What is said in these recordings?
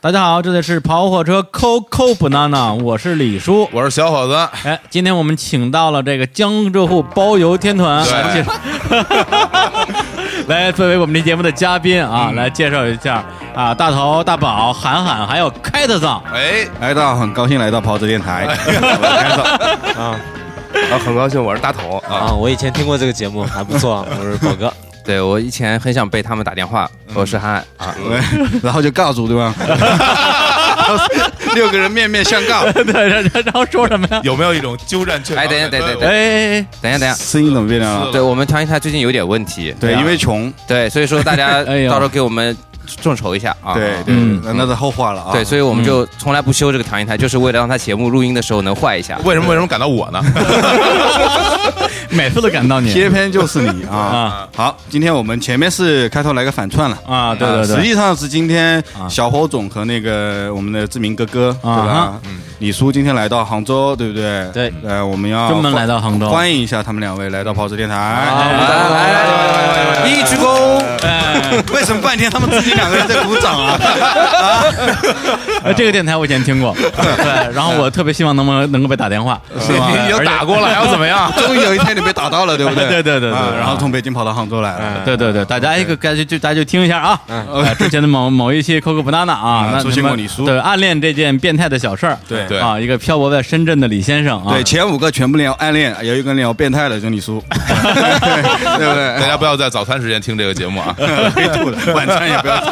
大家好，这里是跑火车 Coco Banana，我是李叔。我是小伙子，哎，今天我们请到了这个江浙沪包邮天团，对 来作为我们这节目的嘉宾啊，嗯来介绍一下啊，大头、大宝、涵涵，还有凯特桑。哎，来到，很高兴来到跑车电台。 啊啊，很高兴，我是大头啊，啊！我以前听过这个节目，还不错。啊 我是宝哥，对我以前很想被他们打电话，我是憨憨啊，然后就告 诉对吧？哎六个人面面相告， 对，然然后说什么呀？ 有没有一种鸠占鹊哎等一下等一下哎哎哎，等一下等一下，声音怎么变了？对我们调音台最近有点问题，对，对啊因为穷，对，所以说大家哎呦到时候给我们众筹一下啊，对对嗯，那那是后话了啊。对，所以我们就从来不修这个调音台，就是为了让它节目录音的时候能坏一下。呃为什么为什么感到我呢？每次都感到你贴片就是你啊 啊！好，今天我们前面是开头来个反串了。啊！对啊对实对，际上是今天啊小火总和那个我们的志明哥哥，对啊吧？李叔今天来到杭州，对不对？对，呃，我们要专门来到杭州，欢迎一下他们两位来到跑车电哎台。来来来来来，一鞠躬，哎， 为什么半天他们自己两个人在鼓掌啊？哎这个电台我以前 听过，对，然后我特别希望能不能能够被打电话，是吗？你已经打过了，还要怎么样？终于有一天你被打到了，对不对？ 对对对对啊对然后从北京跑到杭州来了。对对对，大家一个该就就大家就听一下啊，嗯呃之前的 某某一期 Coco Banana 啊啊，那出什现么过李叔对暗恋这件变态的小事儿，对对啊，一个漂泊在深圳的李先生啊，对，前五个全部聊暗恋，有一个聊变态的，就你 叔，对不大对？家不要在早餐时间听这个节目啊，可以吐的，晚餐也不要听。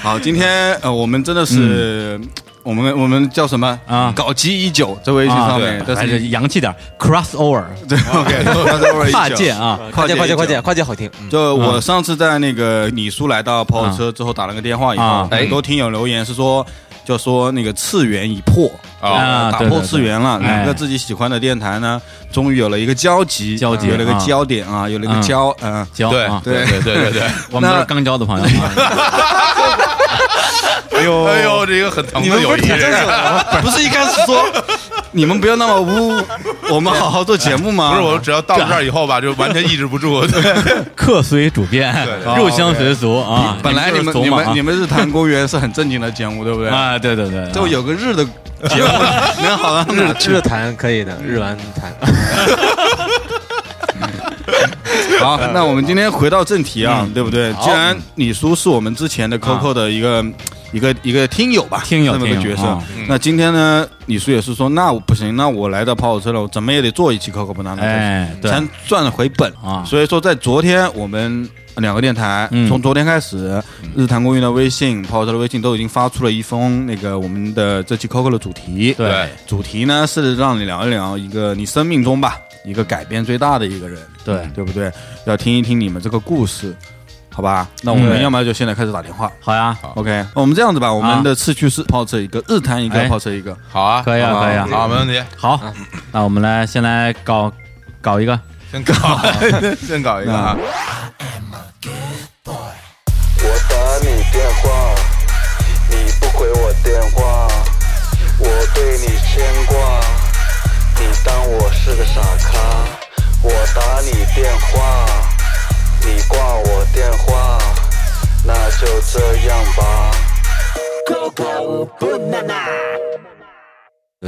好，今天呃，我们真的是，我们我们叫什么嗯啊搞基已久，这微信啊，上对面，这还是是洋气点，crossover 对 OK，跨界，啊，跨界跨界跨已久界。跨界好听。嗯，就我上次在那个李叔来到跑车之后打了个电话以后啊，很多听友留言是说，就说那个次元已破啊打对破对次元了，对两哎个自己喜欢的电台呢，终于有了一个交集，交集有了一个啊焦点啊，有了一个嗯交，嗯，行对啊，对对对对，我们都是那刚交的朋友啊， 哎 哦呦哎，呦，这个很疼的友谊，这是不是一开始说你们不要那么污，我们好好做节目吗？不是我只要到这儿以后吧，就完全抑制不住，客随主便对，对哦入乡随俗啊，本来你们就是你怂嘛啊们你们日坛公园是很正经的节目，对不对？啊，对对对，就有个日的节 目，能好到日哪去？日谈可以的，日完谈。 好，那我们今天回到正题啊，嗯对不对？好既然李叔是我们之前的 Coco 的一个、一个一个听友吧，听友这么听个友角色，啊那今天呢，李叔也是说，那我不行，那我来到跑火车了，我怎么也得做一期 Coco 不拿拿，哎对才赚回本啊所以说，在昨天我们。两个电台、嗯从昨天开始，日坛公园的微信、跑火车的微信都已经发出了一封那个我们的这期 Coco 的主题。对对主题呢是让你聊一聊一个你生命中吧，一个改变最大的一个人，对对不对？要听一听你们这个故事，好吧？那我们嗯要么就现在开始打电话。好呀， OK，我们这样子吧，我啊们的次序是炮车一个，日坛一个哎，炮车一个。好啊，可以啊好可以啊，好，没问题，好，那我们来先来搞搞一个。先搞， 先搞一个啊，我打你电话，你不回我电话，我对你牵挂，你当我是个傻咖。我打你电话，你挂我电话，那就这样吧。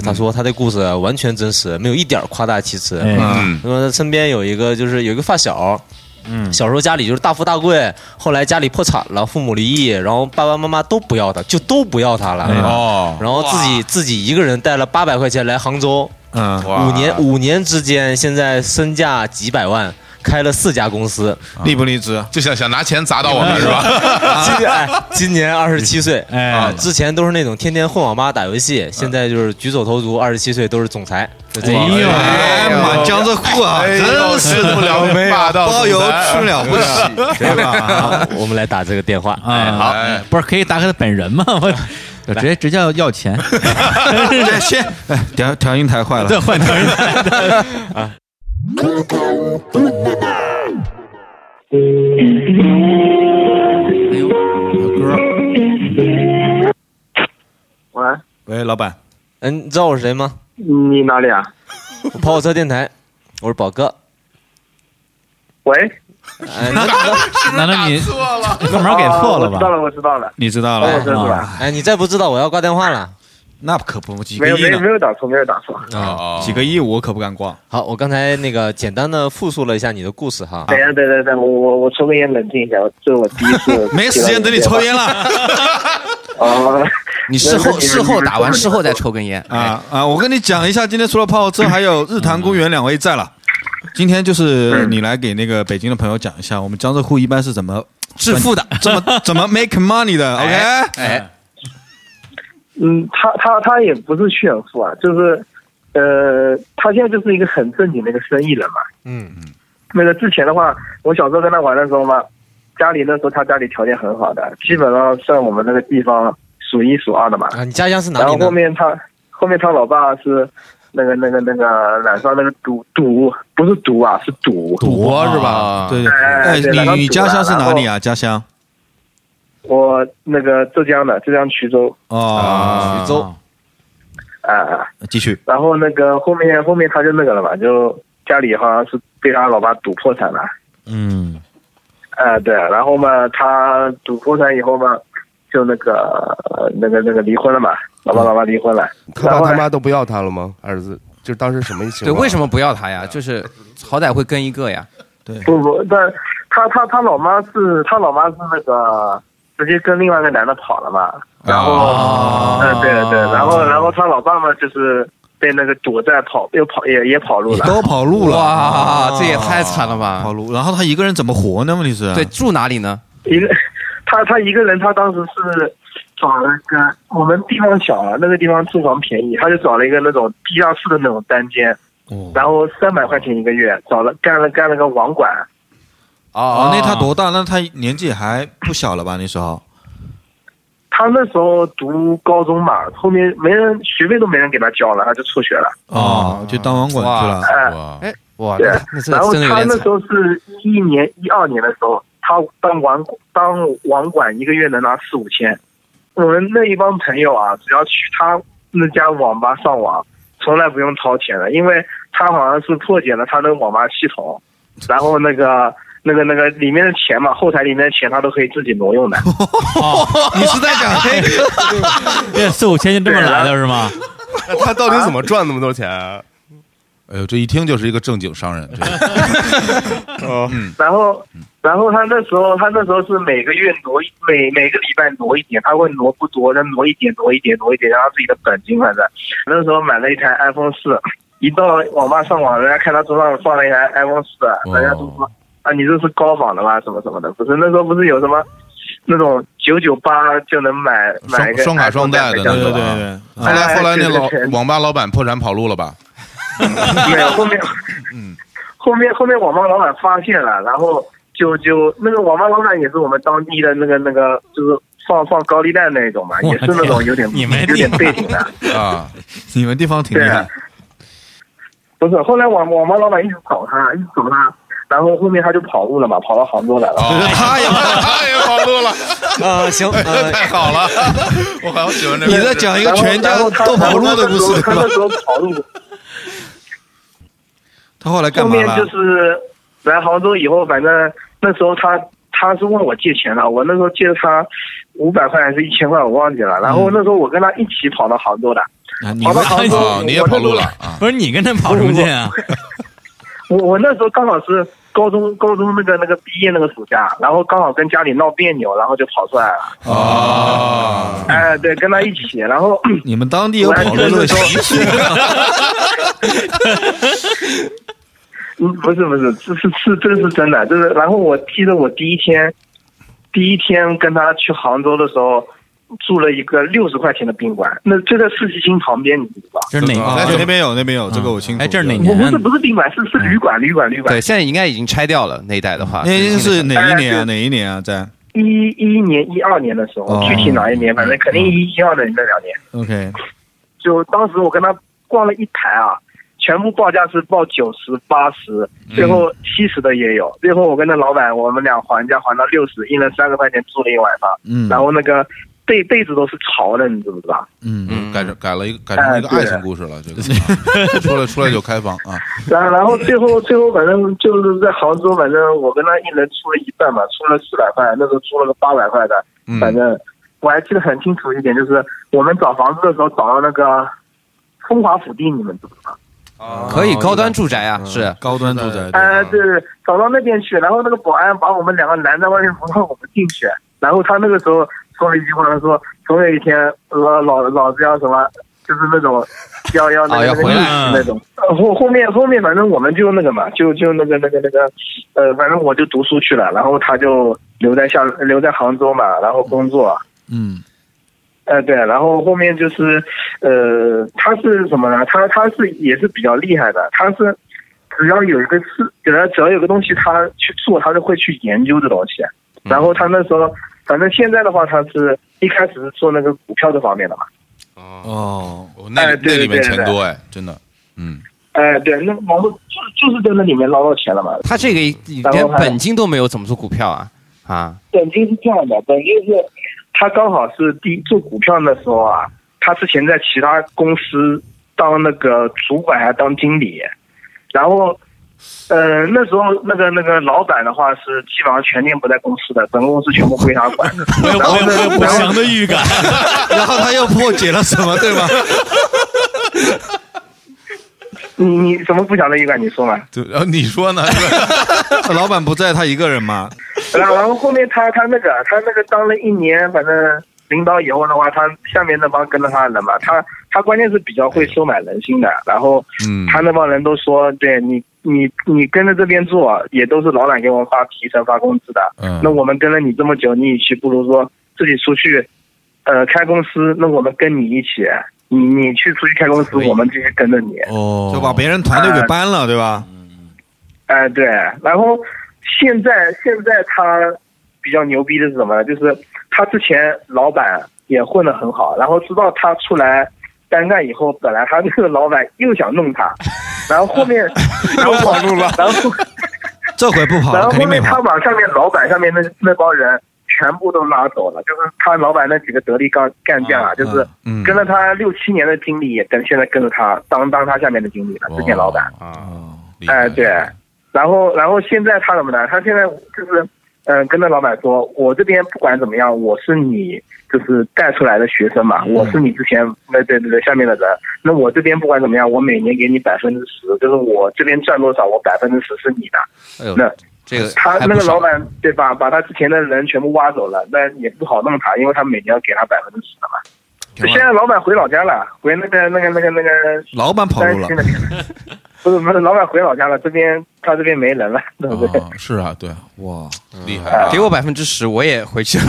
他说他的故事啊完全真实，没有一点儿夸大其词。嗯哎嗯，他说他身边有一个就是有一个发小，嗯小时候家里就是大富大贵，后来家里破产了，父母离异，然后爸爸妈妈都不要他，就都不要他了。啊哎哦，然后自己自己一个人带了八百块钱来杭州，嗯，五年五年之间，现在身价几百万，开了四家公司。离不离职？就想想拿钱砸到我们是吧？今年、哎、今年二十七岁， 哎啊，之前都是那种天天混网吧打游戏，现在就是举手投足，二十七岁都是总裁。就这哎样呦哎呀，满江浙沪啊，哎真呦，是吃不了霸道包总邮裁吃了不起，对吧？啊我们来打这个电话。啊，好哎不是可以打给他本人吗？我就直接直接要要钱，对，先哎调调音台坏了对，，换成人喂，啊喂，老板，嗯，你知道我是谁吗？你哪里啊？我跑火车电台，我是宝哥。喂，哎，那难道你错了，号码给错了啊我知道吧？了，我知道了， 哦你知道我了知道啊？了，哎，你再不知道，我要挂电话了。那可不，几没个啊有没亿有呢没？有打错，没有打错。哦几个亿我可不敢挂。 好，我刚才那个简单的复述了一下你的故事哈。等一下，等等等，我我我抽根烟冷静一下，我这是我第一 次没时间等你抽烟了 哦，你事那后你事后打完你事后再抽根烟哎啊啊！我跟你讲一下，今天除了泡车，还有日坛公园两位在了。今天就是你来给那个北京的朋友讲一下，我们江浙沪一般是怎么致富的。怎么怎么 make money 的？OK，哎，嗯，他他他也不是炫富啊，就是，呃，他现在就是一个很正经的一个生意人嘛。嗯，那个之前的话，我小时候跟他玩的时候嘛，家里那时候他家里条件很好的，基本上算我们那个地方数一数二的嘛。啊，你家乡是哪然里后呢后？面他后面他老爸是那个那个那个南昌那个赌赌不是赌啊是赌，博是吧？啊对，哎，哎对来到你你祖家了乡是然哪后里啊？家乡我那个浙江的浙江衢州哦，啊徐州。啊、继续然后那个后面后面他就那个了嘛，就家里好像是被他老爸赌破产了。嗯，呃，对，然后嘛，他赌破产以后嘛，就那个、呃那个那个离婚了嘛，老嗯爸老妈离婚了。他然爸后他呢妈都不要他了吗？儿子，就是当时什么情对，况？为什么不要他呀？就是好歹会跟一个呀。不不，但他他他老妈是他老妈是那个直接跟另外一个男的跑了嘛，然后，嗯、呃，对对，然后然后他老爸嘛就是被那个躲债跑又跑也也跑路了。都哦跑路了，哇，这也太惨了吧跑！路。然后他一个人怎么活呢？问题是，对，，住哪里呢？一个，他他一个人，他当时是找了一个我们地方小啊，那个地方住房便宜，他就找了一个那种地下室的那种单间，然后三百块钱一个月，找了干了干了个网管，哦，那他多大？那他年纪还不小了吧？那时候他那时候读高中嘛，后面没人学费都没人给他交了，他就辍学了。哦，就当网管去了。哎、哇哎，哇，对那那这然后真的有他点那时惨。候是一年一二年的时候，他当网当网管一个月能拿四五千。我们那一帮朋友啊，只要去他那家网吧上网，从来不用掏钱的，因为他好像是破解了他那个网吧系统，然后那个那个那个里面的钱嘛，后台里面的钱他都可以自己挪用的。你是在讲这个？这四五千就这么来的是吗？那他到底怎么赚那么多钱啊？ 哎呦，这一听就是一个正经商人，这个嗯然后，然后他那时候，他那时候是每个月挪一每每个礼拜挪一点，他会挪不多，再挪一点，挪一点，挪一点，然后自己的本金反正。那时候买了一台 iPhone 四，一到网吧上网，人家看他桌上放了一台 iPhone 四，哦人家都说啊，你这是高仿的吧，什么什么的。不是那时候不是有什么那种九九八就能买买一个双双卡双待的 iPhone 那种对对在北京对对对对后来后来那老哎对对对网吧老板破产跑路了吧？ 没有，后面，嗯，后面后面网吧老板发现了，然后就就那个网吧老板也是我们当地的那个那个，就是放放高利贷那种嘛，我也是那种有点你们有点背景的，啊啊， 你们地方挺厉害。不是。后来网网吧老板一直找他，一直找他，然后后面他就跑路了嘛，跑到杭州来了。哦他也他也跑路了， 哎呃，行，呃，太好了，我好喜欢这你个。在讲一然个后全家然后他都跑路的故事他吧那？时候他那时候跑路，他后来干后嘛面就了？是来杭州以后，反正那时候他他是问我借钱了，我那时候借了他五百块还是一千块，我忘记了。嗯然后那时候我跟他一起跑到杭州的，啊，你跑到们杭州啊，哦你也跑路了。啊？不是你跟他跑什么劲啊？我我那时候刚好是高中高中那个那个毕业那个暑假，然后刚好跟家里闹别扭，然后就跑出来了。啊，哎，对，跟他一起，然后。你们当地有跑路的习俗？嗯，不是不是，这是是这是真的，就是然后我记得我第一天，第一天跟他去杭州的时候，住了一个六十块钱的宾馆，那就在四季青旁边，你知道吧？这是哪 啊个？那边有，那边有，这个我清楚。哎，这是哪我年不啊是？不是宾馆，是是旅馆，旅馆旅馆对，。现在应该已经拆掉了那一带的话，那是哪一年啊？哎对哪一年啊？在一一年一二年的时候哦，具体哪一年，反正肯定一一二年那两年。 OK，就当时我跟他逛了一排啊，全部报价是报九十八十，最后七十的也有。最后我跟那老板，我们俩还价还到六十，一人三十块钱住了一晚上。嗯然后那个这一辈子都是潮的，你知不知道？嗯，改成改了一个改成了一个哎对爱情故事了，这个啊出来出来就开放啊，然后然后最后最后反正就是在杭州，反正我跟他一人出了一半吧，出了四百块，那时候出了个八百块的，嗯反正我还记得很清楚一点，就是我们找房子的时候找到那个风华府地，你们知不知道？可哦以高端住宅嗯啊，是高端住宅，哎、对对，对找到那边去，然后那个保安把我们两个男的外面不让我们进去，然后他那个时候说了一句话，他说总有一天老老老子要什么，就是那 种要要那啊个要回来那种。呃后后面后面反正我们就那个嘛，就就那个那个那个，呃，反正我就读书去了，然后他就留在下留在杭州嘛，然后工作。嗯呃，对，然后后面就是，呃，他是什么呢？他他是也是比较厉害的，他是只要有一个事，只要只要有个东西他去做，他就会去研究这东西。然后他那时候，反正现在的话，他是一开始是做那个股票这方面的嘛。哦，哦那哎那对里面对对钱多哎，真的，嗯，哎、对，那然后就就是在那里面捞到钱了嘛。他这个连本金都没有，怎么做股票啊？啊，本金是这样的，本金是他刚好是第一做股票的时候啊，他之前在其他公司当那个主管还当经理，然后，呃，那时候那个那个老板的话是基本上全年不在公司的，整个公司全部归他管。 我有然我后有呢我有不然后祥的预感。 然后他又破解了什么，对吧？ 你你什么不祥的预感？你说嘛。就然后你说呢？ 老板不在，他一个人嘛，然后然后后面他他那个他那个当了一年，反正领导以后的话，他下面那帮跟着他的人嘛，他他关键是比较会收买人心的。然后嗯他那帮人都说，对你你你跟着这边做，也都是老板给我们发提成发工资的。嗯那我们跟了你这么久，你与其不如说自己出去，呃，开公司，那我们跟你一起。你你去出去开公司，我们继续跟着你。哦就把别人团队给搬了，对吧？哎、对。然后现在现在他比较牛逼的是什么呢？就是他之前老板也混得很好，然后知道他出来单干以后，本来他那个老板又想弄他，然后后 面然后跑路了，然后这回不跑了，然后肯后定没面他跑。把上面老板上面那那帮人全部都拉走了，就是他老板那几个得力干干将啊，就是嗯跟了他六七年的经理，也跟现在跟着他当当他下面的经理了，之前老板。哦啊，厉害哎、对，然后然后现在他怎么呢？他现在就是，嗯、跟那老板说，我这边不管怎么样，我是你就是带出来的学生嗯嘛，我是你之前那对对对下面的人，那我这边不管怎么样，我每年给你百分之十，就是我这边赚多少，我百分之十是你的。哎呦，那这个他还那不个少老板对吧？把他之前的人全部挖走了，那也不好弄他，因为他每年要给他百分之十的嘛。挺啊好现在老板回老家了，回那个那个那个那个老板跑山路了西，那边了。 不是不是，老板回老家了，这边他这边没 人了，哦对不对？啊，是啊，对，哇！厉害啊，给我百分之十，我也回去 了。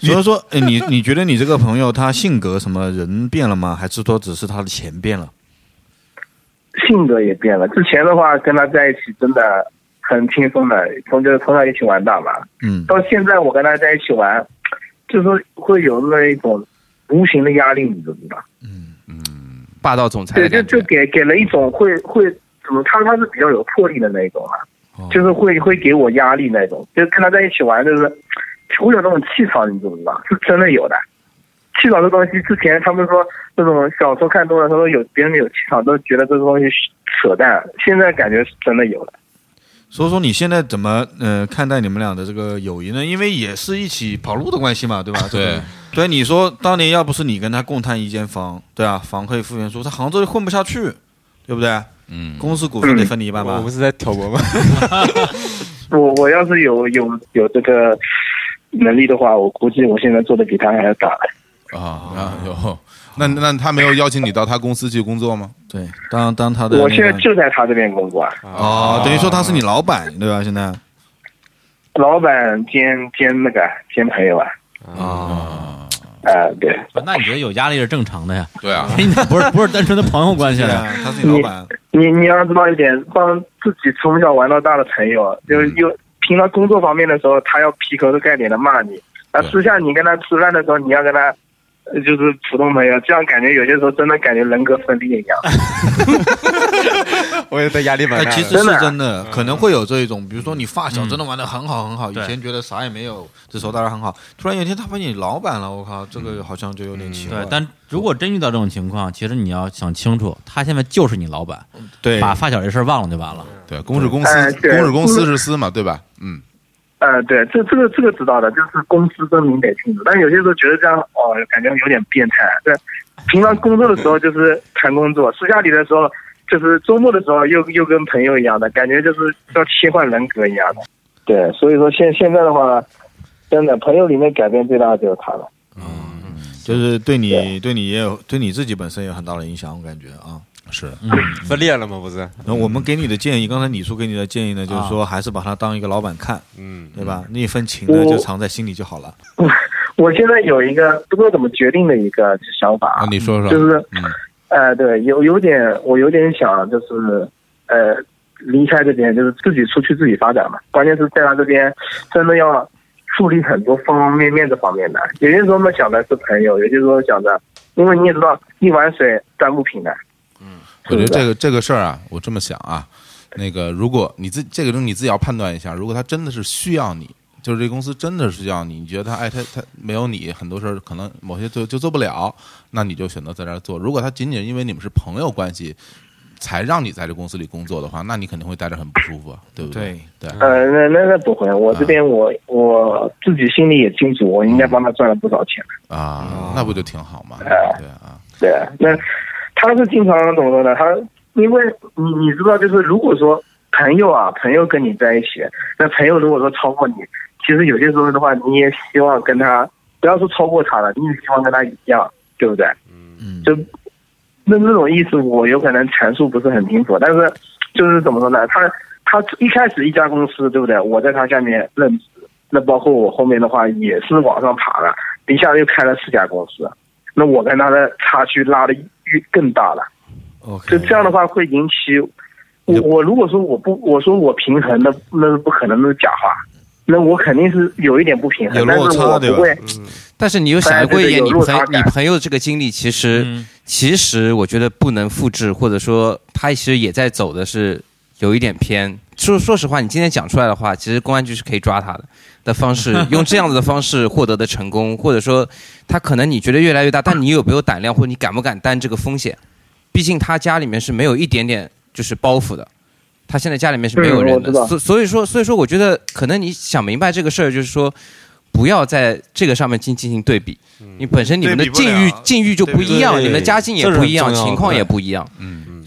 所以说，哎你你觉得你这个朋友他性格什么人变了吗？还是说只是他的钱变了？性格也变了。之前的话跟他在一起真的很轻松的，从就是从小一起玩大嘛。嗯，到现在我跟他在一起玩，就是会有那一种无形的压力，你知不知道？霸道总裁对，的就感觉就给给了一种会会怎么，他他是比较有魄力的那一种嘛，啊就是会会给我压力那种，就是跟他在一起玩，就是会有那种气场，你知不知道？是真的有的。气场这东西，之前他们说那种小说看多了，他说有别人有气场，都觉得这东西是扯淡。现在感觉是真的有的。所以说你现在怎么呃看待你们俩的这个友谊呢？因为也是一起跑路的关系嘛，对吧？这个对对，你说当年要不是你跟他共摊一间房，对啊，房可以复原说他杭州就混不下去，对不对？嗯，公司股份得分你一半吧？我不是在挑拨吗？我我要是有有有这个能力的话，我估计我现在做的比他还要大。啊，那有，那那他没有邀请你到他公司去工作吗？对，当当他的、那个、我现在就在他这边工作啊。哦，等于说他是你老板对吧？现在老板兼兼那个兼朋友啊。啊、对，那你觉得有压力是正常的 呀？对啊，你不是不是单纯的朋友关系对了啊，他是你老板，你你要知道一点，帮自己从小玩到大的朋友，就是又平常工作方面的时候，他要劈头盖脸的骂你；那对私下你跟他吃饭的时候，你要跟他呃就是普通朋友，这样感觉有些时候真的感觉人格分裂一样。我也在压力蛮哎，大其的。实是真的，可能会有这一种，比如说你发小嗯真的玩的很好很好，以对前觉得啥也没有，这时候当然很好，突然有一天他把你老板了，我靠，这个好像就有点奇怪对，。但如果真遇到这种情况，其实你要想清楚，他现在就是你老板，对把发小这事儿忘了就完了。对，公是公司哎，对公是公司是私嘛，对吧？嗯，呃，对，这这个这个知道的，就是公私分明得清楚。但有些时候觉得这样哦，感觉有点变态。对，平常工作的时候就是谈工作，私下里的时候就是周末的时候又又跟朋友一样的感觉，就是要切换人格一样的。对，所以说现现在的话，真的朋友里面改变最大的就是他了。就是对你对你也有对你自己本身有很大的影响，我感觉啊。是的，分裂了吗？不是，然后我们给你的建议，刚才李叔给你的建议呢，就是说还是把他当一个老板看，嗯，对吧？那份情呢，我就藏在心里就好了。我现在有一个不知道怎么决定的一个想法啊那，你说说，就是嗯，呃，对，有有点，我有点想就是，呃，离开这边，就是自己出去自己发展嘛。关键是在他这边，真的要处理很多方方面面这方面的。有些时候呢想的是朋友，有些时候想的，因为你也知道，一碗水端不平的。我觉得是的这个这个事儿啊，我这么想啊，那个如果你自这个东西你自己要判断一下，如果他真的是需要你，就是这公司真的是需要你，你觉得他哎他他没有你，很多事儿可能某些就就做不了，那你就选择在这儿做。如果他仅仅因为你们是朋友关系。才让你在这公司里工作的话，那你肯定会待着很不舒服，对不对？对呃，那那那不会，我这边我我自己心里也清楚，我应该帮他赚了不少钱。啊，那不就挺好吗？哎对啊，对，那他是经常怎么说呢？他因为你你知道，就是如果说朋友啊，朋友跟你在一起，那朋友如果说超过你，其实有些时候的话，你也希望跟他不要说超过他了，你也希望跟他一样，对不对？嗯，就那那种意思，我有可能阐述不是很清楚，但是就是怎么说呢？他他一开始一家公司，对不对？我在他下面任职，那包括我后面的话也是往上爬了，一下又开了四家公司，那我跟他的差距拉的越更大了。 OK，就这样的话会引起我嗯我如果说我不我说我平衡，那那是不可能，那是假话。那我肯定是有一点不平有衡，但落是差我对吧嗯不会，但是你又想过一点，哎对对有你落朋差你感朋友这个经历，其实、嗯其实我觉得不能复制，或者说他其实也在走的是有一点偏。说说实话，你今天讲出来的话，其实公安局是可以抓他的的 方式，用这样子的方式获得的成功，或者说他可能你觉得越来越大，但你有没有胆量，或者你敢不敢担这个风险？毕竟他家里面是没有一点点就是包袱的，他现在家里面是没有嗯人我的知，道所所以说所以说，我觉得可能你想明白这个事儿，就是说不要在这个上面进进行对比，你本身你们的对比不境遇了境遇就不一样，对你们的家境也不一样，这是很重要的情况也不一样，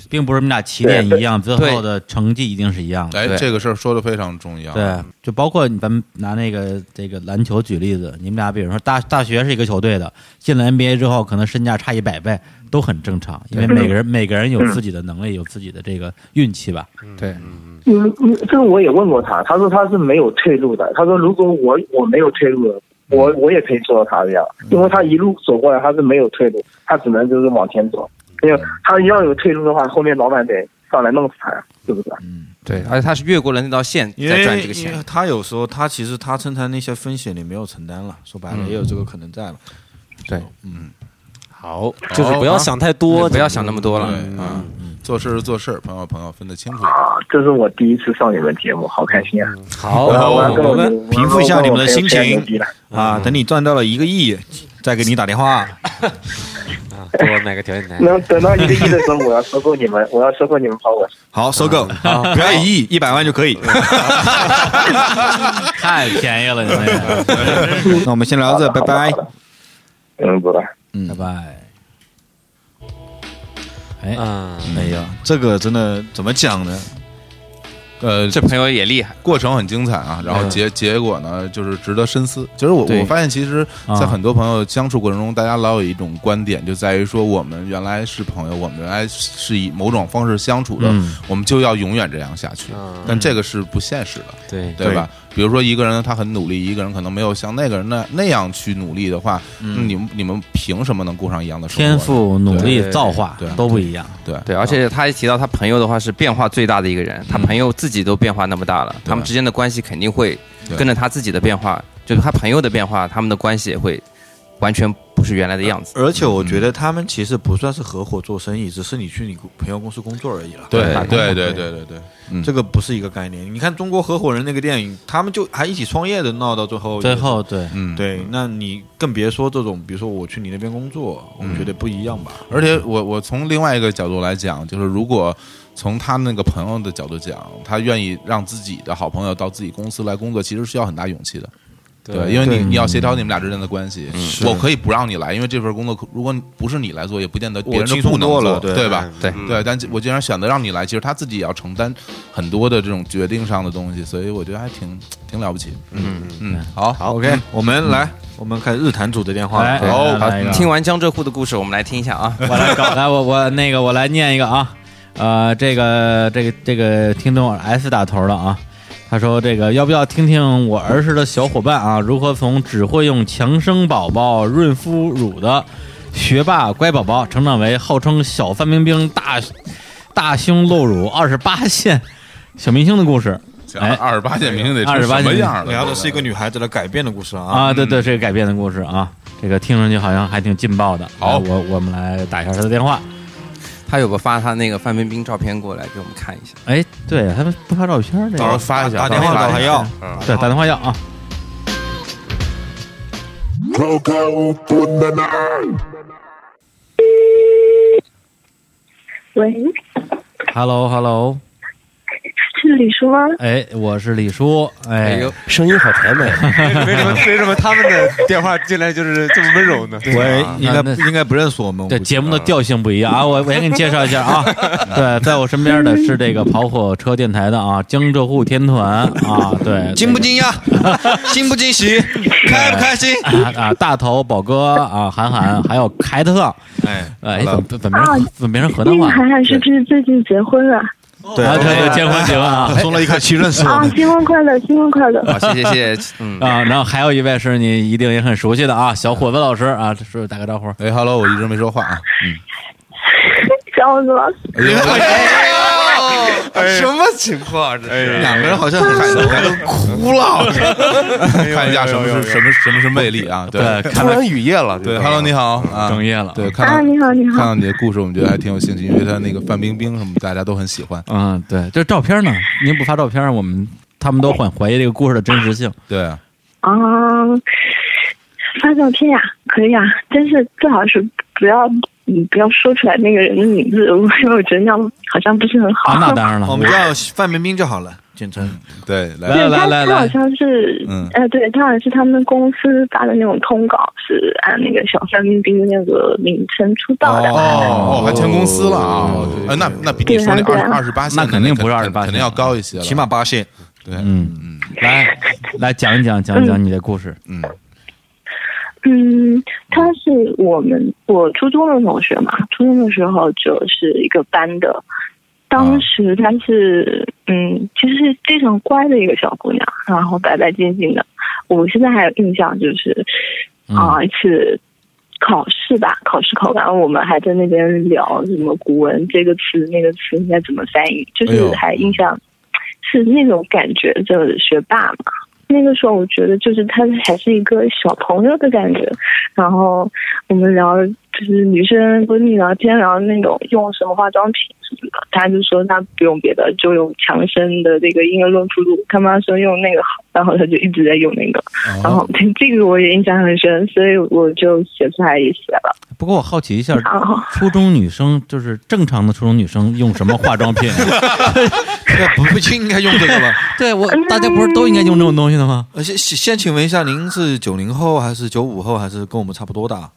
并不是你们俩起点一样，最对后的成绩一定是一样的。哎，对这个事儿说的非常重要。对，就包括你咱们拿那个这个篮球举例子，你们俩比如说大大学是一个球队的，进了 NBA 之后，可能身价差一百倍，都很正常，因为每个人每个人有嗯自己的能力，有自己的这个运气吧。对，嗯，嗯，这个我也问过他，他说他是没有退路的。他说如果我我没有退路了，我嗯我也可以做到他这样，因为他一路走过来他是没有退路，他只能就是往前走。因嗯为他要有退路的话，后面老板得上来弄死他，是不是？嗯对，而且他是越过了那道线因再赚为这个因为钱，他有时候他其实他承担那些风险你没有承担了，说白了也有这个可能在了。好，就是不要想太多，不要想那么多对了。嗯啊，做事是做事，朋友朋友分得清楚。啊，这是我第一次上你们节目，好开心啊！好，然后我要跟嗯我我们的平复一下你们的心情我要跟我朋友吹牛逼了啊，等你赚到了一个亿，再给你打电话。给我买个调音台。那等到一个亿的时候，我要收购你们，我要收购你们跑我。好，收购，不要一亿，一百万就可以。太便宜了，你那个，那我们先聊到这，拜拜。嗯，拜拜。拜拜。哎，嗯，哎呀，这个真的怎么讲呢？呃，这朋友也厉害，哎过程很精彩啊，然后结结果呢，就是值得深思。其实我对我发现，其实，啊在很多朋友相处过程中，大家老有一种观点，就在于说，我们原来是朋友，我们原来是以某种方式相处的嗯，我们就要永远这样下去。嗯但这个是不现实的，对，对吧？比如说一个人他很努力，一个人可能没有像那个人那那样去努力的话，那嗯你们你们凭什么能过上一样的生活呢？天赋、努力、对造化对都不一样。对对，而且他一提到他朋友的话是变化最大的一个人，他朋友自己都变化那么大了，他们之间的关系肯定会对跟着他自己的变化，就是他朋友的变化，他们的关系也会完全不是原来的样子。而且我觉得他们其实不算是合伙做生意，只是你去你朋友公司工作而已了。对打对对对对对，嗯这个不是一个概念。你看中国合伙人那个电影，他们就还一起创业的，闹到最后也最后对，嗯。对，那你更别说这种，比如说我去你那边工作，我觉得不一样吧？而且我我从另外一个角度来讲，就是如果从他那个朋友的角度讲，他愿意让自己的好朋友到自己公司来工作，其实需要很大勇气的。对，因为你你要协调你们俩之间的关系，嗯我可以不让你来，因为这份工作如果不是你来做，也不见得别人就轻不松能多做，了对嗯对吧？对对，但我既然选择让你来，其实他自己也要承担很多的这种决定上的东西，所以我觉得还挺挺了不起。嗯嗯，好，好，OK，我们来，我们开始日坛组的电话。来对哎来好来一个，听完江浙沪的故事，我们来听一下啊。我 来搞，来我我那个我来念一个啊，呃，这个这个这个听众 S 打头的啊，他说这个要不要听听我儿时的小伙伴啊，如何从只会用强生宝宝润肤乳的学霸乖宝宝，成长为号称小范冰冰大大胸露乳二十八线小明星的故事哎二十八线明星得28成什么线样了？聊的是一个女孩子的改变的故事啊。啊？对嗯对，这个改编的故事啊，这个听上去好像还挺劲爆的。好来我我们来打一下他的电话。他有个发他那个范冰冰照片过来给我们看一下。哎，对他们不发照片儿这到时候个。发一下，打电话到找他要，嗯对，打电话要啊。喂， Hello Hello，是李叔吗？哎，我是李叔，哎，哎呦，声音好甜美。 为什么为什么他们的电话进来就是这么温柔呢？喂，应那该应该不认识我们。这我估计节目的调性不一样啊，我我先给你介绍一下啊， 对，在我身边的是这个跑火车电台的啊，江浙沪天团啊，对，惊不惊讶，惊不惊喜，开不开心？啊啊，大头宝哥啊，韩寒，还有凯特，哎，哎，怎么怎么变成怎么变成河南那个话？涵涵是不是最近结婚了？对啊，对对， 结婚结婚啊。松了一口气，认识我啊，们。新婚快乐，新婚快乐！好，谢谢谢谢，嗯，啊，然后还有一位是你一定也很熟悉的啊，小伙子老师啊，是打个招呼。哎，Hello，我一直没说话啊。嗯笑死了！哎哎呦什么情况？这是两个人好像很熟，哭了，哎看一下什么是什么什么是魅力啊？对，看突然雨夜了。对这个，Hello，你好啊，哽咽了。对，看啊，到你好，你看好。到你的故事，我们觉得还挺有兴趣，因为他那个范冰冰什么，大家都很喜欢。嗯，对，就是照片呢，您不发照片，我们他们都很怀疑这个故事的真实性。对，啊，发照片呀、可以啊，但是最好是不要，你不要说出来那个人的名字，因为我觉得那样好像不是很好。啊，那当然了，我们叫范冰冰就好了，简称。对，来来，对来他，来他好来，像是，嗯呃，对他好像是他们公司发的那种通稿，是按那个小范冰冰那个名称出道的。哦，还签公司了啊？哎，那那比你说那对二啊二十八线的，那肯定不是28肯定要高一些了，起码八线，对，嗯嗯来来讲一讲讲一讲你的故事。嗯嗯，他是我们我初中的同学嘛，初中的时候就是一个班的。啊当时她是，嗯，其实是非常乖的一个小姑娘，然后白白净净的。我现在还有印象，就是嗯啊、一次考试吧，考试考完，我们还在那边聊什么古文这个词、那个词应该怎么翻译，就哎是呦还印象是那种感觉，就是学霸嘛。那个时候我觉得就是她还是一个小朋友的感觉，然后我们聊就是女生闺蜜聊天，然后那种用什么化妆品什么的，她就说那不用别的，就用强生的这个婴儿润肤露。她妈说用那个好，然后她就一直在用那个，哦然后 这个我也印象很深，所以我就写出来也啊写了。不过我好奇一下，然后初中女生就是正常的初中女生用什么化妆品？啊不不就应该用这个吗？对我， 大家不是都应该用这种东西的吗？呃，先先先请问一下，您是九零后还是九五后，还是跟我们差不多的啊？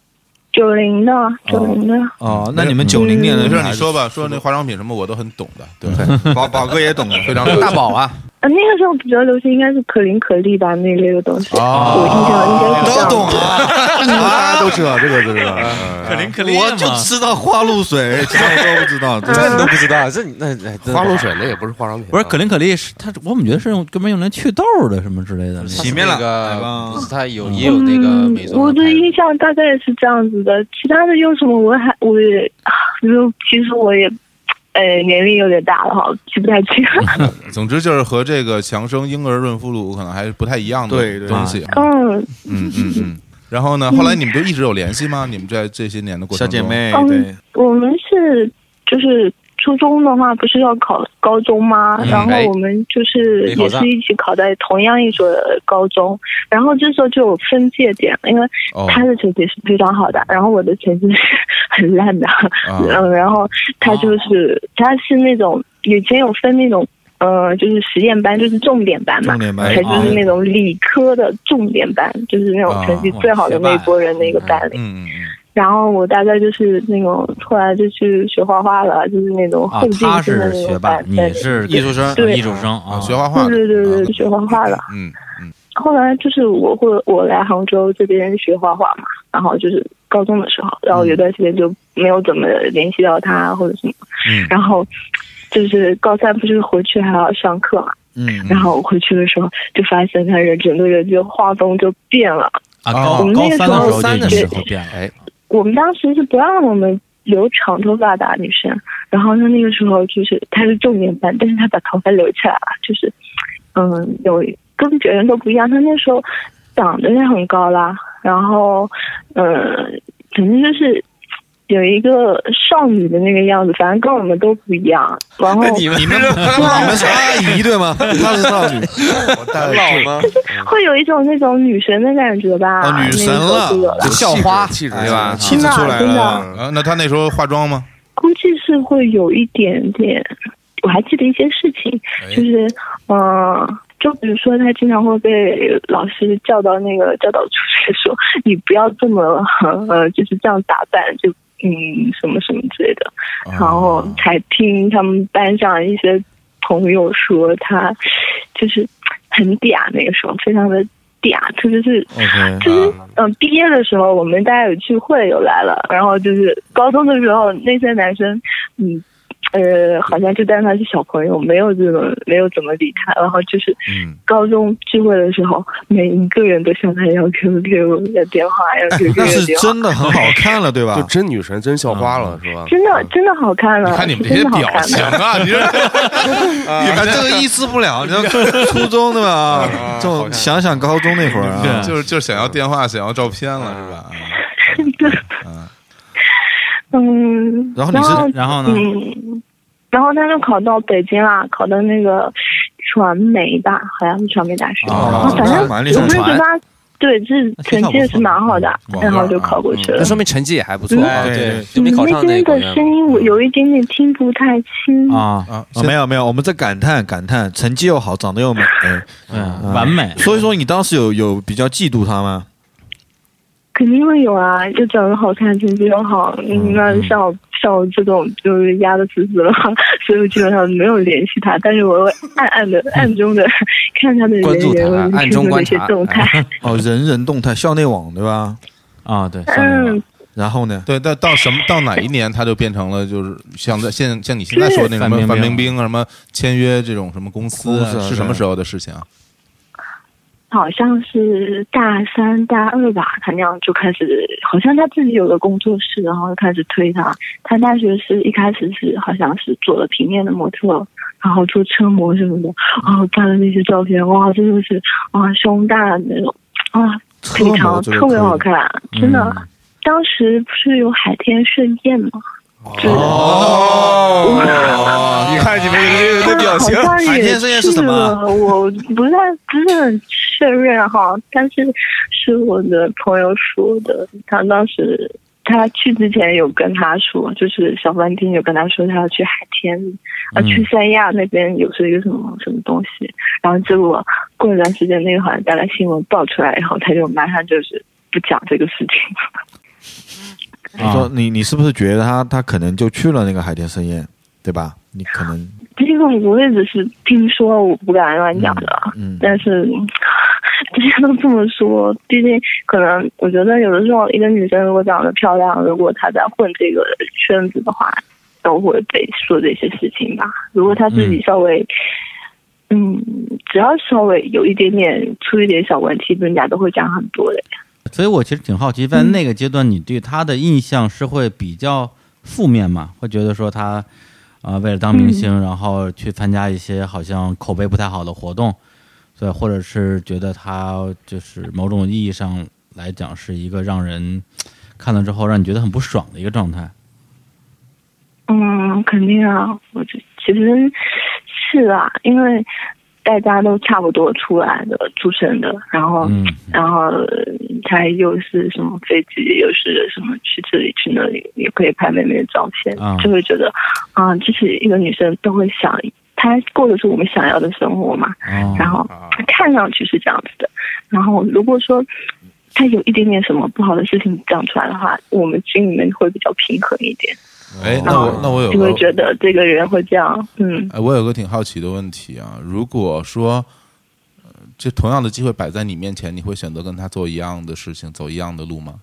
九零的，啊九零的，哦，那你们九零年的没女事，孩你子说吧，说那化妆品什么我都很懂的，对，宝宝哥也懂了， 非常了解大宝啊，呃，那个时候比较流行应该是可伶可俐吧那类的东西，哦我印象应该是这都样嗯 懂啊！大家都知道这个，这个。可伶可我就知道花露水，其他我都不 知道。真这的你都不知道，这你那那真的花露水那也不是化妆品啊，不是可伶可俐，是它是我怎么觉得是用专门用来祛痘的什么之类的？洗面奶那来吧个不是他有也有那个美嗯。妆我的的牌子，印象大概也是这样子的，其他的用什么我还我也， 啊就其实我也，呃，年龄有点大了哈，记不太清。总之就是和这个强生婴儿润肤乳可能还是不太一样的对对东西。啊 嗯，嗯嗯嗯，然后呢，后来你们就一直有联系吗？你们在这些年的过小程中，姐妹，对嗯，，我们是就是初中的话，不是要考高中吗？然后哎我们就是没考也上是一起考在同样一所高中，然后这时候就有分界点了，因为哦他的成绩是非常好的，然后我的成绩是很烂的，啊嗯，然后他就是他是那种以前有分那种。呃，就是实验班，就是重点班嘛，重点班才就是那种理科的重点班，就是那种成绩最好的那一波人那个班里。嗯嗯然后我大概就是那种，后来就去学画画了，就是那种啊后，进他式的是那啊学种霸，班。你对是艺术生对艺术生嗯，啊啊，学画画的，对对对啊对，学画画了。嗯嗯后来就是我会我来杭州这边学画画嘛，然后就是高中的时候，然后有段时间就没有怎么联系到他或者什么，嗯，然后就是高三不是回去还要上课嘛，嗯，然后我回去的时候就发现他人整个人就画风就变了。啊，啊高我们高那个三的时候时候就已经对会变了，哎，我们当时是不让我们留长头发的女生，然后呢那个时候就是嗯她是重点班，但是她把头发留起来了，就是嗯有跟别人都不一样，她那时候长得也很高啦，然后呃反正就是。有一个少女的那个样子，反正跟我们都不一样。然后你们嗯 你们是哎阿姨 对吗？她是少女，我带老吗？会有一种那种女神的感觉吧，哦女神那个时候就有了了就校花气质对吧气质真的出来真的了。啊，那他那时候化妆吗？估计是会有一点点。我还记得一些事情，哎就是嗯、呃就比如说他经常会被老师叫到那个教导处去说，你不要这么呃，就是这样打扮，就嗯什么什么之类的。然后啊才听他们班上一些朋友说他就是很嗲，那个时候非常的嗲，特别是啊 OK，就是嗯，毕业的时候我们大家有聚会，有来了，然后就是高中的时候那些男生，嗯。呃，好像就当他是小朋友，没有这种，没有怎么理他。然后就是嗯，高中聚会的时候，每一个人都向他要 QQ 要电话，要 QQ 那是要电话，真的很好看了，对吧就？真女神真校花了是吧？真的真的好看啊了，你看你们这真些的好表看情了。 啊，你这你们这个抑制不了，你知道初中对吧？这种想想高中那会儿啊，就是就是想要电话，想要照片了是吧？啊嗯，然后你是然后呢，嗯，然后他就考到北京啦，考到那个传媒吧，好像是传媒大学。哦啊然后反正那蛮厉害我不是觉得传他对，就是成绩也是蛮好的那挺好不，错然后就考过去了那。说明成绩也还不错啊。哎，对对 对，就没考上边个嗯的声音我有一点点听不太清。啊，啊，啊，没有没有，我们在感叹感叹，成绩又好，长得又美，啊嗯，完美，所以说你当时有有比较嫉妒他吗？肯定会有啊，就长得好看，成绩又好，嗯那像我像我这种就是压得死死了，所以我基本上没有联系他，但是我会暗暗的、暗中的 看他的人关注他员，我暗中观察那些动态。哦，人人动态校内网对吧？啊，对，嗯，然后 呢？对，到到什么到哪一年，他就变成了就是像在现像你现在说那个什么范冰冰啊，什么签约这种什么公司啊公司啊是什么时候的事情啊？好像是大三、大二吧，他那样就开始，好像他自己有个工作室，然后就开始推他。他大学是一开始是好像是做了平面的模特，然后做车模什么的，然后拍的那些照片，哇，真的是哇胸大那种，啊，特腿长，模这个特别嗯好看，真的。当时不是有海天盛宴吗？就是哦，你看你们这个表情，好像海也天盛宴是什么啊我不太不是很确认哈，但是是我的朋友说的，他当时。他去之前有跟他说，就是小饭厅有跟他说他要去海天，嗯要去三亚那边有是一个什么什么东西，然后结果过一段时间那个好像大概新闻爆出来以后，他就马上就是不讲这个事情了。你啊说你你是不是觉得他他可能就去了那个海天盛宴，对吧？你可能这个我也只是听说，我不敢乱讲的。嗯但是嗯大家都这么说，毕竟可能我觉得有的时候一个女生如果长得漂亮，如果她在混这个圈子的话，都会被说这些事情吧。如果她自己稍微，嗯只要稍微有一点点出一点小问题，人家都会讲很多的。所以我其实挺好奇，在嗯那个阶段，你对他的印象是会比较负面嘛？会觉得说他啊、呃为了当明星，嗯然后去参加一些好像口碑不太好的活动，对，或者是觉得他就是某种意义上来讲是一个让人看了之后让你觉得很不爽的一个状态。嗯，肯定啊，我就其实是啊，因为大家都差不多出来的出生的，然后、嗯然后他又是什么飞机，又是什么去这里去那里，也可以拍妹妹的照片，啊就会觉得啊、这是一个女生都会想，她过的是我们想要的生活嘛，哦、然后看上去是这样子的，然后如果说他有一点点什么不好的事情讲出来的话，我们心里面会比较平衡一点，哎，那我那我有就会个觉得这个人会这样，嗯，哎，我有个挺好奇的问题啊，如果说，呃这同样的机会摆在你面前，你会选择跟他做一样的事情，走一样的路吗？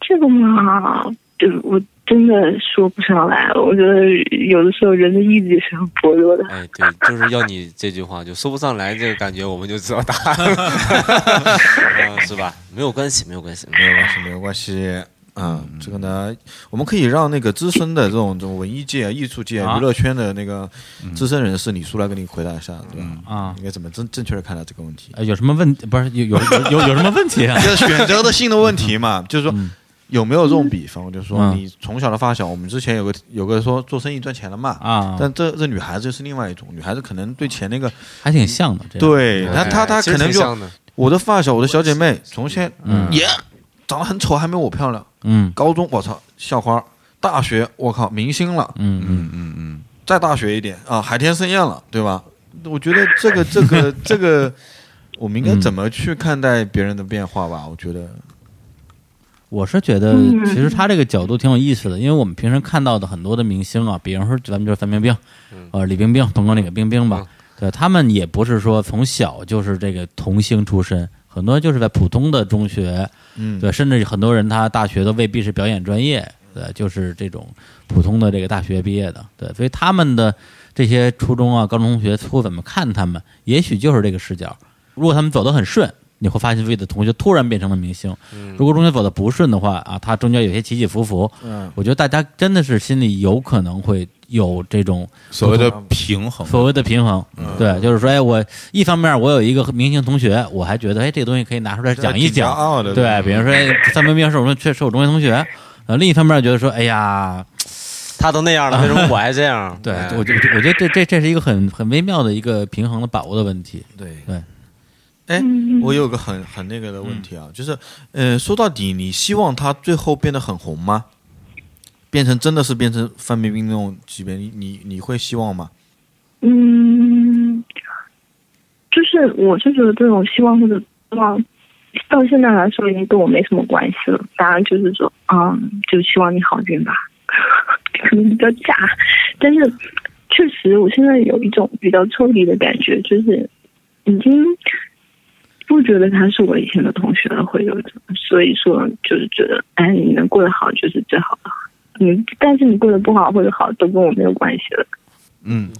这个嘛，就我真的说不上来，我觉得有的时候人的意志是很薄弱的，哎，对，就是要你这句话，就说不上来这个感觉，我们就知道答案了，嗯是吧？没有关系，没有关系，没有关系，没有关系。嗯，这个呢，我们可以让那个资深的这种这种文艺界、艺术界、啊娱乐圈的那个嗯资深人士李叔来给你回答一下，对吧？啊，应该怎么正正确的看待这个问嗯题？呃有什么问不是有有有有有什么问题 啊？就是选择的性的问题嘛， 就是嗯说有没有这种比方？就是说嗯你从小的发小，我们之前有个有个说做生意赚钱了嘛，啊，但这这女孩子又是另外一种，女孩子可能对钱那个，还挺像的，这样对她她她嗯哎其实可能挺就像的我的发小，我的小姐妹，从现嗯也长得很丑，还没我漂亮。嗯高中我操校花，大学我靠明星了，嗯嗯，嗯嗯嗯，再大学一点啊，海天盛宴了，对吧？我觉得这个这个这个，我们应嗯该怎么去看待别人的变化吧？我觉得，我是觉得嗯其实他这个角度挺有意思的，因为我们平时看到的很多的明星啊，比方说咱们就是范冰冰，嗯呃，李冰冰、同高那个冰冰吧，对他们也不是说从小就是这个童星出身，很多就是在普通的中学，嗯，对，甚至很多人他大学都未必是表演专业，对，就是这种普通的这个大学毕业的，对，所以他们的这些初中啊、高中同学会怎么看他们，也许就是这个视角。如果他们走得很顺，你会发现自己的同学突然变成了明星；如果中间走得不顺的话啊，他中间有些起起伏伏，嗯，我觉得大家真的是心里有可能会有这种所谓的平衡，所谓的平衡，对，就是说，哎，我一方面我有一个明星同学，我还觉得，哎，这个东西可以拿出来讲一挺骄讲，傲的，对，比如说哎范冰冰是我们确是我中学同学，呃，另一方面觉得说，哎呀，他都那样了，为什么我还这样？ 对哎我觉我觉得这这这是一个很很微妙的一个平衡的把握的问题，对对。哎嗯，我有个很很那个的问题啊，就是，呃，说到底，你希望她最后变得很红吗？变成真的是变成范冰冰那种级别，你你你会希望吗？嗯，就是我就觉得这种希望或者希望，到现在来说已经跟我没什么关系了。当然就是说，嗯，就希望你好运吧， 可能比较假，但是确实我现在有一种比较抽离的感觉，就是已经不觉得他是我以前的同学了，会有一种，所以说就是觉得，哎，你能过得好就是最好了。你但是你过得不好或者好都跟我没有关系了。嗯，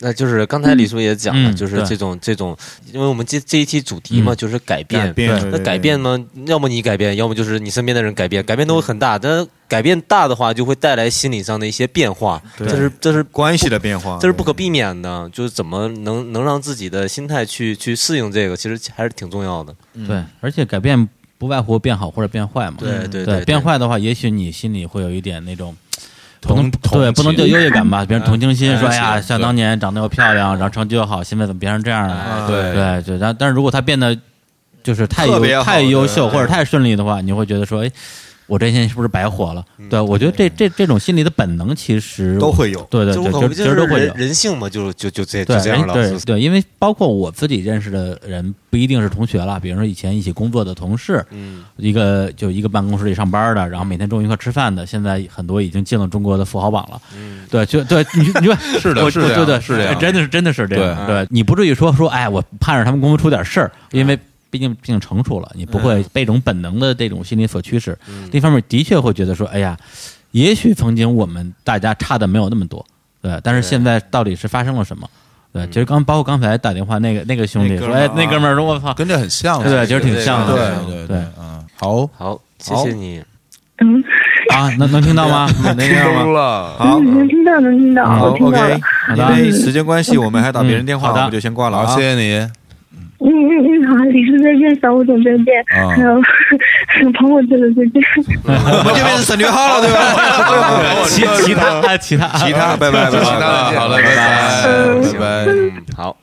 那就是刚才李叔也讲了，嗯就是对这种这种，因为我们这这一期主题嘛，嗯就是改改变。变，对那改变？呢？要么你改变，要么就是你身边的人改变，改变都会很大。但改变大的话，就会带来心理上的一些变化，对这是这是对关系的变化，这是不对可避免的。就是怎么能能让自己的心态去去适应这个，其实还是挺重要的。对，而且改变不外乎变好或者变坏嘛，对对对对，变坏的话，也许你心里会有一点那种。不同能同对，不能叫情优越感吧？别人同情心嗯说：“嗯哎呀，是像对当年长得又漂亮，然后成绩又好，现在怎么变成这样了？”对对对，然后但是如果他变得就是太特别优好太优秀对或者太顺利的话，你会觉得说：“哎，我这些年是不是白活了？”对，我觉得这这这种心理的本能其实都会有。对对就对，是其我实们其实就是都会有人。人性嘛，就就就这就对哎这样了。对对，因为包括我自己认识的人，不一定是同学了，比如说以前一起工作的同事，嗯，一个就一个办公室里上班的，然后每天中午一块吃饭的，现在很多已经进了中国的富豪榜了。嗯，对，就对，你你说是的我是我这样对对是这样真的是真的是这样。对对，你不至于说说，哎，我盼着他们公司出点事儿，因为。毕竟，毕竟成熟了，你不会被这种本能的这种心理所驱使。另一方面，的确会觉得说，哎呀，也许曾经我们大家差的没有那么多，对，但是现在到底是发生了什么？对，嗯其实刚包括刚才打电话那个那个兄弟那哥说，们儿哎，啊那哥们儿说，我操，跟这很像，对，其实挺对像的，对对对，嗯，好，好，谢谢你。嗯，啊，能能听到 吗？能听到吗？了，好嗯，能听到，能听到，好我听到了，OK。。好因的为时间关系，我们还打别人电嗯话，好的我们就先挂了好，啊。谢谢你，嗯嗯嗯，好，李叔再见，小五总再见，啊还有还有彭总这个再见。我哦们这边是省略号了，对吧？其其他啊其他 其他拜拜，其好他再的见好了，拜拜拜拜。嗯，好，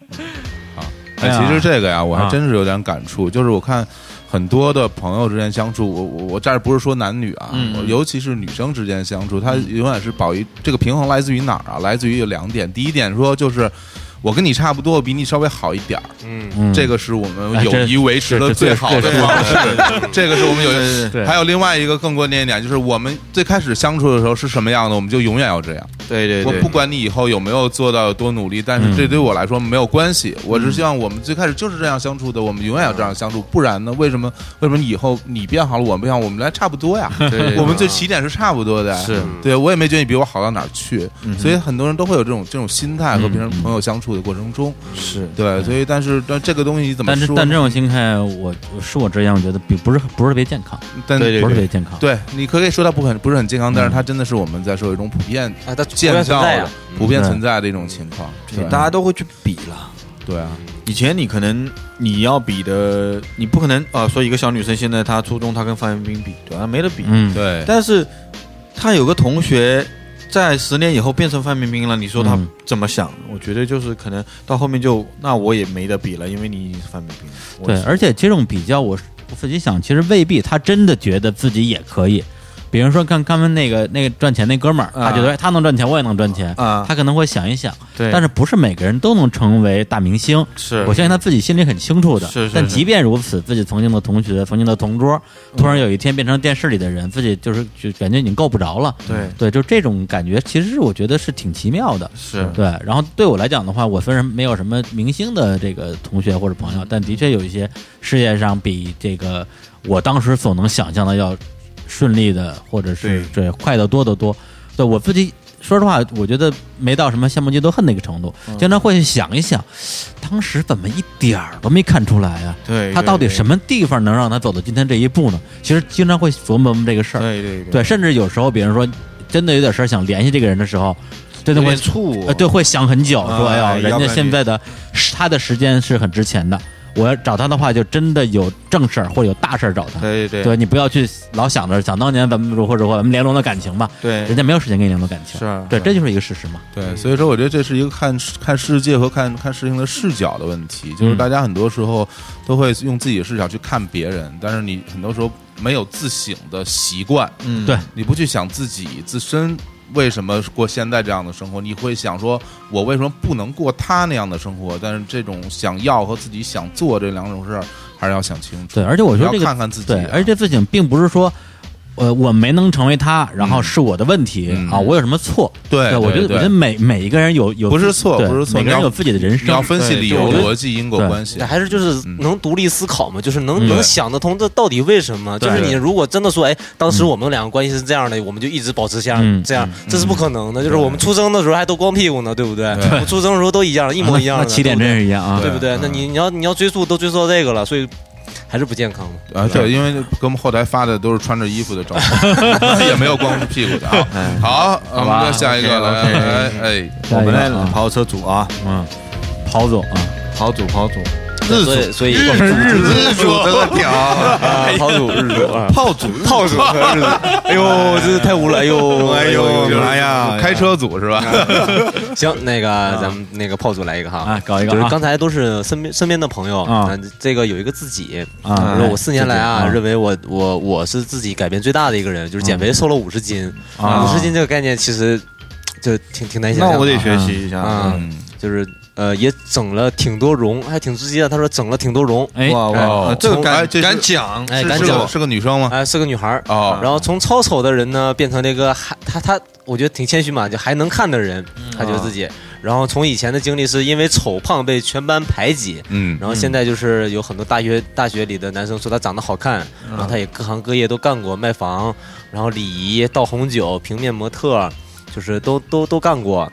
哎，哎呀其实这个呀，我还啊真是有点感触，就是我看很多的朋友之间相处，我我我这儿不是说男女啊，我尤其是女生之间相处，它永远是保一这个平衡来自于哪儿啊？来自于有两点，第一点说就是。我跟你差不多，我比你稍微好一点儿，嗯，嗯这个是我们哎友这谊维持这这的最这好这的是方式。这个是我们 友谊。对还有另外一个更关键一点，就是我们最开始相处的时候是什么样的，我们就永远要这样。对对我对，嗯不管你以后有没有做到有多努力，但是这对我来说没有关系。我是希望我们最开始就是这样相处的，我们永远要这样相处，不然呢？为什么？为什么你以后你变好了，我变好，我们俩差不多呀？对我们最起点是差不多的。是，嗯对我也没觉得你比我好到哪儿去，所以很多人都会有这种这种心态和平时朋友相处的过程中，是对，所以但是但这个东西你怎么但是说呢？但这种心态，我我恕我直言，我觉得并不是不是特别健康，但对对不是特别健康。对，你可以说它不很不是很健嗯康，但是它真的是我们在社会中普遍啊，它见存到在的呀，、普遍嗯存在的一种情况。对大家都会去比了。对啊，以前你可能你要比的，你不可能啊、说一个小女生现在她初中她跟范冰冰比，对吧？没得比。嗯，对。但是她有个同学在十年以后变成范冰冰了，你说她嗯怎么想？我觉得就是可能到后面就那我也没得比了，因为你已经是范冰冰了。我对，而且这种比较，我是我自己想，其实未必他真的觉得自己也可以。比如说，看刚刚那个那个赚钱那哥们儿，他觉得哎他能赚钱，我也能赚钱，啊他可能会想一想。对但是不是每个人都能成为大明星？是我相信他自己心里很清楚的。是是但是嗯即便如此，自己曾经的同学、曾经的同桌，突然有一天变成电视里的人，自己就是就感觉已经够不着了。对对，就这种感觉，其实是我觉得是挺奇妙的。是对，然后对我来讲的话，我虽然没有什么明星的这个同学或者朋友，但的确有一些事业上比这个我当时所能想象的要顺利的，或者是对快得多得多。对我自己说实话，我觉得没到什么羡慕嫉妒恨那个程度，嗯经常会去想一想，当时怎么一点儿都没看出来啊？对他到底什么？么地方能让他走到今天这一步呢？其实经常会琢磨琢磨这个事儿。对对对，甚至有时候，比如说真的有点事儿想联系这个人的时候，真的有会点怵呃，对，会想很久，哎啊说哎要呦，不然人家你现在的时他的时间是很值钱的，我要找他的话，就真的有正事儿或者有大事儿找他。对对对你不要去老想着想当年咱们如何如何，咱们联络的感情吧，对人家没有时间跟你联络感情，是啊对，是啊这就是一个事实嘛。对，所以说我觉得这是一个看看世界和看看事情的视角的问题，就是嗯大家很多时候都会用自己的视角去看别人，但是你很多时候没有自省的习惯，嗯对你不去想自己自身为什么过现在这样的生活，你会想说我为什么不能过他那样的生活？但是这种想要和自己想做这两种事儿，还是要想清楚。对，而且我你说要这个看看自己啊、对，而且这事情并不是说。呃，我没能成为他，然后是我的问题、嗯啊，我有什么错？对我觉对得，对我觉得每每一个人有有不是错对不是错每个人你要有自己的人生，你要分析对理对由、我觉得逻辑、因果对关系但。还是就是嗯能独立思考嘛，就是能嗯能对想得通这到底为什么？就是对你如果真的说，哎，当嗯时我们两个关系是这样的，我们就一直保持这样嗯这样，这是不可能的。就是我们出生的时候还都光屁股呢，对不对？我们出生的时候都一样，一模一样那那的，起点对不对真是一样啊。对不对？那你你要你要追溯都追溯到这个了，所以还是不健康嘛。啊，对，因为给我们后台发的都是穿着衣服的照片， 也没有光着屁股的。啊哎好，好，我们再下一个来，来，哎，我们来下一个啊跑车主啊，嗯，跑总啊，跑主跑主，所以所以日主这个屌，啊，跑主日主啊，炮主炮主和日主，哎呦，真是太污了，哎呦，哎呦 就是哎呀哎开车组是吧？行，那个咱们那个炮组来啊一个哈，啊，搞一个就是啊刚才都是身边身边的朋友啊咱这个有一个自己，啊，就是我四年来啊，自己认为我我我是自己改变最大的一个人，就是减肥瘦了五十斤，啊五十斤这个概念其实就挺挺难想象那的啊。我得学习一下。啊嗯，就是呃也整了挺多容，还挺直接的，他说整了挺多容，哎，哇哇哎，这个哎敢这是敢讲，哎，是赶是紧个是个女生吗？哎，是个女孩儿哦然后从超丑的人呢，变成那个还她她，我觉得挺谦虚嘛，就还能看的人，嗯她觉得自己。哦然后从以前的经历是因为丑胖被全班排挤，嗯然后现在就是有很多大学大学里的男生说她长得好看，然后她也各行各业都干过，卖房，然后礼仪、倒红酒、平面模特，就是都都都干过。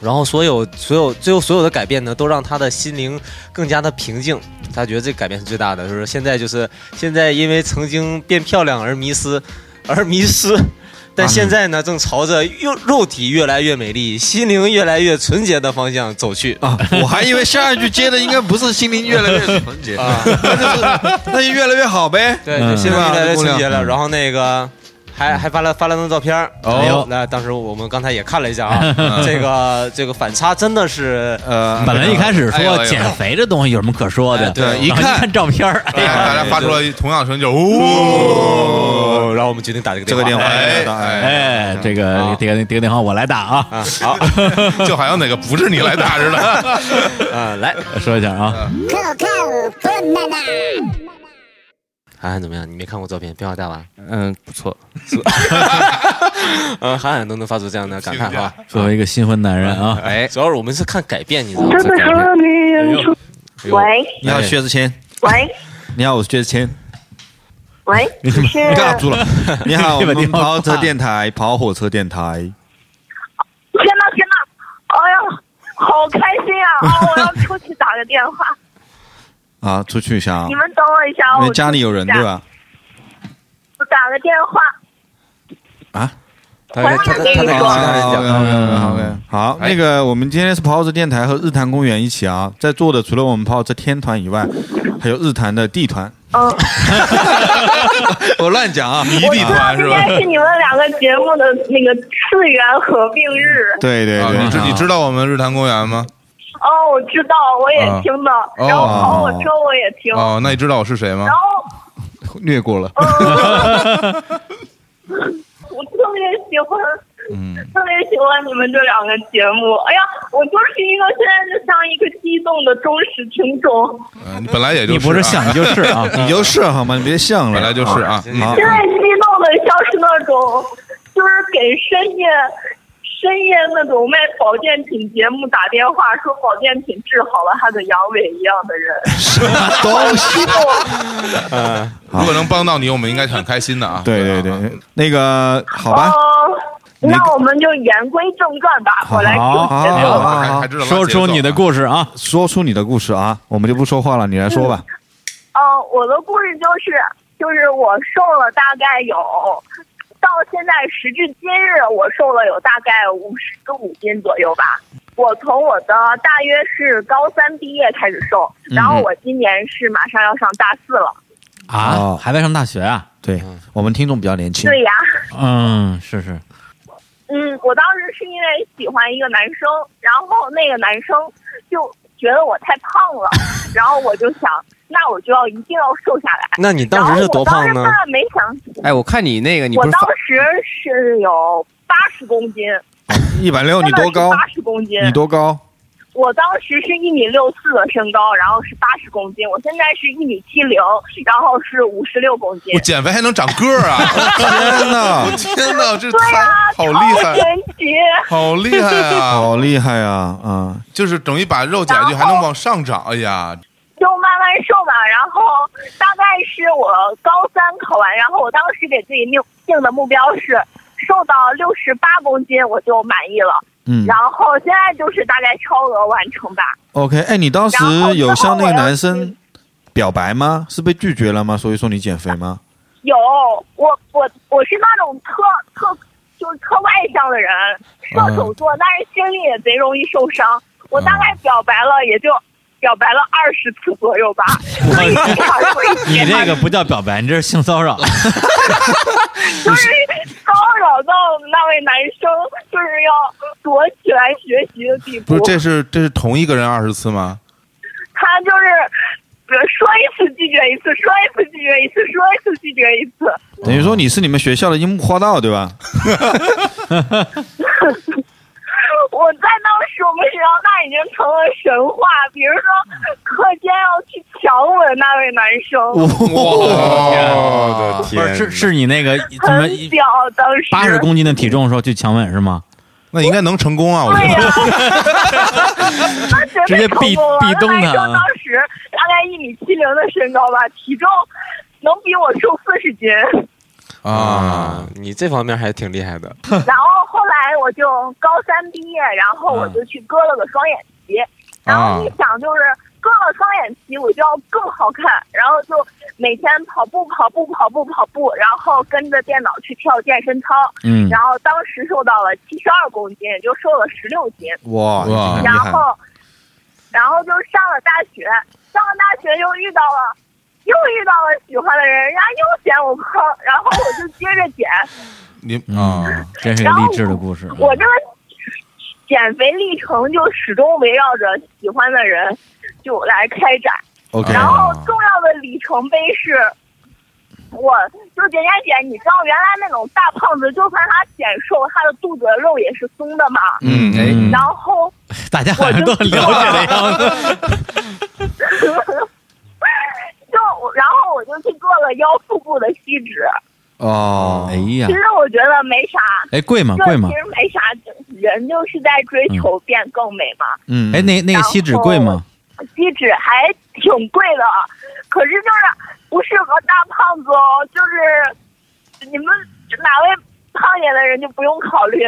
然后所有所有最后所有的改变呢，都让她的心灵更加的平静。她觉得这个改变是最大的，就是现在就是现在因为曾经变漂亮而迷失，而迷失。但现在呢，正朝着肉肉体越来越美丽、心灵越来越纯洁的方向走去。啊，我还以为下一句接的应该不是心灵越来越纯 洁，那就是那就越来越好呗。对，就心灵嗯越来越姑纯娘洁了。然后那个还还发了发了张照片儿哎呦那当时我们刚才也看了一下啊，这个这个反差真的是呃，本来一开始哎呦哎说呦减肥这东西有什么可说的，哎对然后一一看看照片儿，哎呀，大家发出了同样的声音，就哦，哦，然后我们决定打这个这个电话，哎哎，这个啊这个这个电话我来打啊， 啊，好哎就好像哪个不是你来打似的。啊，来，说一下啊，涵涵哎怎么样？你没看过照片，变化大吧？嗯，不错，嗯，涵涵都能发出这样的感叹哈。作为一个新婚男人啊，哎，主要是我们是看改变，你知道吗哎这？个和你演出。喂你好，薛之谦。喂你好，我是薛之谦。喂，是尬住了。你好，我你把们电话跑车电台，跑火车电台。天呐天呐，哎呀，好开心啊！哦，我要出去打个电话，啊，出去一下啊你，们等我一下，因为我家里有人对吧？我打个电话。啊，他在他在他在跟其他人好讲。好好，那个我们今天是跑火车电台和日坛公园一起啊，在座的除了我们跑火车天团以外，还有日坛的地团。嗯，我乱讲啊，迷弟团是今吧？天是你们两个节目的那个次元合并日。 对对啊对你，知你知道我们日坛公园吗？哦，我知道，我也听的，然后跑火车我也听，哦，那你知道我是谁吗然？后嗯略过了。我特别喜欢，嗯，特别喜欢你们这两个节目。哎呀，我就是一个现在就像一个激动的忠实听众，呃你本来也就你不是是想你就是啊，你就是好吗？你别像了，本来就是啊好现，在激动的像是那种，就是给深夜。深夜那种卖保健品节目打电话说保健品治好了他的阳痿一样的人，都是激动。如果能帮到你，我们应该很开心的啊。对对啊，对，那个好吧，哦，那那个我们就言归正传吧，我来好主好持啊好好还好还，知道 说出你的事。故事啊，说出你的故事啊，我们就不说话了，你来说吧。嗯，我的故事就是，就是我瘦了大概有，到现在时至今日，我瘦了有大概五十五斤左右吧。我从我的大约是高三毕业开始瘦，嗯然后我今年是马上要上大四了。啊哦，还在上大学啊？对我们听众比较年轻，对呀，嗯，是 是，嗯，我当时是因为喜欢一个男生，然后那个男生就觉得我太胖 了，然后我就想，那我就要一定要瘦下来。那你当时是多胖然后我呢当时？根本没想，哎，我看你那个，你我不是当发时是有八十公斤，一百六，你多高？嗯八十公斤。你多高？我当时是一米六四的身高，然后是八十公斤。我现在是一米七零，然后是五十六公斤我。减肥还能长个儿啊！ 天哪，天哪，这对太啊，好超厉害，神奇！好厉害嗯啊！ 好厉害啊！啊，就是等于把肉减下去，还能往上涨。哎呀，就慢慢瘦吧。然后大概是我高三考完，然后我当时给自己定定的目标是瘦到六十八公斤，我就满意了。嗯然后现在就是大概超额完成吧。 ，OK，哎，你当时然后有向那个然后我要男生表白吗？是被拒绝了吗？所以说你减肥吗？有，我我我是那种特特就是特外向的人，射手座，但是心里也贼容易受伤。我大概表白了，也就表白了二十次左右吧，所以这场回你这个不叫表白，你这是性骚扰。就是骚扰到我们那位男生，就是要夺起来学习的地不步是，。这是这是同一个人二十次吗？他就是呃说一次拒绝一次，说一次拒绝一次，说一次拒绝一次。等于说你是你们学校的樱木花道对吧？我在当时我们学校那已经成了神话，比如说嗯课间要去强吻那位男生，哦，不是，是是你那个怎么很小，当时八十公斤的体重的时候去强吻是吗？那应该能成功啊！我觉对呀、得。那绝直接对壁成功了。壁咚那他男生当时大概一米七零的身高吧，体重能比我重四十斤。啊啊，，你这方面还挺厉害的。然后后来嗯我啊就高三毕业，然后我就去割了个双眼皮。然后一想就是割了双眼皮，我就要更好看，然后就每天跑步、跑步、跑步、跑步，然后跟着电脑去跳健身操，嗯然后当时瘦到了七十二公斤，也就瘦了十六斤，哇哇厉然害后，然后就上了大学，上了大学又遇到了，又遇到了喜欢的人，人家又嫌我胖，然后我就接着减，你嗯啊，，真是个励志的故事。啊我这个减肥历程就始终围绕着喜欢的人就来开展。 ，OK，然后哦重要的里程碑是，我就简简姐，你知道原来那种大胖子，就算他减瘦，他的肚子的肉也是松的嘛。嗯，哎，嗯然后，大家好像都很了解的样子。 就然后我就去做了腰腹部的吸脂，哦哎，呀其，实我觉得没啥，哎，贵吗？贵这吗嗯其？实没啥，人就是在追求变更美嘛。嗯，哎，那那个锡纸贵吗？锡纸还挺贵的，可是就是不适合大胖子哦，就是你们哪位胖点的人就不用考 虑，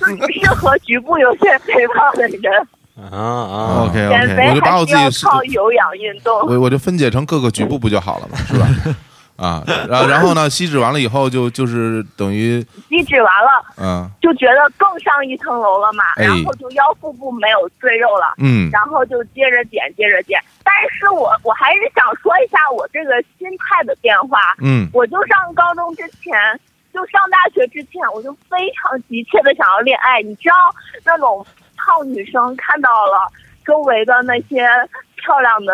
就只适合局部有些肥胖的人。啊啊！哦 OK 减 OK，肥我就把还我是自己要是靠有氧运动。我我就分解成各个局部不就好了嘛， 是吧？啊，然后然后呢，吸脂完了以后就就是等于锡纸完了嗯就觉得更上一层楼了嘛，哎然后就腰腹部没有赘肉了。嗯然后就接着减，接着减。但是我我还是想说一下我这个心态的变化。嗯我就上高中之前，就上大学之前，我就非常急切的想要恋爱。你知道那种胖女生看到了周围的那些漂亮的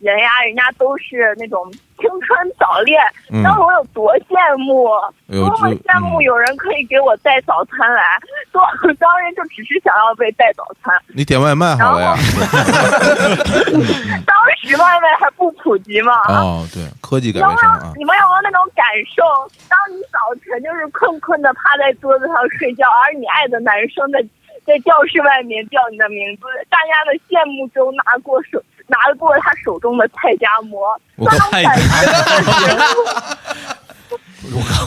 人呀，人家都是那种青春早恋，嗯，当时我有多羡慕，哎呦多么这羡慕嗯有人可以给我带早餐来。多当然就只是想要被带早餐，嗯你点外卖好了呀？当时外卖还不普及嘛。哦，对，科技改有没革生啊有，你们有没有那种感受？当你早晨就是困困的趴在桌子上睡觉，而你爱的男生在在教室外面叫你的名字，大家的羡慕中拿过手拿过他手中的菜夹馍，我告太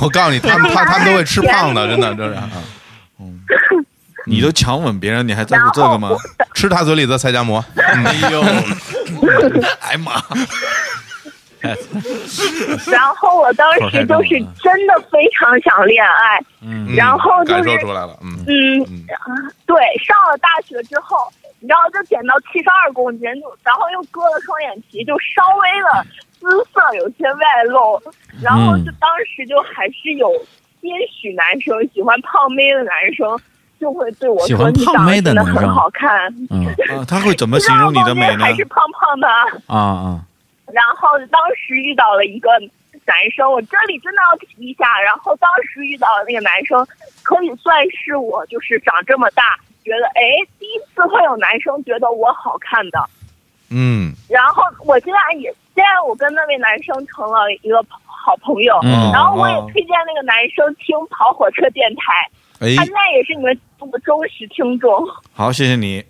我告诉你，他们他他们都会吃胖的，真的，真 的，啊你都强吻别人，你还在乎这个吗嗯然后？ 吃他嘴里的菜夹 馍。哎 呦，哎呀妈，然后我当时就是真的非常想恋爱，嗯，然后就感是受出来了，嗯嗯，嗯，对，上了大学之后，你知道就减到七十二公斤，就然后又割了双眼皮，就稍微的姿色有些外露，然后嗯就当时就还是有些许男生喜欢胖妹的男生。就会对我喜说欢你胖长妹得的真的男很生好看，嗯啊他会怎么形容你的美知道呢吗？还是胖胖的啊。啊啊，然后当时遇到了一个男生，我这里真的要提一下。然后当时遇到的那个男生，可以算是我就是长这么大，觉得哎，第一次会有男生觉得我好看的。嗯然后我现在也，现在我跟那位男生成了一个好朋友。嗯然后我也推荐那个男生听跑火车电台，哎他现在也是你们节目忠实听众。好，谢谢你。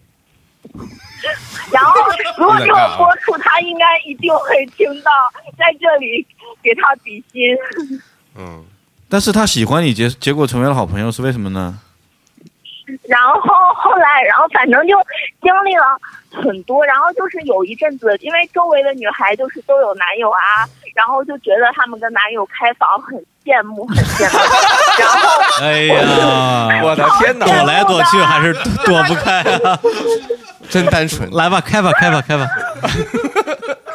然后如果这个播出，他应该一定会听到，在这里给他比心。嗯，但是他喜欢你，结结果成为了好朋友，是为什么呢？然后后来，然后反正就经历了很多，然后就是有一阵子，因为周围的女孩就是都有男友啊，然后就觉得她们跟男友开房很羡慕，很羡慕。然后哎 呀，我的天哪！躲来躲去还是躲不开啊！真单纯，来吧，开吧，开吧，开吧。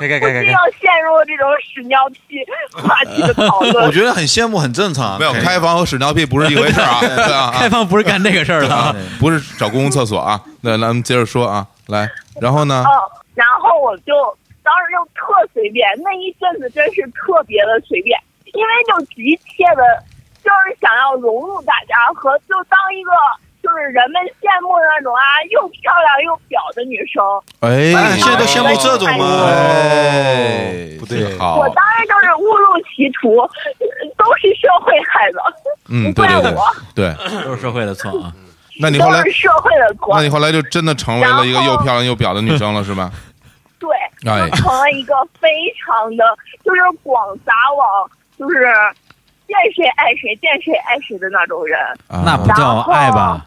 开开不开开禁开！要陷入这种屎尿屁话题的讨我论。觉得很羡慕，很正常。没有开房和屎尿屁不是一回事啊，对啊开啊，放不是干这个事儿的啊，不是找公共厕所啊。那咱们接着说啊，来，然后呢嗯？，然后我就当时就特随便，那一阵子真是特别的随便，因为就急切的，就是想要融入大家和就当一个就是人们羡慕的那种啊，又漂亮又屌的女生。哎哎，现在都羡慕这种吗？哎，不对，好我，当然就是误入歧途，都是社会害的，嗯，不对对怪对我，对。都是社会的错啊。那你后都来是，社会的锅那。你后来就真的成为了一个又漂亮又婊的女生了，是吧？对，哎就成了一个非常的，就是广撒网，就是见谁爱谁，见谁爱谁的那种人。啊那不叫爱吧？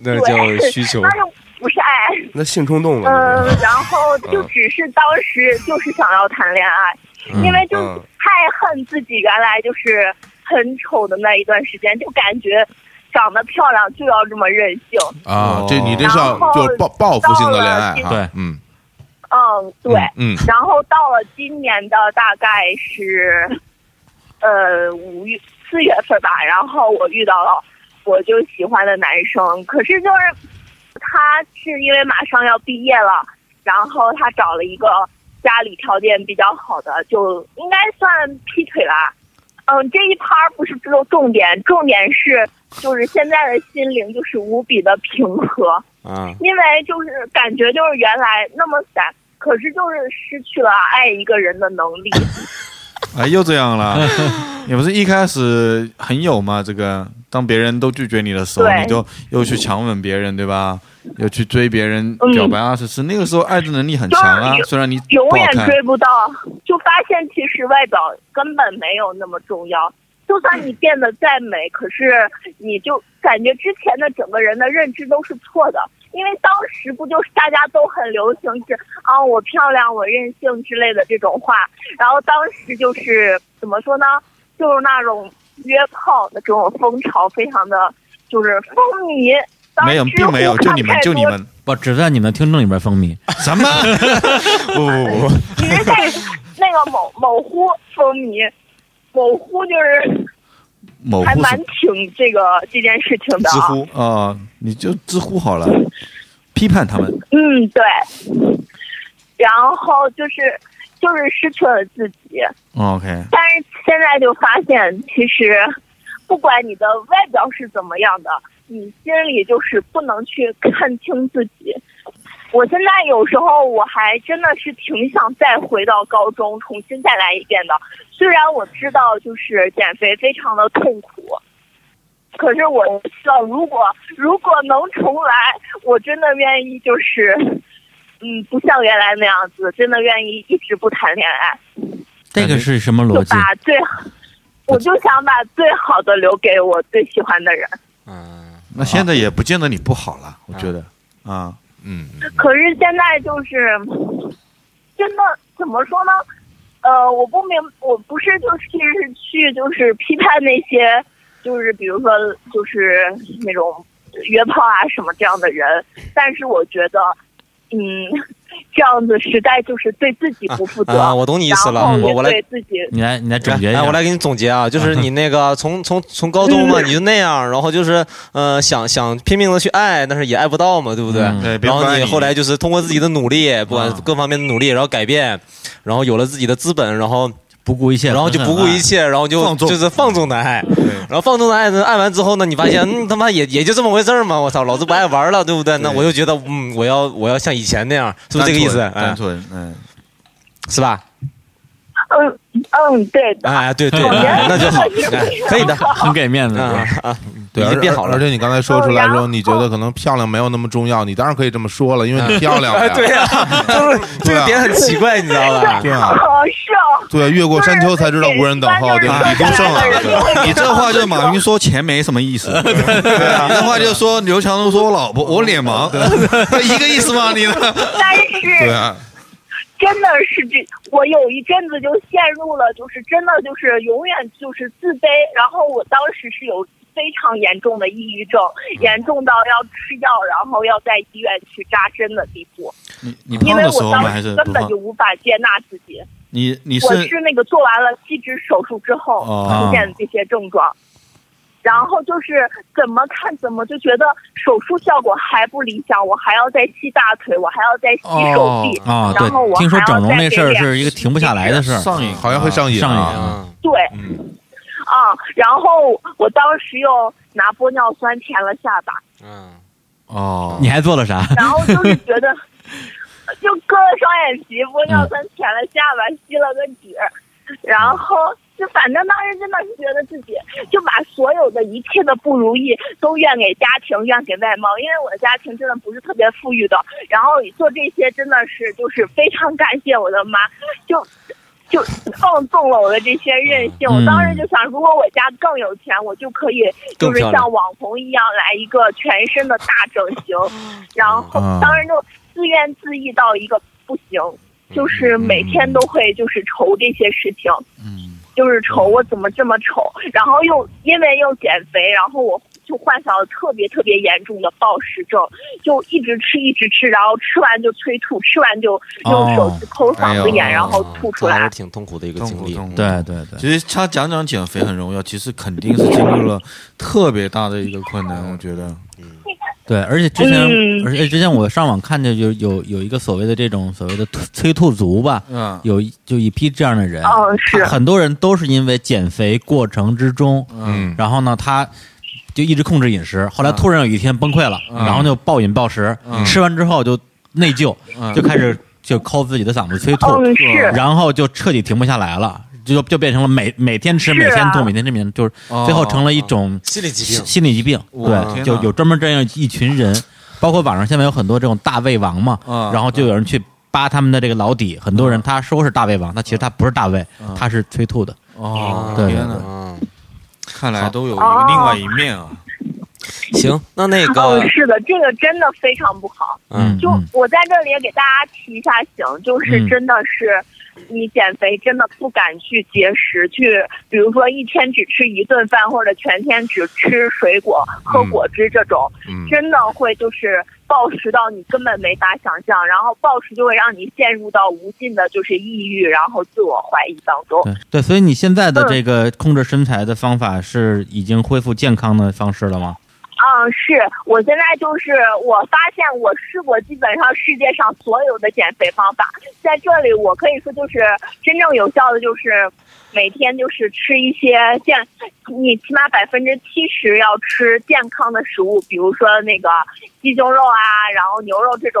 那对叫需求 那，就不是爱，那性冲动了。嗯，这是然后就只是当时就是想要谈恋爱，嗯因为就嗯太恨自己原来就是很丑的那一段时间，就感觉长得漂亮就要这么任性。啊哦，这你这是要然后就是报报复性的恋爱到哈，了对，嗯嗯，对，嗯然后到了今年的大概是，呃，五月四月份吧，然后我遇到了我就喜欢的男生，可是就是他是因为马上要毕业了，然后他找了一个家里条件比较好的，就应该算劈腿啦。嗯，这一趴儿不是重重点，重点是就是现在的心灵就是无比的平和。啊，因为就是感觉就是原来那么散，可是就是失去了爱一个人的能力。哎，又这样 了，也不是一开始很有嘛？这个，当别人都拒绝你的时候，对你就又去强吻别人，对吧？又去追别人，表白啊，是是那个时候爱的能力很强啊嗯就是，虽然你永不好远看，追不到，就发现其实外表根本没有那么重要。就算你变得再美，可是你就感觉之前的整个人的认知都是错的，因为当时不就是大家都很流行是啊我漂亮我任性之类的这种话，然后当时就是怎么说呢，就是那种约炮的这种风潮非常的就是风靡。当没有，时并没有，乎就你们看，就你太多们，不只在你们听众里边风靡，什么？不不不不，其 实在那个某某乎风靡，某乎就是某还乎蛮是挺这个这件事情的知啊。乎啊，你就知乎好了，批判他们，嗯，对。然后就是就是失去了自己，哦 OK，但是现在就发现，其实不管你的外表是怎么样的，你心里就是不能去看清自己。我现在有时候我还真的是挺想再回到高中，重新再来一遍的。虽然我知道就是减肥非常的痛苦，可是我希望如果如果能重来，我真的愿意就是，嗯，不像原来那样子，真的愿意一直不谈恋爱。这个是什么逻就辑？把最， 我就想把最好的留给我最喜欢的人。那现在也不见得你不好了，我觉得啊，嗯，可是现在就是，真的怎么说呢？呃，我不明，我不是就是去就是批判那些，就是比如说就是那种约炮啊什么这样的人，但是我觉得，嗯，这样子实在就是对自己不负责。啊啊我懂你意思了然后也我我来对自己你来，你来总结一哎，下。我来给你总结啊，就是你 那个从从从高中嘛，你就那样，然后就是呃想想拼命的去爱，但是也爱不到嘛，对不对？嗯对别然后管你你后来就是通过自己的努力，不管各方面的努力，然后改变，然后有了自己的资本，然后。不顾一切，然后就不顾一切。切，然后就放纵就是放纵的爱，然后放纵的爱呢，爱完之后呢，你发现嗯他妈也也就这么回事儿嘛，我操，老子不爱玩了，对不对？那我就觉得嗯，我要我要像以前那样，是不是这个意思？哎单，纯，嗯，是吧？嗯嗯，对的。哎，对对，我觉得哎 那就好，这个哎是可以的， 很给嗯面子，啊啊，对，已而经变好了而且你刚才说出来然说，后你觉得可能漂亮没有那么重要，你当然可以这么说了，因为你漂亮啊，呀， 对呀、就是这个点很奇怪，你知道吧？ 对啊，哦，是哦，对啊，越过山丘才知道无人等候，对吧？对李宗盛啊，对吧你这话就是马云说钱没什么 意思，对啊，你这话就是说刘强东说我老啊婆我脸盲， 一个意思吗？你呢？但是对啊，真的是这，我有一阵子就陷入了，就是真的就是永远就是自卑，然后我当时是有非常严重的抑郁症，嗯严重到要吃药，然后要在医院去扎针的地步，你你嗯因胖为的时我候吗？当还时是不根本胖就？无法接纳自己。你你是我是那个做完了吸脂手术之后哦出现的这些症状，然后就是怎么看怎么就觉得手术效果还不理想，我还要再吸大腿，我还要再吸手臂，啊，然后我对，听说整容那事儿是一个停不下来的事儿，上瘾，好像会上瘾上啊瘾。嗯对，啊，然后我当时又拿玻尿酸填了下巴，嗯，哦，你还做了啥？然后就是 觉得就割了双眼皮，玻尿酸填了下巴，吸了个脂，然后就反正当时真的是觉得自己就把所有的一切的不如意都怨给家庭，怨给外貌，因为我的家庭真的不是特别富裕的，然后做这些真的是就是非常感谢我的妈，就就放纵了我的这些任性。嗯我当时就想，如果我家更有钱，我就可以就是更漂亮像网红一样来一个全身的大整形，哦然后啊当时就自怨自艾到一个不行，就是每天都会就是愁这些事情。嗯就是丑，我怎么这么丑？然后又因为又减肥，然后我就患上了特别特别严重的暴食症，就一直吃一直吃，然后吃完就催吐，吃完就用手指抠嗓子眼，哎呦然后吐出嗯这还来是。挺痛苦的一个痛经苦历。痛苦。对对对，其实他讲讲减肥很容易，啊，其实肯定是经历了特别大的一个困难，我觉得。对，而且之前，嗯而且之前我上网看见，就是有有一个所谓的这种所谓的催催吐族吧，嗯有一就一批这样的人，嗯是他很多人都是因为减肥过程之中，嗯然后呢，他就一直控制饮食，后来突然有一天崩溃了，然后就暴饮暴食，吃完之后就内疚，就开始就抠自己的嗓子催吐，嗯是然后就彻底停不下来了。就就变成了每每天吃，是每天吐，啊每天吃，每天就是最后成了一种心理疾心病，心理疾病，哇对，天就哪有专门这样一群人，包括网上现在有很多这种大胃王嘛，嗯然后就有人去扒他们的这个老底，很多人他说是大胃王，但其实他不是大胃，他是催吐的，哦对对天哪，嗯，看来都有一哦个另外一面啊。行，那那个嗯，，是的，这个真的非常不好。嗯，就嗯我在这里也给大家提一下醒，就是嗯真的是，你减肥真的不敢去节食，去比如说一天只吃一顿饭，或者全天只吃水果、喝果汁这种，嗯真的会就是暴食到你根本没法想象，然后暴食就会让你陷入到无尽的就是抑郁，然后自我怀疑当中。对对，所以你现在的这个控制身材的方法是已经恢复健康的方式了吗？嗯，是我现在就是我发现我试过基本上世界上所有的减肥方法，在这里我可以说就是真正有效的就是每天就是吃一些健，你起码百分之七十要吃健康的食物，比如说那个鸡胸肉啊，然后牛肉这种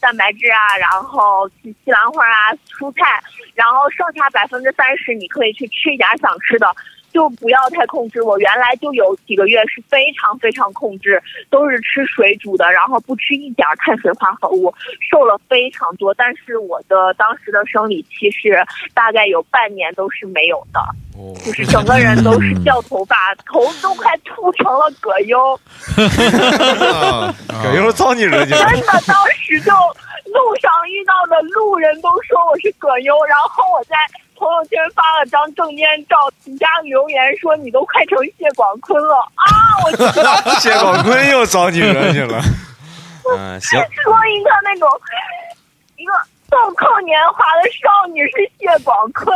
蛋白质啊，然后西西兰花啊、蔬菜，然后剩下百分之三十你可以去吃一点想吃的，就不要太控制。我原来就有几个月是非常非常控制，都是吃水煮的，然后不吃一点儿碳水化合物，瘦了非常多。但是我的当时的生理期是大概有半年都是没有的，就是整个人都是掉头发，头都快秃成了葛优。啊葛优操你惹你 真 的，当时就路上遇到的路人都说我是葛优，然后我在朋友圈发了张证件照，底下留言说你都快成谢广坤了啊！我就了，谢广坤又招你惹你了。 嗯，行，说一个那种一个豆蔻年华的少女是谢广坤，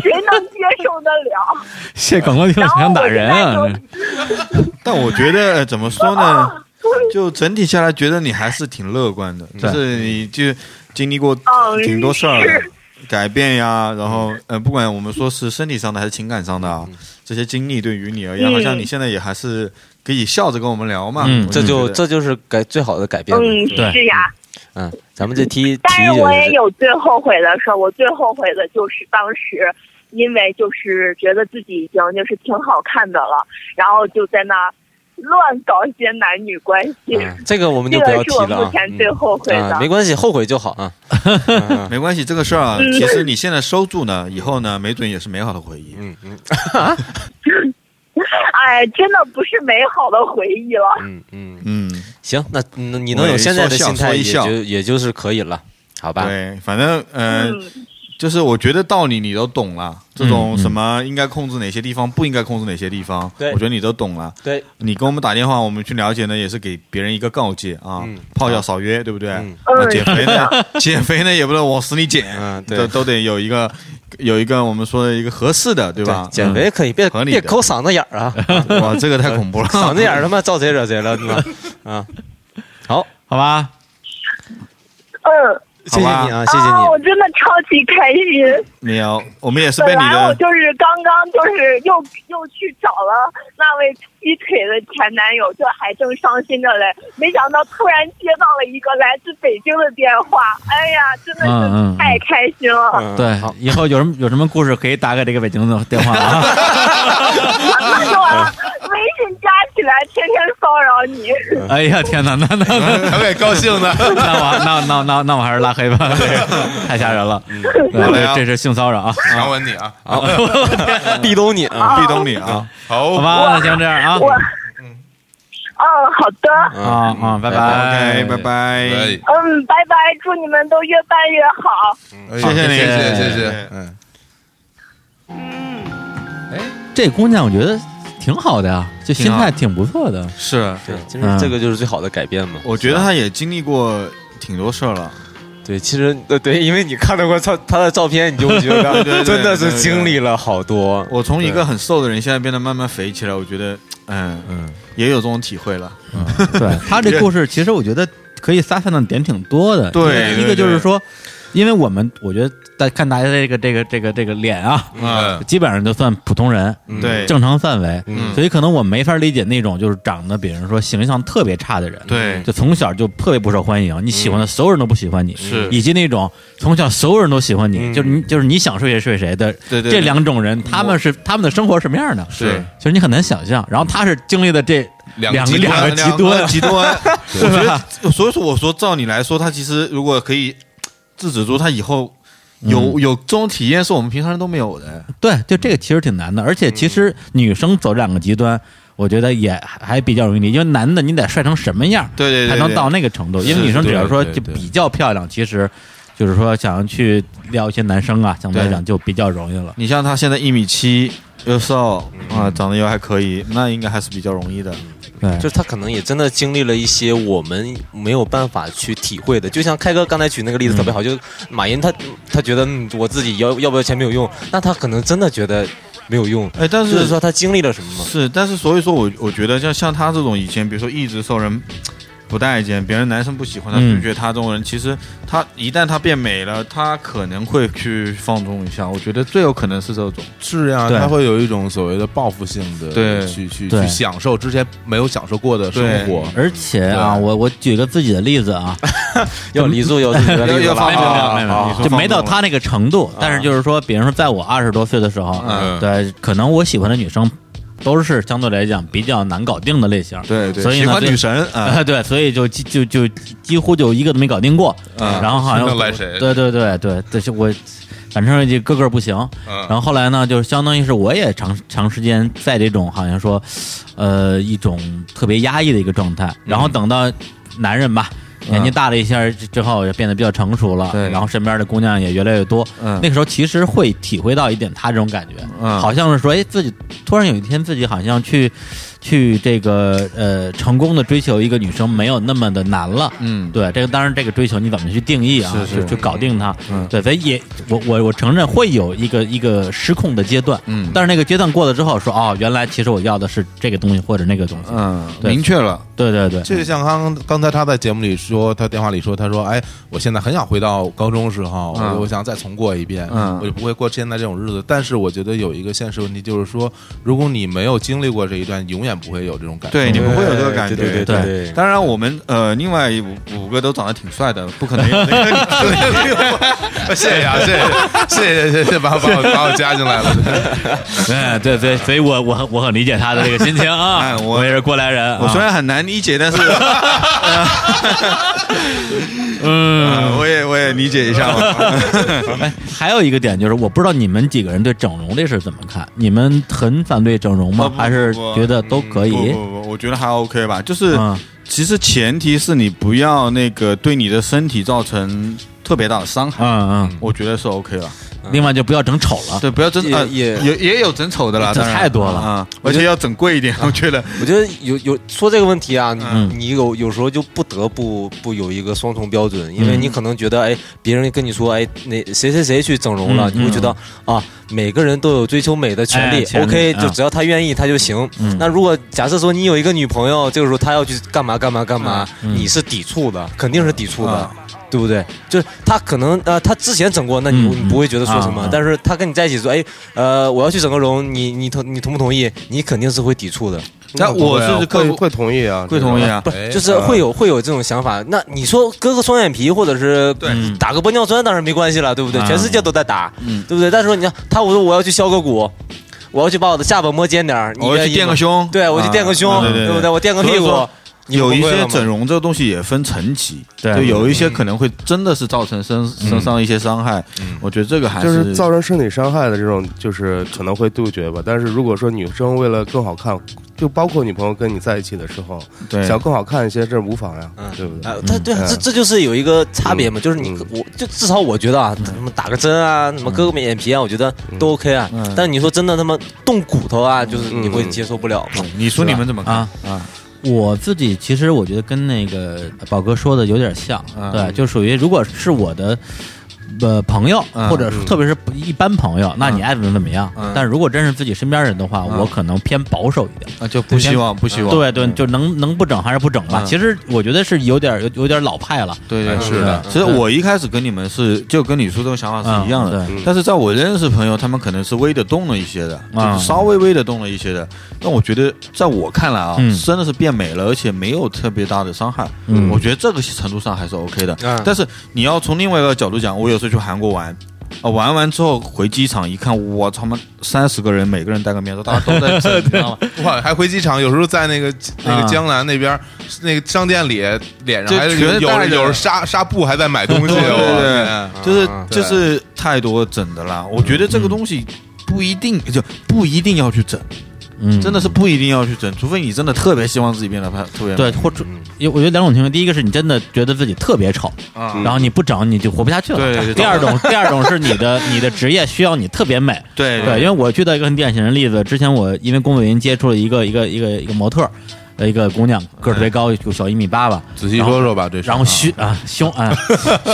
谁能接受得了？谢广告听然后我现在就！但我觉得呃怎么说呢， 就整体下来觉得你还是挺乐观的，就是你就经历过嗯 挺多事儿的 是。改变呀，然后呃，不管我们说是身体上的还是情感上的嗯啊，这些经历对于你而言，嗯好像你现在也还是可以笑着跟我们聊嘛。嗯我这觉就得这就是改最好的改变了。嗯，是呀，嗯，咱们这题题但是就我也有最后悔的事儿，我最后悔的就是当时，因为就是觉得自己已经就是挺好看的了，然后就在那乱搞一些男女关系，嗯，这个我们这就不要个是提我了目啊。前最嗯后悔的。啊，没关系，后悔就好啊。嗯没关系，这个事儿啊，嗯其实你现在收住呢，以后呢，没准也是美好的回忆。嗯嗯 哎，真的不是美好的回忆了。嗯嗯，嗯，行，那那你能我有也现在的说笑心态，说一也笑就也就是可以了，好吧？对，反正呃，嗯，就是我觉得道理你都懂了，这种什么应该控制哪些地方，不应该控制哪些地方，嗯对我觉得你都懂了。对，你跟我们打电话，我们去了解呢，也是给别人一个告诫啊，嗯泡脚少约，对不对？ 嗯哎那减肥呢？减肥呢也不能往死里减，嗯对都都得有一个有一个我们说的一个合适的，对对吧？嗯减肥可以，别合理别的抠嗓子眼 儿啊，嗯，哇，这个太恐怖 了，嗓子眼儿他妈招谁惹谁了？他妈啊！好，好吧，嗯，谢 谢你好吧啊，谢谢啊，我你。真的超级开心。没有，我们也是被本你来我的。就是刚刚就是又又去找了那位劈腿的前男友，这还正伤心着嘞，没想到突然接到了一个来自北京的电话，哎呀，真的嗯嗯嗯是太开心了。 嗯，对，以后有什么有什么故事可以打给这个北京的电话啊。那是我微信加起来天天骚扰你。 哎呀天哪，那那那还得高兴 呢 那我那那那那我还是拉黑吧，这个太吓人了。好嘞啊这这是性骚扰啊！强吻你啊，好，好壁咚你啊！壁咚你啊，好，吧，那行这样啊我，嗯，好的，啊啊，拜，OK，拜拜哎拜，嗯，拜拜，祝你们都越办越好。哎谢谢你谢谢谢谢，嗯，这姑娘我觉得挺好的呀，这心挺好态挺不错的。是，对，其嗯实这个就是最好的改变嘛。我觉得他也经历过挺多事儿了，对，其实呃对，因为你看到过他他的照片，你就会觉 得真的是经历了好多。我从一个很瘦的人，现在变得慢慢肥起来，我觉得，嗯嗯，也有这种体会了。 对他这故事，其实我觉得可以撒散的点挺多的。对一个一个对就是对说，因为我们我觉得大看大家这个这个这个这个脸啊，嗯基本上就算普通人，对正常范围，嗯所以可能我没法理解那种就是长得，比如说形象特别差的人，对嗯就从小就特别不受欢迎，你喜欢的所有人都不喜欢你，是以及那种从小所有人都喜欢你，嗯就是你就是你想睡谁睡谁的，对对这两种人他们是他们的生活是什么样的？是其实你很难想象。然后他是经历了这两两极个两端个极端，极 端，我觉得，所以说我说，照你来说，他其实如果可以制止住他以后。有有这种体验是我们平常人都没有的， 对，就这个其实挺难的，而且其嗯实女生走两个极端，我觉得也还比较容易理解，因为男的你得帅成什么样，对对对才能到那个程度，因为女生只要说对就对对比较漂亮，其实就是说想要去撩一些男生啊，相对来讲就比较容易了。你像他现在一米七，又瘦啊，长得又还可以，那应该还是比较容易的。对，就是他可能也真的经历了一些我们没有办法去体会的，就像开哥刚才举那个例子特别好，嗯就是马云他他觉得、嗯、我自己要要不要钱没有用，那他可能真的觉得没有用，哎，但就是是说他经历了什么嘛。是，但是所以说我我觉得像像他这种以前，比如说一直受人不待见，别人男生不喜欢他，嗯就觉得他这种人，其实他一旦他变美了，他可能会去放纵一下。我觉得最有可能是这种，是呀，对他会有一种所谓的报复性的，对去去对去享受之前没有享受过的生活，而且啊，对我我举个自己的例子啊，要离座，要自己 的例子要了放没有没有纵没有没啊有，你说就没放到纵了啊他那个程度。但是就是说，比如说，在我二十多岁的时候，嗯对，可能我喜欢的女生都是相对来讲比较难搞定的类型，对对，所以喜呢欢对女神啊，啊，对，所以就几就就几乎就一个都没搞定过，嗯然后好像谁能来谁对对对对，这是我，反正就个个不行。嗯然后后来呢，就是相当于是我也长长时间在这种好像说，呃，一种特别压抑的一个状态。然后等到男人吧，年纪大了一些之后，也变得比较成熟了，嗯对然后身边的姑娘也越来越多。嗯那个时候其实会体会到一点他这种感觉，嗯好像是说，哎，自己突然有一天自己好像去。去这个呃成功的追求一个女生没有那么的难了。嗯，对，这个当然，这个追求你怎么去定义啊？是是就就搞定它。嗯对，所以也我我我承认会有一个一个失控的阶段。嗯但是那个阶段过了之后，说哦，原来其实我要的是这个东西或者那个东西。嗯，对明确了，对对对，这就像刚刚才他在节目里说，他电话里说，他说：“哎，我现在很想回到高中时候，我、嗯我想再重过一遍，嗯我就不会过现在这种日子。”但是我觉得有一个现实问题，就是说，如果你没有经历过这一段，永远不会有这种感受。 对，你对们会有这个感觉。对对对对当然，我们呃，另外五五个都长得挺帅的，不可能有那个谢谢啊，谢谢，谢谢，谢谢，把把我把我加进来了。哎对对，所以我我我很理解他的这个心情 啊。哎我我也是过来人啊，我虽然很难理解，但是，嗯，我也我也理解一下嘛。嗯哎，还有一个点就是，我不知道你们几个人对整容这事怎么看？你们很反对整容吗？不不还是觉得都可以？不不不，我觉得还 OK 吧。就是嗯其实前提是你不要那个对你的身体造成特别大的伤害，嗯我觉得是 OK 了。啊嗯，另外就不要整丑了。对，不要整也呃也也也有整丑的啦，这当然太多了啊，而且要整贵一点，我觉得。我觉得有有说这个问题啊，你、嗯你有有时候就不得不不有一个双重标准，因为嗯你可能觉得哎，别人跟你说哎，那谁谁谁去整容了，嗯你会觉得、啊，每个人都有追求美的权利,、哎权利 o k 嗯就只要他愿意他就行。嗯那如果假设说你有一个女朋友，这个时候她要去干嘛干嘛干嘛，嗯你是抵触的，肯定是抵触的。啊对不对？就是她可能呃，她之前整过，那你、嗯你不会觉得说什么，啊啊但是她跟你在一起说，哎，呃，我要去整个容，你你同你同不同意？你肯定是会抵触的。那我啊是会会同意啊，会同意啊不哎就是会有会有这种想法。那你说割个双眼皮，或者是嗯打个玻尿酸，当然没关系了，对不对？啊嗯全世界都在打，对不对？但是说你看他，我说我要去削个骨。我要去把我的下巴摸尖点儿，你我要愿去意垫个吗胸，对我去垫个胸啊对对不对？对我垫个屁股所以说你不有会一了些吗整容这个东西也分层级，对嗯就有一些可能会真的是造成身身上一些伤害，我觉得这个还就是造成身体伤害的这种，就是可能会杜绝吧。但是如果说女生为了更好看，就包括女朋友跟你在一起的时候，对想更好看一些，这无妨呀，对不对？啊，他对啊，嗯这这就是有一个差嗯别嘛，就是你我就至少我觉得嗯啊，什么打个针啊，什么割个眼皮啊，我觉得嗯都 OK 啊。嗯但你说真的他妈动骨头啊，就是你会接受不了嘛？你说你们怎么看啊啊？我自己其实我觉得跟那个宝哥说的有点像，嗯对，就属于如果是我的。呃，朋友，嗯或者是特别是一般朋友，那你爱怎么怎么样？嗯但如果真是自己身边人的话，我可能偏保守一点。啊，就不希望不希望对对，就能能不整还是不整吧。嗯其实我觉得是有点有有点老派了。对对哎是的其实我一开始跟你们是就跟你说这种想法是一样的嗯，但是在我认识朋友，他们可能是微的动了一些的，就嗯是稍微微的动了一些的。但我觉得，在我看来啊嗯，真的是变美了，而且没有特别大的伤害。嗯我觉得这个程度上还是 OK 的嗯。但是你要从另外一个角度讲，我有时候去韩国玩。啊，玩完之后回机场一看，我他妈三十个人，每个人戴个面罩，大家都 在整，你知道吗？ 哇，还回机场，有时候在那个那啊个江南那边那个商店里，脸上就还全有是带有着有纱纱布，还在买东西。对对我对天就是啊就对是太多整的啦。我觉得这个东西不一定就不一定要去整，嗯，真的是不一定要去整，除非你真的特别希望自己变得特特别美对，或嗯者有我觉得两种情况，第一个是你真的觉得自己特别丑，啊嗯然后你不整你就活不下去了。对对对第二种， 第二种是你的你的职业需要你特别美。 对对，因为我遇到一个很典型的例子，之前我因为工作原因接触了一个一个一个一个模特儿，呃，一个姑娘个儿特别高，有小一米八吧，仔细说说吧，这事儿然后胸啊胸 啊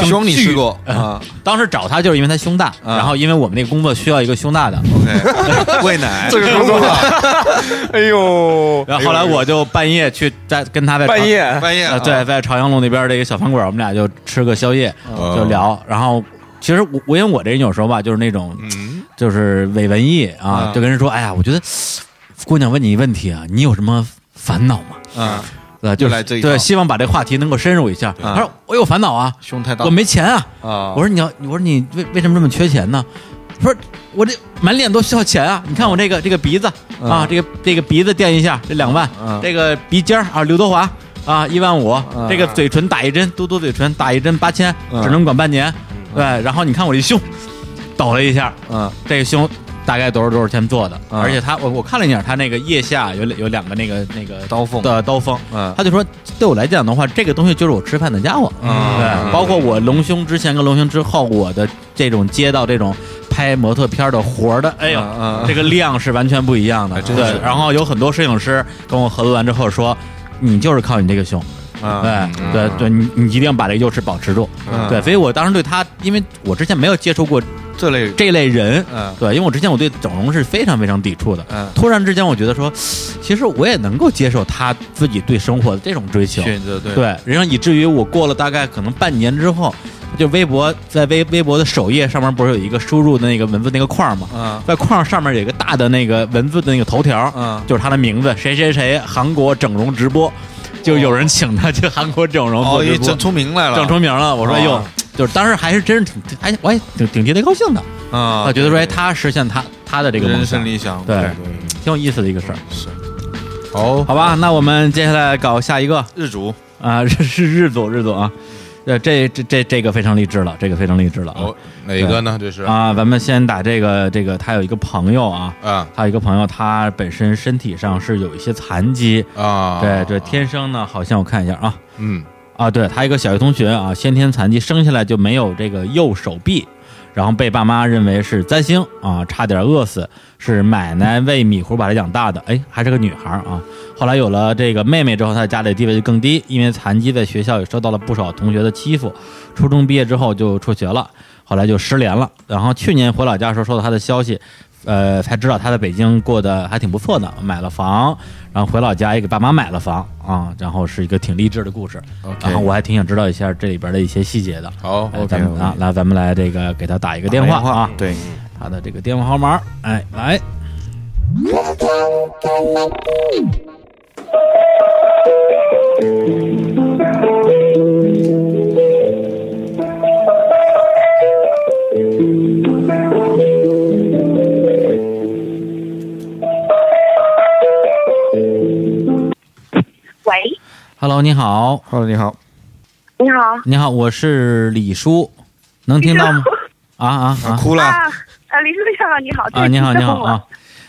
胸你巨试过啊？ 当时找她就是因为她胸大，啊然后因为我们那个工作需要一个胸大的，对，喂奶这个哎呦，然后后来我就半夜去在跟她在半床夜半夜啊啊呃，对，在朝阳路那边的一个小饭馆，我们俩就吃个宵夜，哦就聊。然后其实我我因为我这人有时候吧，就是那种嗯，就是伪文艺啊嗯，就跟人说，哎呀，我觉得姑娘问你一问题啊，你有什么烦恼吗？啊，对吧，就又来这一对，套希望把这话题能够深入一下。嗯他说我有烦恼啊，胸太大我没钱啊。啊我，说你要，我说你为为什么这么缺钱呢？他说我这满脸都需要钱啊！你看我这个这个鼻子啊，这个这个鼻子垫一下，这两万嗯，这个鼻尖儿啊，刘德华啊，一万五嗯，这个嘴唇打一针，嘟嘟嘴唇打一针八千，嗯只能管半年。对，然后你看我这胸，抖了一下，嗯这个胸大概多少多少钱做的？嗯而且他我我看了一下，他那个腋下有有两个那个那个刀锋的刀锋，嗯他就说，对我来讲的话，这个东西就是我吃饭的家伙。对，包括我隆胸之前跟隆胸之后，我的这种接到这种拍模特片的活儿的，哎呦，嗯嗯这个量是完全不一样的。真对是，然后有很多摄影师跟我合作完之后说。你就是靠你这个胸，对、啊，对对，你你一定要把这个优势保持住，嗯对，所以我当时对他，因为我之前没有接触过这类这类人，嗯对，因为我之前我对整容是非常非常抵触的，嗯突然之间我觉得说，其实我也能够接受他自己对生活的这种追求，选择对对，然后以至于我过了大概可能半年之后，就微博在微微博的首页上面不是有一个输入的那个文字那个框吗？啊在框上面有一个大的那个文字的那个头条，嗯就是他的名字，谁谁谁韩国整容直播，就有人请他去韩国整容哦，做直也播整，出名来了，整出名了。我说哦哟，就是当时还是真是挺，还我也挺挺替他高兴的，啊啊，，觉得说哎，他实现他他的这个梦人想生，理想，对挺有意思的一个事儿。哦，好吧，那我们接下来搞下一个。日主啊， 是是日总日总啊，呃，这这这这个非常励志了，这个非常励志了啊哦，哪个呢？这是啊！咱们先打这个这个，他有一个朋友啊，啊他有一个朋友，他本身身体上是有一些残疾，啊，对对，天生呢，好像我看一下啊嗯啊，对他一个小学同学啊，先天残疾，生下来就没有这个右手臂。然后被爸妈认为是灾星啊，差点饿死，是奶奶喂米糊把她养大的，哎，还是个女孩儿啊。后来有了这个妹妹之后，她的家里地位就更低，因为残疾在学校也受到了不少同学的欺负。初中毕业之后就辍学了，后来就失联了。然后去年回老家的时候收到她的消息，呃，才知道她在北京过得还挺不错的，买了房，然后回老家也给爸妈买了房啊，然后是一个挺励志的故事。然后我还挺想知道一下这里边的一些细节的。好哎咱们啊，来，咱们来这个给他打一个电话啊，对，他的这个电话号码，哎，来，喂， Hello，你好。 Hello，你好。你好，你好，我是李叔，能听到吗？啊啊啊！哭了啊，呃，李书记长你好，啊！你好，你好啊！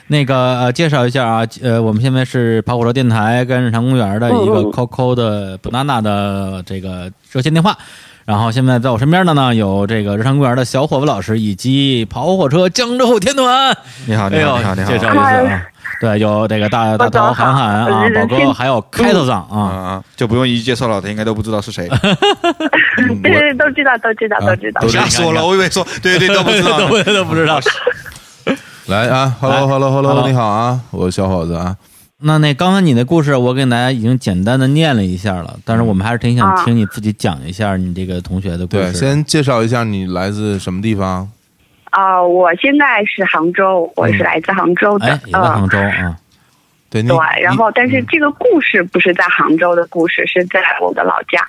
那个呃，介绍一下啊，呃，我们现在是跑火车电台跟日常公园的一个嗯嗯 QQ 的 banana 的这个热线电话。然后现在在我身边的呢有这个日常公园的小伙子老师以及跑火车江州天团。哎你好，你好，你好，你好。介绍一下啊，对，有这个大大头韩寒啊，宝呃哥，还嗯有开头长啊啊，就不用一一介绍了，他应该都不知道是谁。 对对，都知道，都知道，啊都知 道。吓死我了，我以为说对对都不知 道，都都不知嗯道。来啊，hello hello hello， Hello 你好啊，我是小伙子啊，那那刚刚你的故事，我给大家已经简单的念了一下了，但是我们还是挺想啊听你自己讲一下你这个同学的故对，事。先介绍一下你来自什么地方？啊、我现在是杭州，我是来自杭州的哎，，也在嗯杭州嗯啊，对，你对，然后但是这个故事不是在杭州的故事，是在我的老家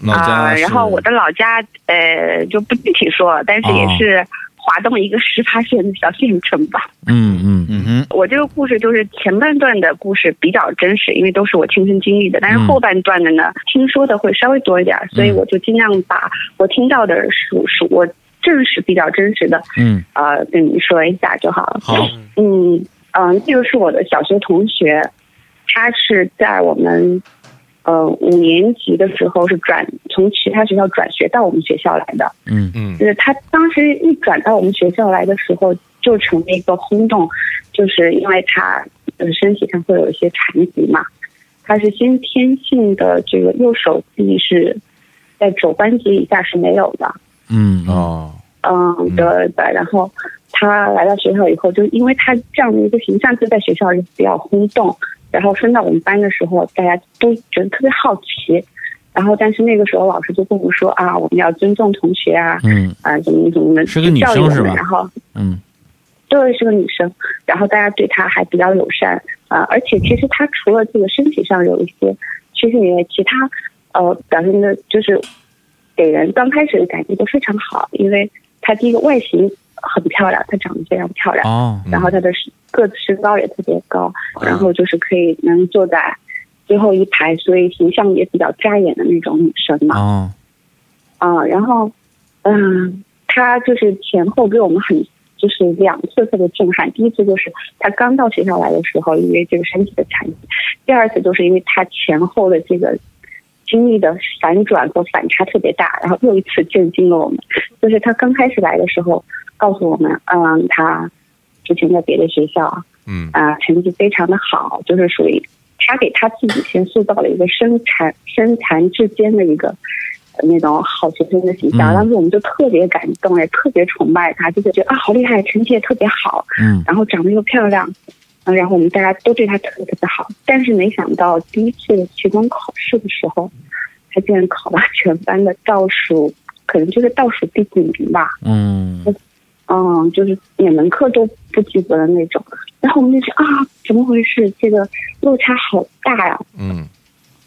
老啊、家是然后我的老家呃就不具体说了，但是哦也是华东一个十八线的小县城吧。嗯嗯嗯嗯我这个故事就是前半段的故事比较真实，因为都是我亲身经历的，但是嗯后半段的呢，听说的会稍微多一点儿，所以我就尽量把我听到的属属我正是比较真实的，嗯，呃，跟你说一下就好了。好，嗯嗯、呃这个是我的小学同学，他是在我们呃五年级的时候是转从其他学校转学到我们学校来的。嗯嗯就是他当时一转到我们学校来的时候，就成了一个轰动，就是因为他呃身体上会有一些残疾嘛，他是先天性的这个右手臂是在肘关节以下是没有的，嗯哦，嗯，对对。然后他来到学校以后，就因为他这样的一个形象，就在学校里比较轰动。然后升到我们班的时候，大家都觉得特别好奇。然后，但是那个时候老师就跟我们说啊，我们要尊重同学啊，嗯啊，怎么怎么的，是个女生教育我们是吧然后嗯对，是个女生，然后大家对她还比较友善啊、呃而且其实她除了这个身体上有一些缺陷以外，其他呃表现的就是给人刚开始的感觉都非常好，因为她第一个外形很漂亮，她长得非常漂亮，哦然后她的身个子身高也特别高，然后就是可以能坐在最后一排，所以形象也比较扎眼的那种女生嘛。哦啊，然后，嗯，他就是前后给我们很就是两次特别震撼。第一次就是他刚到学校来的时候，因为这个身体的残疾；第二次就是因为他前后的这个经历的反转和反差特别大，然后又一次震惊了我们。就是他刚开始来的时候，告诉我们，嗯，他之前在别的学校，嗯啊、成绩非常的好，就是属于他给他自己先塑造了一个身残身残志坚的一个呃那种好学生的形象。嗯当时我们就特别感动，也特别崇拜他，就觉得啊好厉害，成绩也特别好，嗯然后长得又漂亮，嗯然后我们大家都对他特别特别好。但是没想到第一次期中考试的时候，他竟然考了全班的倒数，可能就是倒数第几名吧。嗯嗯，就是每门课都不及格的那种。然后我们就想啊，怎么回事？这个落差好大呀、嗯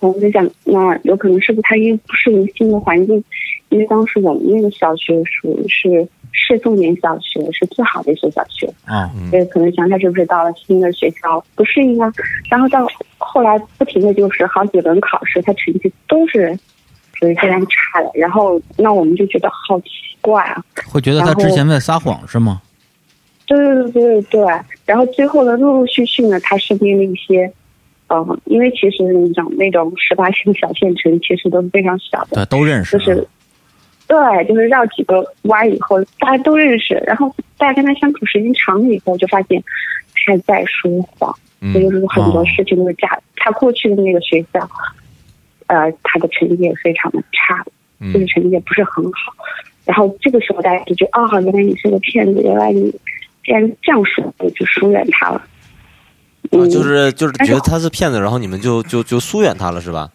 我们就想，那有可能是不是他因为不适应新的环境？因为当时我们那个小学属于是市重点小学，是最好的一所小学。哦嗯所以可能想他是不是到了新的学校不适应啊？然后到后来不停的就是好几轮考试，他成绩都是属于非常差的。然后那我们就觉得好奇怪啊，会觉得他之前在撒谎是吗？对对对对对，然后最后呢，陆陆续续呢，他身边的一些，呃，因为其实你讲那种十八线小县城，其实都是非常小对，的，都认识就啊。是，对，就是绕几个弯儿以后，大家都认识，然后大家跟他相处时间长了以后，就发现他在说谎，这就嗯是很哦多事情都是假的。他过去的那个学校，呃，他的成绩也非常的差，就是嗯成绩也不是很好。然后这个时候大家就觉得，哦，原来你是个骗子，原来你既然这样说，我就疏远他了。嗯，啊，就是就是但是觉得他是骗子，然后你们就就就疏远他了，是吧？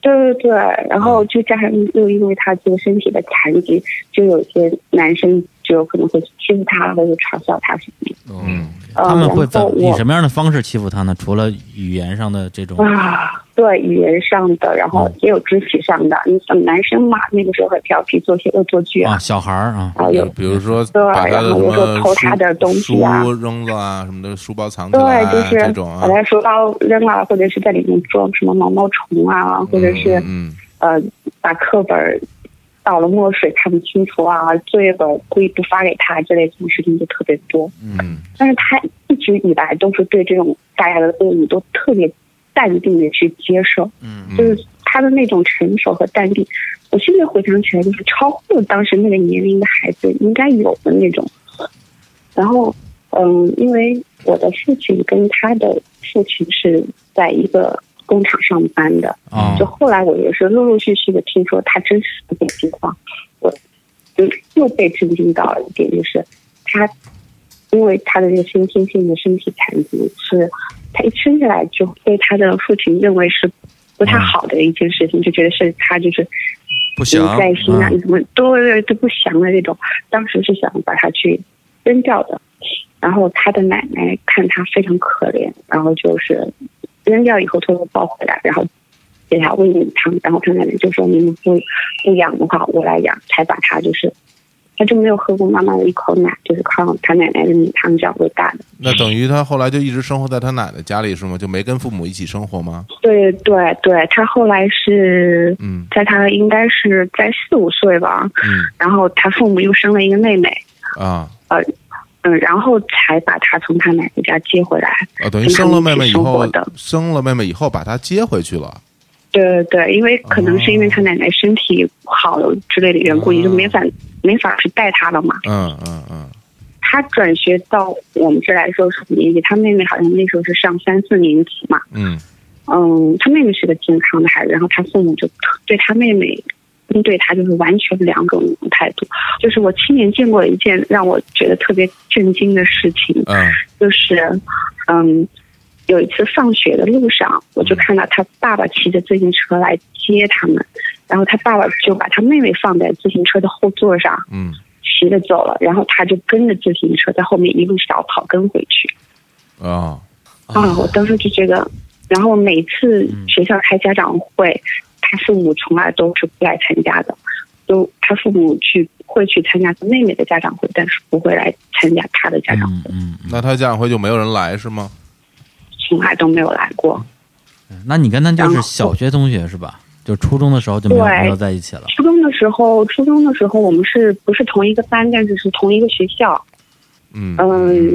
对对对，然后就加上又因为他这个身体的残疾，就有些男生就有可能会欺负他，或者嘲笑他什么的。嗯呃、他们会然怎后以我什么样的方式欺负他呢？除了语言上的这种啊，对语言上的，然后也有肢体上的。你像男生嘛，那个时候很调皮，做些恶作剧啊，小孩儿啊，啊有比如说对把他的然什后有时候么偷他的书东西啊书扔了啊，什么的书包藏起来对，啊，就是这种啊把，它书包扔了，或者是在里面装什么毛毛虫啊，或者嗯是、呃把课本儿倒了墨水看不清楚啊，作业本儿故意不发给他之类这种事情就特别多。嗯，但是他一直以来都是对这种大家的恶意都特别淡定的去接受，嗯就是他的那种成熟和淡定，我现在回想起来就是超乎当时那个年龄的孩子应该有的那种。然后，嗯，因为我的父亲跟他的父亲是在一个工厂上班的，哦就后来我也是陆陆续续的听说他真实的情况，我就又被震惊到了一点，就是他因为他的这个先天性的身体残疾，是他一生下来就被他的父亲认为是不太好的一件事情，就觉得是他就是不祥你在心啊，嗯你怎么对对对不祥的这种，当时是想把他去扔掉的。然后他的奶奶看他非常可怜，然后就是扔掉以后偷偷抱回来，然后给他喂米汤，然后他奶奶就说：“你们不不养的话，我来养。”才把他就是，他就没有喝过妈妈的一口奶，就是靠他奶奶的米汤这样喂大的。那等于他后来就一直生活在他奶奶家里是吗？就没跟父母一起生活吗？对对对，他后来是，在他应该是在四五岁吧，嗯然后他父母又生了一个妹妹，啊呃，嗯，然后才把他从他奶奶家接回来。啊，等于跟他生了一起妹妹以生活后的，生了妹妹以后把她接回去了。对对对，因为可能是因为他奶奶身体不好了之类的缘故，也就没法没法去带他了嘛。嗯嗯嗯，他转学到我们这来说是年级，他妹妹好像那时候是上三四年级嘛。嗯嗯，他妹妹是个健康的孩子，然后他父母就特对他妹妹跟对他就是完全两种态度。就是我亲眼见过一件让我觉得特别震惊的事情，嗯就是嗯，有一次放学的路上，我就看到他爸爸骑着自行车来接他们，然后他爸爸就把他妹妹放在自行车的后座上，嗯，骑着走了，然后他就跟着自行车在后面一路小跑跟回去。啊，啊，我当时就觉得，然后每次学校开家长会，他父母从来都是不来参加的，就他父母去会去参加他妹妹的家长会，但是不会来参加他的家长嗯会，那他家长会就没有人来是吗？从来都没有来过。嗯那你跟他就是小学同学是吧？就初中的时候就没有对没有在一起了。初中的时候，初中的时候我们是不是同一个班，但是是同一个学校？嗯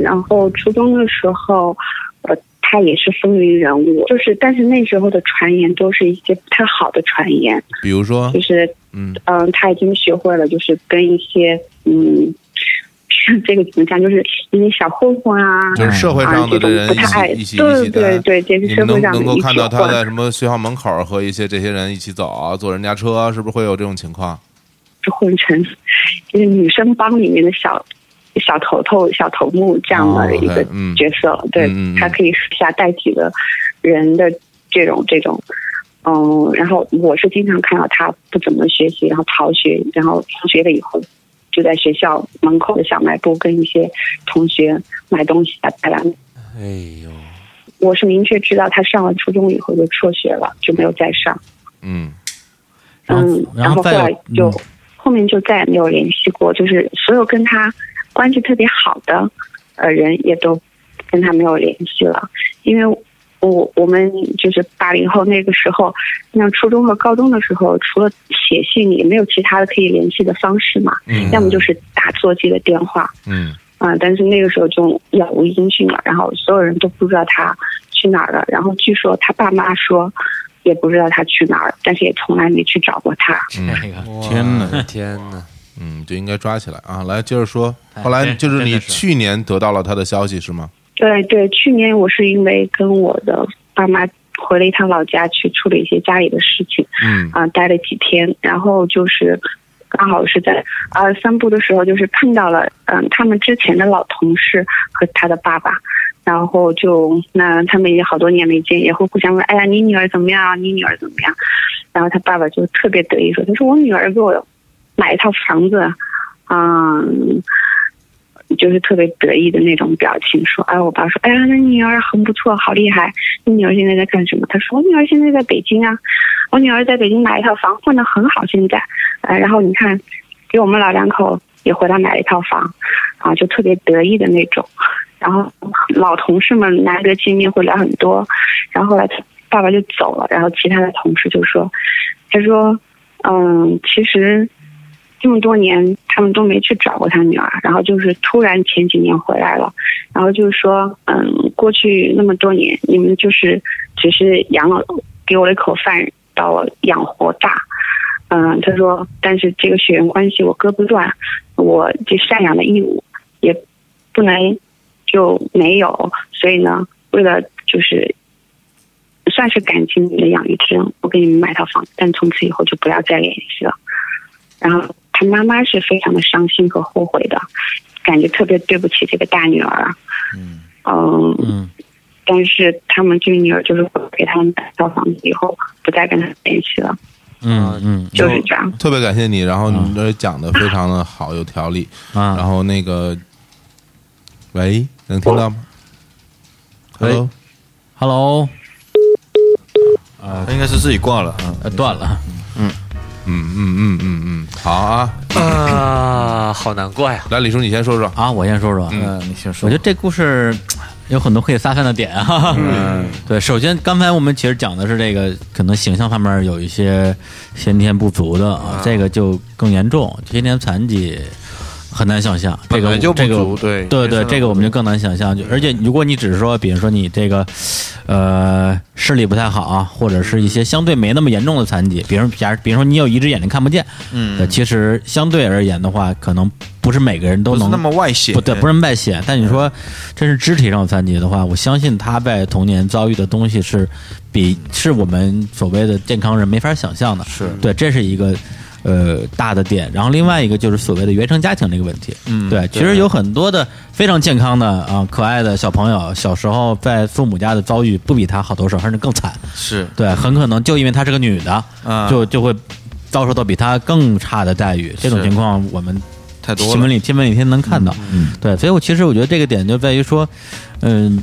然后初中的时候，呃，他也是风云人物，就是但是那时候的传言都是一些不太好的传言，比如说，就是嗯嗯，他已经学会了，就是跟一些嗯， 这个怎么讲，就是一些小混混啊，就是社会上的啊、这这人种不一起太爱，一起一对起对的，对，这你是们能社会上的能够一看起到他在混，什么学校门口和一些这些人一起走，坐人家车，是不是会有这种情况？就混成就是女生帮里面的小。小头头、小头目这样的一个哦，OK，嗯角色，对、嗯嗯嗯他可以私下代替的人的这种这种，嗯，然后我是经常看到他不怎么学习，然后逃学，然后放学了以后就在学校门口的小卖部跟一些同学买东西啊，大家哎呦，我是明确知道他上了初中以后就辍学了，就没有再上。嗯嗯，然后后再后有嗯来就、后面就再也没有联系过，就是所有跟他关系特别好的呃人也都跟他没有联系了，因为我我们就是八零后那个时候，像初中和高中的时候，除了写信也没有其他的可以联系的方式嘛，嗯要么就是打座机的电话，嗯啊、但是那个时候就杳无音讯了，然后所有人都不知道他去哪儿了。然后据说他爸妈说，也不知道他去哪儿，但是也从来没去找过他。嗯，天哪，天哪，嗯，就应该抓起来啊！来，接着说，哎后来真就是真你的是去年得到了他的消息是吗？对对，去年我是因为跟我的爸妈回了一趟老家，去处理一些家里的事情，嗯啊、待了几天，然后就是刚好是在呃散步的时候，就是碰到了嗯、他们之前的老同事和他的爸爸，然后就那他们也好多年没见，也会互相问，哎呀，你女儿怎么样啊？你女儿怎么样？然后他爸爸就特别得意说，他说我女儿给我买一套房子，嗯、啊就是特别得意的那种表情，说：“哎，我爸说，哎呀，那女儿很不错，好厉害。你女儿现在在干什么？”他说：“我女儿现在在北京啊，我女儿在北京买一套房，混得很好，现在。呃，然后你看，给我们老两口也回来买了一套房，啊，就特别得意的那种。然后老同事们难得见面会聊很多，然后后来他爸爸就走了，然后其他的同事就说，他说，嗯，其实这么多年他们都没去找过他女儿，然后就是突然前几年回来了，然后就是说，嗯，过去那么多年你们就是只是养老给我了一口饭把我养活大，嗯，他说，但是这个血缘关系我割不断，我这赡养的义务也不能就没有，所以呢，为了就是算是感激你的养育之恩，我给你们买套房，但从此以后就不要再联系了。然后他妈妈是非常的伤心和后悔的，感觉特别对不起这个大女儿。啊嗯，嗯，但是他们这个女儿就是给他们买套房子以后，不再跟他联系了。嗯嗯，就是这样特别感谢你，然后你这讲的非常的好，有条理。啊，然后那个，喂，能听到吗？Hello， Hello，啊，他应该是自己挂了，呃，断了。嗯嗯嗯嗯嗯嗯，好啊啊，好难过呀！来，李叔你先说说啊，我先说说，嗯，你先我觉得这故事有很多可以撒散的点啊。嗯，对，首先刚才我们其实讲的是这个，可能形象方面有一些先天不足的啊，这个就更严重，先天残疾。很难想象，这本个来就不这个足对对天生对，的这个我们就更难想象。就而且如果你只是说，比如说你这个，呃，视力不太好啊，或者是一些相对没那么严重的残疾，比如假如比如说你有一只眼睛看不见，嗯对其实相对而言的话，可能不是每个人都不是能那么外显不对，不是那么外显。但你说真是肢体上有残疾的话，我相信他在童年遭遇的东西是比是我们所谓的健康人没法想象的。是对，这是一个呃大的点。然后另外一个就是所谓的原生家庭这个问题。嗯对，其实对有很多的非常健康的啊、可爱的小朋友，小时候在父母家的遭遇不比他好多少，甚至更惨。是对，很可能就因为她是个女的，啊就就会遭受到比她更差的待遇。这种是情况我们太多了嗯新闻里新闻里天天能看到。对，所以我其实我觉得这个点就在于说，嗯。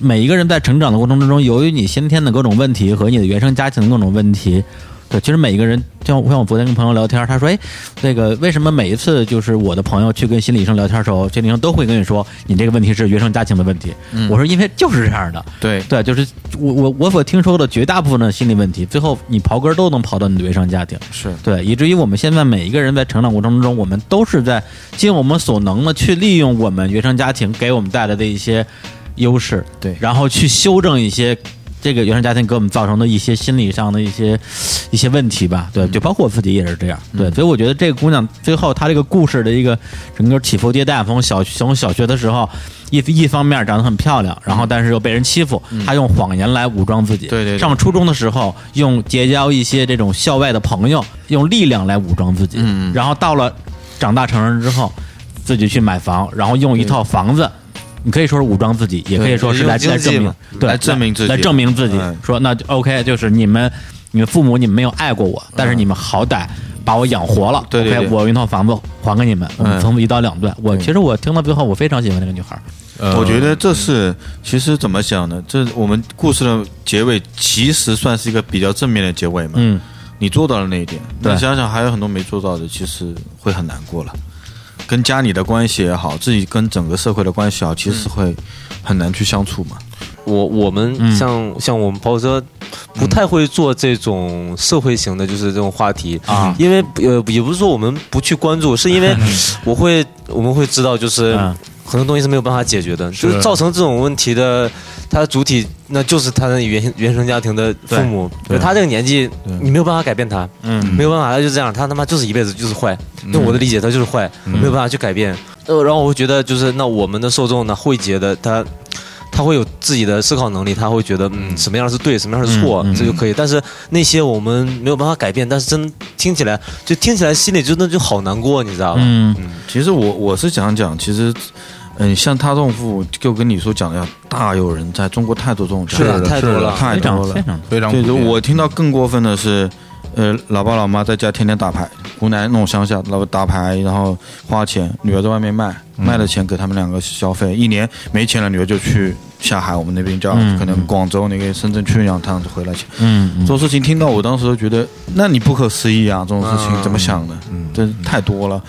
每一个人在成长的过程之中，由于你先天的各种问题和你的原生家庭的各种问题，对，其实每一个人，像我像我昨天跟朋友聊天，他说，哎，那个为什么每一次就是我的朋友去跟心理医生聊天的时候，心理医生都会跟你说，你这个问题是原生家庭的问题。嗯我说，因为就是这样的，对对，就是我我我所听说的绝大部分的心理问题，最后你刨根儿都能刨到你的原生家庭，是对，以至于我们现在每一个人在成长过程中，我们都是在尽我们所能的去利用我们原生家庭给我们带来的一些优势，对然后去修正一些这个原生家庭给我们造成的一些心理上的一些一些问题吧，嗯对，就包括我自己也是这样，对，所以我觉得这个姑娘最后她这个故事的一个整个起伏跌宕，从小从小学的时候一一方面长得很漂嗯亮，然后但是又被人欺负，她用谎言来武装自己，对对对上初中的时候用结交一些这种校外的朋友，用力量来武装自己，嗯然后到了长大成人之后，自己去买房，然后用一套房子。你可以说是武装自己，也可以说是来嗯对来用经济证明嘛，对，来证明自己来证明自己嗯。说那就 OK，就是你们，你们父母你们没有爱过我，但是你们好歹把我养活了。对对 OK，对我有一套房子还给你们，我们嗯从此一刀两断。我其实我听到最后，我非常喜欢那个女孩儿。呃我觉得这是其实怎么讲呢？这我们故事的结尾其实算是一个比较正面的结尾嘛。嗯，你做到了那一点，对那想想还有很多没做到的，其实会很难过了。跟家里的关系也好，自己跟整个社会的关系也好，其实会很难去相处嘛。我我们像、像我们包车，不太会做这种社会型的，就是这种话题啊因为呃，也不是说我们不去关注，是因为我会我们会知道，就是很多东西是没有办法解决的，就是造成这种问题的，它的主体那就是他的原原生家庭的父母，对就他这个年纪，你没有办法改变他，嗯没有办法，他就这样，他他妈就是一辈子就是坏，嗯用我的理解，他就是坏，嗯没有办法去改变。呃，然后我会觉得就是那我们的受众呢，会觉得他。他会有自己的思考能力，他会觉得嗯什么样是对，什么样是错，嗯嗯这就可以。但是那些我们没有办法改变，但是真听起来就听起来心里真的就好难过，你知道吧？嗯，其实我我是想讲，其实，嗯，像他这种父母，就跟你所讲的，大有啊人在，中国太多这种家是的庭太多了太多啊了，非常非常多对，就我听到更过分的是，呃，老爸老妈在家天天打牌，湖南那种乡下，老打牌，然后花钱，女儿在外面卖，嗯卖了钱给他们两个消费，一年没钱了，女儿就去下海，我们那边叫、嗯可能广州那个深圳去两趟就回来去。嗯这种事情听到我当时就觉得，那你不可思议啊！这种事情嗯怎么想的？这太多了。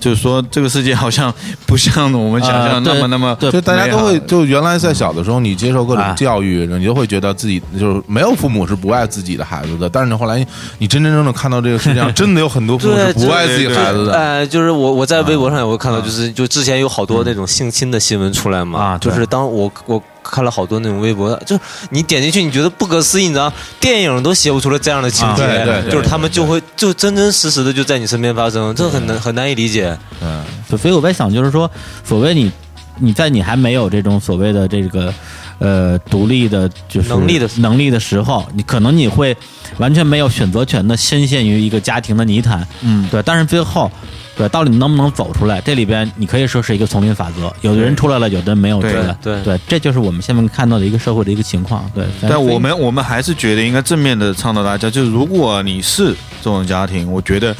就是说，这个世界好像不像我们想啊象那么那么，就大家都美会，好就原来在小的时候，你接受各种教育，你就会觉得自己就是没有父母是不爱自己的孩子的。但是你后来，你真真正正看到这个世界上，真的有很多父母对，是不爱自己孩子的。呃，就是我我在微博上也会看到，就是就之前有好多那种性侵的新闻出来嘛，啊就对是当我我看了好多那种微博，就是你点进去，你觉得不可思议，你知道，电影都写不出来这样的情节，啊对对对就是他们就会就真真实实的就在你身边发生，这很难很难以理解。嗯，所所以我在想，就是说，所谓你你在你还没有这种所谓的这个呃独立的，就是能力的能力的时候，你可能你会完全没有选择权的，深陷于一个家庭的泥潭。嗯，对。但是最后，对，到底你能不能走出来，这里边你可以说是一个丛林法则，有的人出来了，有的人没有出对来。对对，这就是我们现在看到的一个社会的一个情况。对，但所以我们我们还是觉得应该正面的倡导大家，就是如果你是这种家庭，我觉得，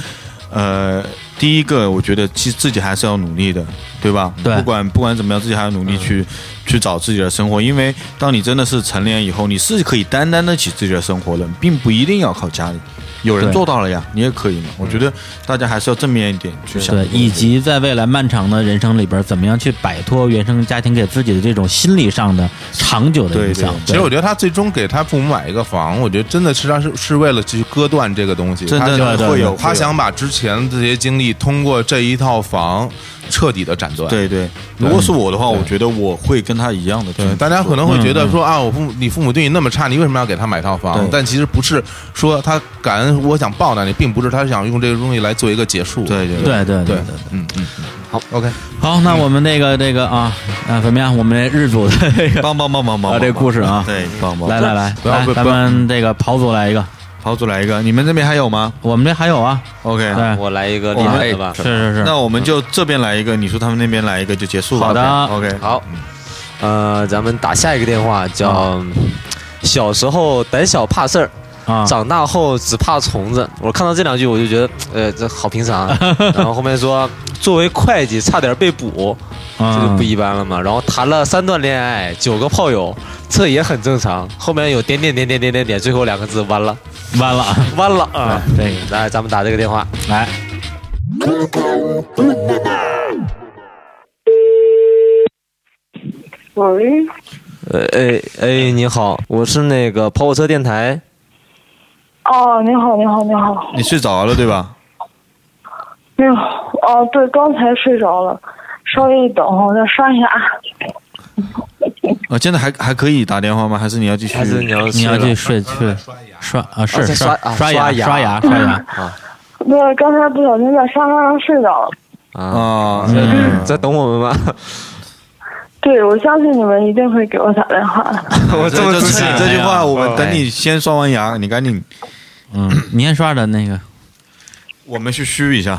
呃，第一个我觉得其实自己还是要努力的，对吧？对嗯不管不管怎么样，自己还要努力去、去找自己的生活，因为当你真的是成年以后，你是可以担当得起自己的生活的，并不一定要靠家里。有人对嗯做到了呀，你也可以嘛。我觉得大家还是要正面一点去想这对个，问题。以及在未来漫长的人生里边，怎么样去摆脱原生家庭给自己的这种心理上的长久的影响？其实我觉得他最终给他父母买一个房，我觉得真的实际上是是为了去割断这个东西。真的他想对对对会有他想把之前这些经历通过这一套房彻底的斩断。对对，如果是我的话，对我觉得我会跟他一样的去做。对，大家可能会觉得说啊，我父母你父母对你那么差，你为什么要给他买套房对？但其实不是说他感恩，我想报答你，并不是他想用这个东西来做一个结束。对对对对对对对，嗯嗯，好，OK，好，那我们那个这个啊啊，怎么样？我们这日组的这 个帮帮帮帮啊帮，这故事啊对，帮帮来来来，不要来不咱不要，们这个跑组来一个，跑组来一个，你们这边还有吗我们这还有啊， ？OK，对，我来一个哎我厉们害的吧，哎是是是，那我们就这边来一个，你说他们那边来一个就结束了。好的 OK，好，呃，咱们打下一个电话，叫小时候胆小怕事儿。啊，长大后只怕虫子。我看到这两句，我就觉得，呃，这好平常啊。然后后面说，作为会计差点被捕，这就嗯不一般了嘛。然后谈了三段恋爱，九个炮友，这也很正常。后面有点点点点点点点，最后两个字完了，完了，完了啊！这个来，咱们打这个电话。哎来，喂，呃，哎哎，你好，我是那个跑火车电台。哦，你好，你好，你好，你睡着了对吧？没有，哦，对，刚才睡着了，稍微等会儿我再刷一下啊。啊，现在还还可以打电话吗？还是嗯你要继续？还是你要你要睡去睡了去刷啊，啊是再刷刷啊刷刷牙牙刷牙刷牙，啊对，刚才不小心在沙发上睡着了。啊！啊？在等我们吗？对，我相信你们一定会给我打电话的。我这么自信这句哎呀话，我们等你先刷完牙，你赶紧，嗯，你先刷着那个，我们去嘘一下。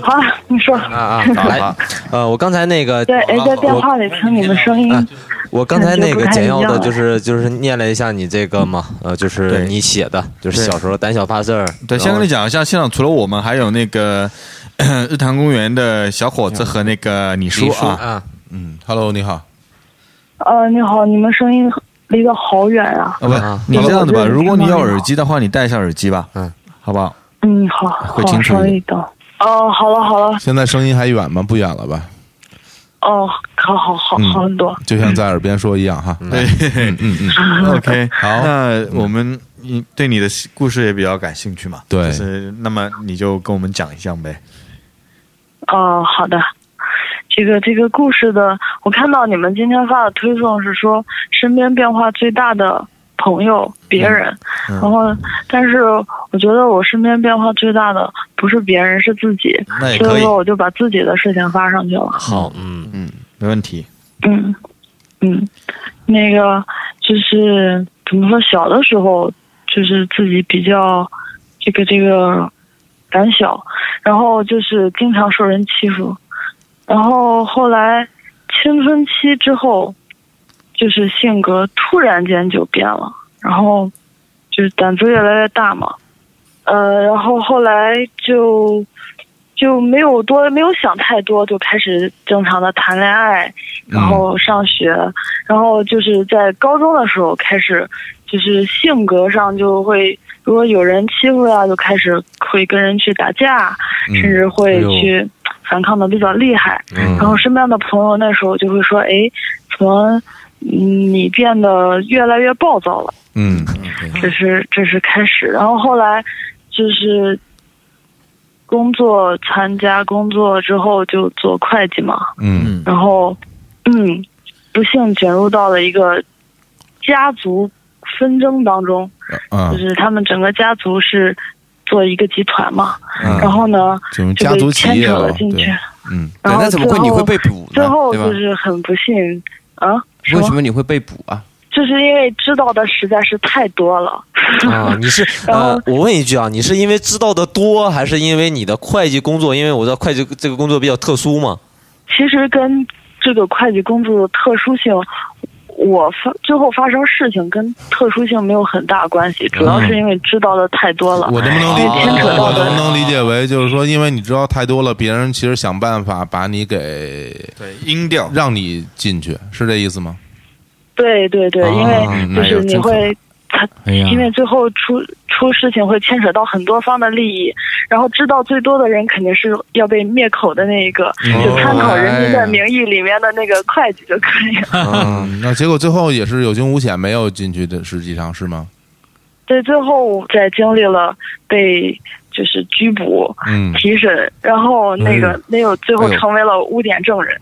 好，你说。啊啊！来， 呃，我刚才那个啊对，哎，在电我话里听你们声音。嗯我刚才那个简要的感觉不太一样了就是就是念了一下你这个嘛，呃，就是对你写的，就是对小时候胆小怕事儿。对，然先后跟你讲一下，现场除了我们，还有那个 咳日坛公园的小伙子和那个你叔李叔啊。啊，嗯，Hello，你好，呃，你好，你们声音离得好远啊。啊，不，你这样子吧，如果你要耳机的话，你戴一下耳机吧，嗯，好不好？嗯，好，会好，清楚稍一点微等。哦，好了好了，现在声音还远吗？不远了吧？哦，好好好嗯好很多。就像在耳边说一样哈。对，嗯嗯嗯， OK，好那我们你对你的故事也比较感兴趣嘛？对就是那么你就跟我们讲一讲呗。哦，好的。这个这个故事的，我看到你们今天发的推送是说身边变化最大的朋友别人，嗯嗯然后但是我觉得我身边变化最大的不是别人是自己，那也所可以以说，我就把自己的事情发上去了。好，嗯，嗯，没问题。嗯，嗯，那个就是怎么说，小的时候就是自己比较这个这个胆小，然后就是经常受人欺负，然后后来青春期之后，就是性格突然间就变了，然后就是胆子越来越大嘛。呃，然后后来就就没有多没有想太多，就开始正常的谈恋爱，然后上学，然后就是在高中的时候开始，就是性格上就会，如果有人欺负呀、就开始会跟人去打架，嗯甚至哎会呦去反抗的比较厉害。嗯然后身边的朋友那时候就会说：“哎，怎么嗯你变得越来越暴躁了？”嗯，这是这是开始，然后后来就是工作参加工作之后就做会计嘛，嗯然后嗯，不幸卷入到了一个家族纷争当中，嗯就是他们整个家族是做一个集团嘛，嗯然后呢这种就家被族企牵业扯了了，进去，对，嗯，然后那怎么会最你会后被捕呢最后对吧就是很不幸啊，为什么你会被捕啊？就是因为知道的实在是太多了。啊，你是呃，我问一句啊，你是因为知道的多，还是因为你的会计工作？因为我知道会计这个工作比较特殊嘛。 其实跟这个会计工作的特殊性，我发最后发生事情跟特殊性没有很大关系，主要是因为知道的太多了。嗯我能不能理因为牵扯到我能不的能理解为就是说，因为你知道太多了，别人其实想办法把你给对阴掉，让你进去，是这意思吗？对对对，啊因为就是你会，他哎呀因为最后出出事情会牵扯到很多方的利益，然后知道最多的人肯定是要被灭口的那一个，哦就参考《人民哎呀的名义》里面的那个会计就可以了。 嗯，那结果最后也是有惊无险，没有进去的，实际上是吗？对，最后在经历了被就是拘捕、嗯提审，然后那个、嗯那又最后哎呦成为了污点证人。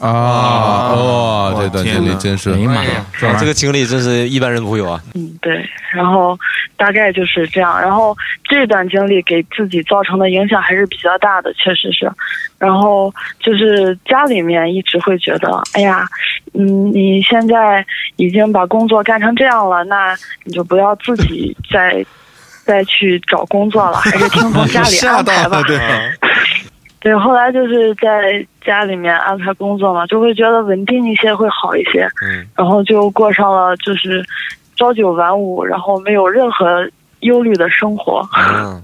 啊，哦，这段经历真是，哎呀妈呀啊这个经历真是一般人不会有啊。嗯，对，然后大概就是这样。然后这段经历给自己造成的影响还是比较大的，确实是。然后就是家里面一直会觉得，哎呀，嗯，你现在已经把工作干成这样了，那你就不要自己再再去找工作了，还是听从家里 吓安到排吧了，。对，对，后来就是在家里面安排工作嘛，就会觉得稳定一些会好一些。嗯，然后就过上了就是朝九晚五，然后没有任何忧虑的生活。嗯。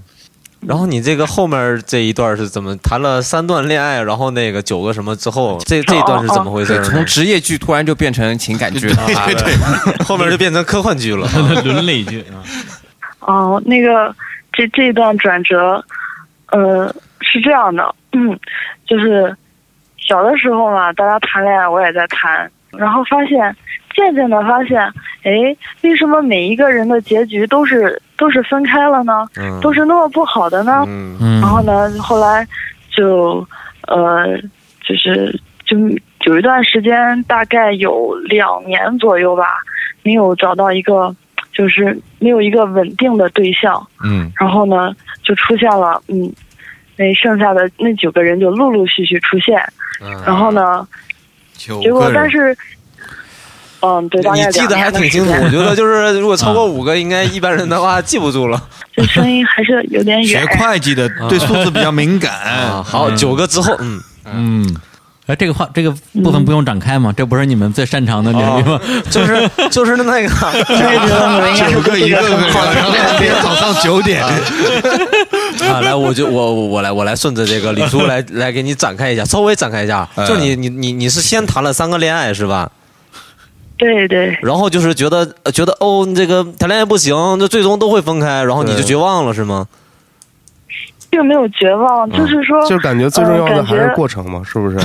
然后你这个后面这一段是怎么谈了三段恋爱，然后那个九个什么之后，这哦这一段是怎么回事对呢？ 从职业剧突然就变成情感剧，对对，后面就变成科幻剧 了，伦理剧啊。哦，那个这这一段转折，呃，是这样的，嗯，就是小的时候嘛，大家谈恋爱，我也在谈，然后发现，渐渐的发现，哎，为什么每一个人的结局都是都是分开了呢？嗯都是那啊么不好的呢？嗯然后呢，后来就呃，就是就有一段时间，大概有两年左右吧，没有找到一个，就是没有一个稳定的对象。嗯然后呢，就出现了，嗯，那剩下的那九个人就陆陆续续出现。嗯然后呢，结果但是，嗯，对，大你概记得两还年的挺清楚，时间我觉得 就是如果超啊过五个，应该一般人的话记不住了。这声音还是有点远。会计的对数字比较敏感。啊好，嗯九个之后，嗯，嗯，哎，这个话这个部分不用展开吗？这不是你们最擅长的领域 吗？就是 就是那个，九个一个个然后别早上九点， 啊，来，我就我我我来我来顺着这个李叔来来给你展开一下，稍微展开一下。啊嗯就你你你你是先谈了三个恋爱是吧？对对，然后就是觉得呃觉得哦，这个谈恋爱不行，那最终都会分开，然后你就绝望了是吗？并没有绝望，就是说，啊就是感觉最重要的还是呃感觉啊过程嘛，是 不是？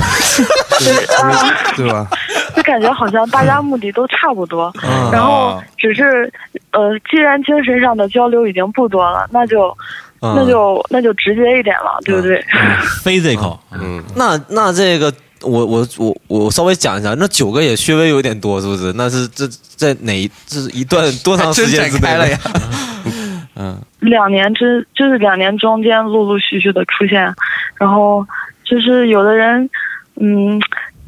对吧？就感觉好像大家目的都差不多，啊嗯然后只是呃，既然精神上的交流已经不多了，那就。嗯那就那就直接一点了，对不对？ physical，嗯，那那这个我我我我稍微讲一下，那九个也稍微有点多，是不是？那是这在哪一这是一段多长时间之还内真展开 了呀？嗯， 两年之就是两年中间陆陆续续的出现，然后就是有的人，嗯，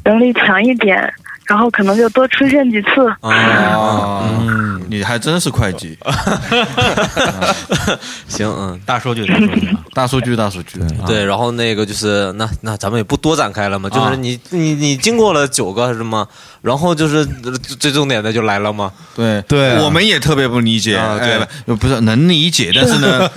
能力强一点，然后可能就多出现几次。嗯啊，你还真是会计。行，嗯，大数据，大数据，大数据。啊啊对，然后那个就是那那咱们也不多展开了嘛，啊就是你你你经过了九个是吗？然后就是呃最重点的就来了吗？对对我们也特别不理解，啊对哎，不是能理解，但是呢，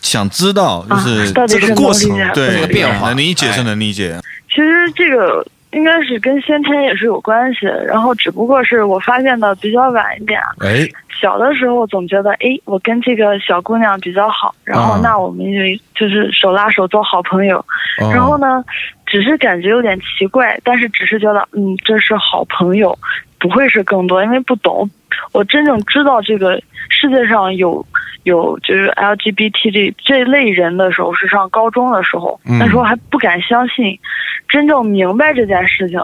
想知道就是啊到底这个是过能理程解，对这个变化能理解是能理解，其实这个应该是跟先天也是有关系，然后只不过是我发现的比较晚一 点。啊哎，小的时候总觉得，哎，我跟这个小姑娘比较好，然后啊那我们就就是手拉手做好朋友。哦然后呢，只是感觉有点奇怪，但是只是觉得，嗯，这是好朋友，不会是更多，因为不懂。我真正知道这个世界上有有就是 LGBT 这这类人的时候，是上高中的时候，嗯那时候还不敢相信，真正明白这件事情，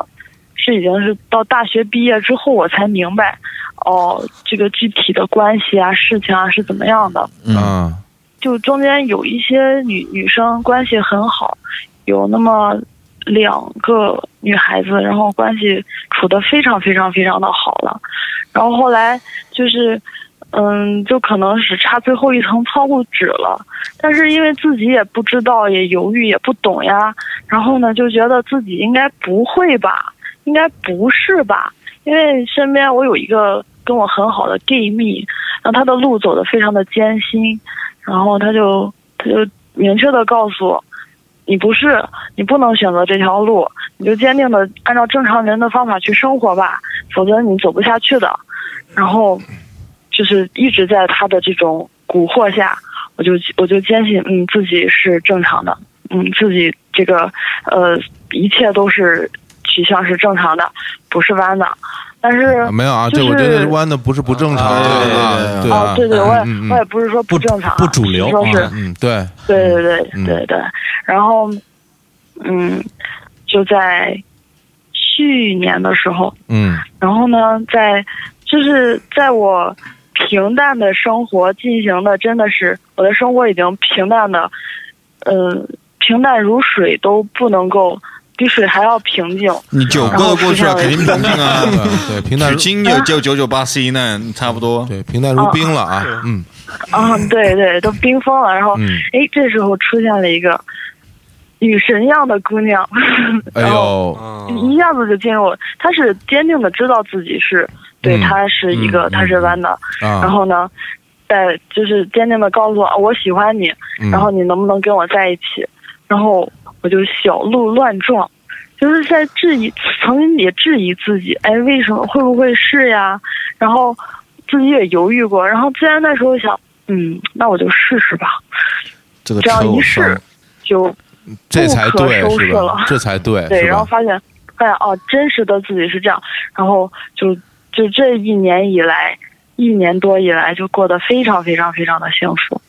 是已经是到大学毕业之后我才明白，哦，这个具体的关系啊、事情啊是怎么样的。嗯就中间有一些女女生关系很好，有那么两个女孩子，然后关系处得非常非常非常的好了，然后后来就是，嗯，就可能只差最后一层窗户纸了，但是因为自己也不知道，也犹豫，也不懂呀，然后呢，就觉得自己应该不会吧，应该不是吧，因为身边我有一个跟我很好的 gay 蜜，然后他的路走得非常的艰辛，然后他就他就明确的告诉我，你不是，你不能选择这条路，你就坚定的按照正常人的方法去生活吧，否则你走不下去的。然后就是一直在他的这种蛊惑下，我就我就坚信，嗯，自己是正常的，嗯，自己这个呃，一切都是取向是正常的，不是弯的。但是啊没有啊，就这是我觉得弯的不是不正常啊，对哦啊，对对，我也、嗯嗯我也不是说不正常啊，不主流就是说是、啊嗯，对，对对对对对，然后，嗯，就在去年的时候，嗯然后呢，在就是在我平淡的生活进行的，真的是我的生活已经平淡的，嗯，平淡如水都不能够比水还要平静。你九然个后过去了，实肯际定上平静啊。 对，平 淡如取经有就九九八十一呢，差不多。对，平淡哦如冰了啊。嗯，啊，对对，都冰封了。然后嗯，哎、这时候出现了一个女神一样的姑娘， 哎呦，一下子就进入。她是坚定的知道自己是对，嗯她是一个，嗯她是弯的。啊然后呢，在就是坚定的告诉我啊我喜欢你，嗯然后你能不能跟我在一起？然后我就小鹿乱撞。就是在质疑，曾经也质疑自己，哎，为什么会不会是呀？然后自己也犹豫过，然后自然那时候想，嗯，那我就试试吧。这这样一试，就这才不可对收拾是了吧？这才对对，哎是然后吧？发现发现哦，真实的自己是这样，然后就就这一年以来，一年多以来就过得非常非常非常的幸福。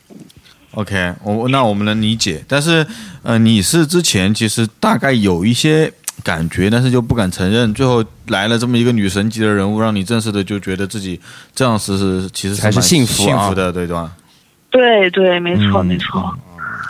OK，我那我们能理解，但是呃，你是之前其实大概有一些感觉，但是就不敢承认，最后来了这么一个女神级的人物，让你正式的就觉得自己这样是是其实还是蛮幸幸福啊福的，对吧？对对，没嗯错、没错，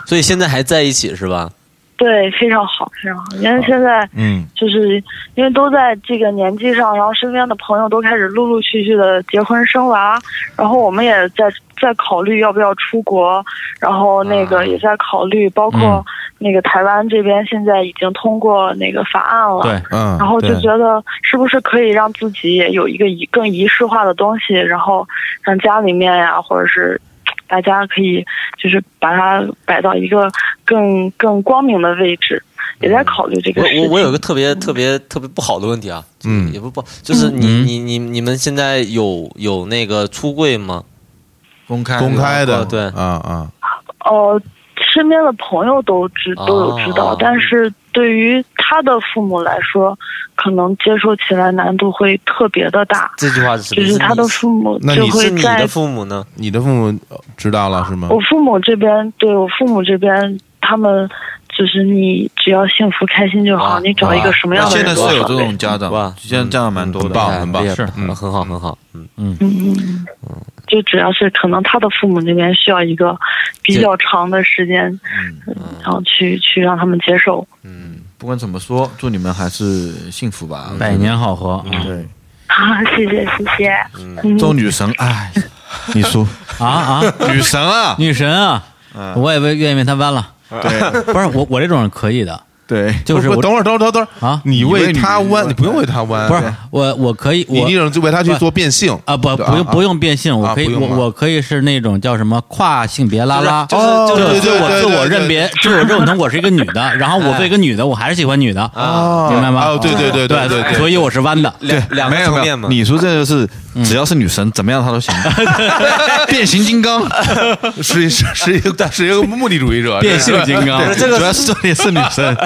所以现在还在一起是吧？对，非常好非常好，因为现在嗯，就是因为都在这个年纪上，然后身边的朋友都开始陆陆续续的结婚生娃，然后我们也在在考虑要不要出国，然后那啊个也在考虑，包嗯括那个台湾这边现在已经通过那个法案了，对嗯然后就对觉得是不是可以让自己也有一个仪更仪式化的东西，然后让家里面呀，或者是大家可以就是把它摆到一个更更光明的位置，也嗯在考虑这个我事情。我我有个特别特别特别不好的问题啊，嗯，也不不，就是你、嗯你你你们现在有有那个出柜吗？公开公开的，对啊啊，呃，身边的朋友都知哦都有知道，但是对于他的父母来说，可能接受起来难度会特别的大。这句话是什么就意思？是他的父母那就你会你在的父母呢？你的父母知道了是吗？我父母这边，对我父母这边，他们就是你只要幸福开心就啊好，你啊找一个什么样的啊现在人都是好。有这种家长，现在家长蛮多的，很棒很棒是嗯，很好很好，嗯嗯嗯嗯，就只要是可能他的父母那边需要一嗯个比较长的时间，然后去去让他们接受。嗯，不管怎么说，祝你们还是幸福吧，百年好合。对，啊，谢谢谢谢，嗯周女神，哎，你说啊啊，女神啊，女神啊，我也为愿意为他弯了。 对不是我我这种人可以的，对，就是不我是等会儿，等会儿，等会儿啊，你为他弯，你不用为他弯，不是我我可以，你我你这种就为他去做变性啊，不不用不用变性，啊我可以我我可以是那种叫什么跨性别拉拉，就是就是对哦对对我对自对我对哎认别，自我认同我是一个女的，然后我做一个女的，我还是喜欢女的，明白吗？哦对对对对对对对所以我是弯的，两哎两个没有层没面有嘛，你说这就是只要是女神，怎么样她 都行，变形金刚，是是是一个是一个目的主义者，变性金刚对这个主要是重点是女 神，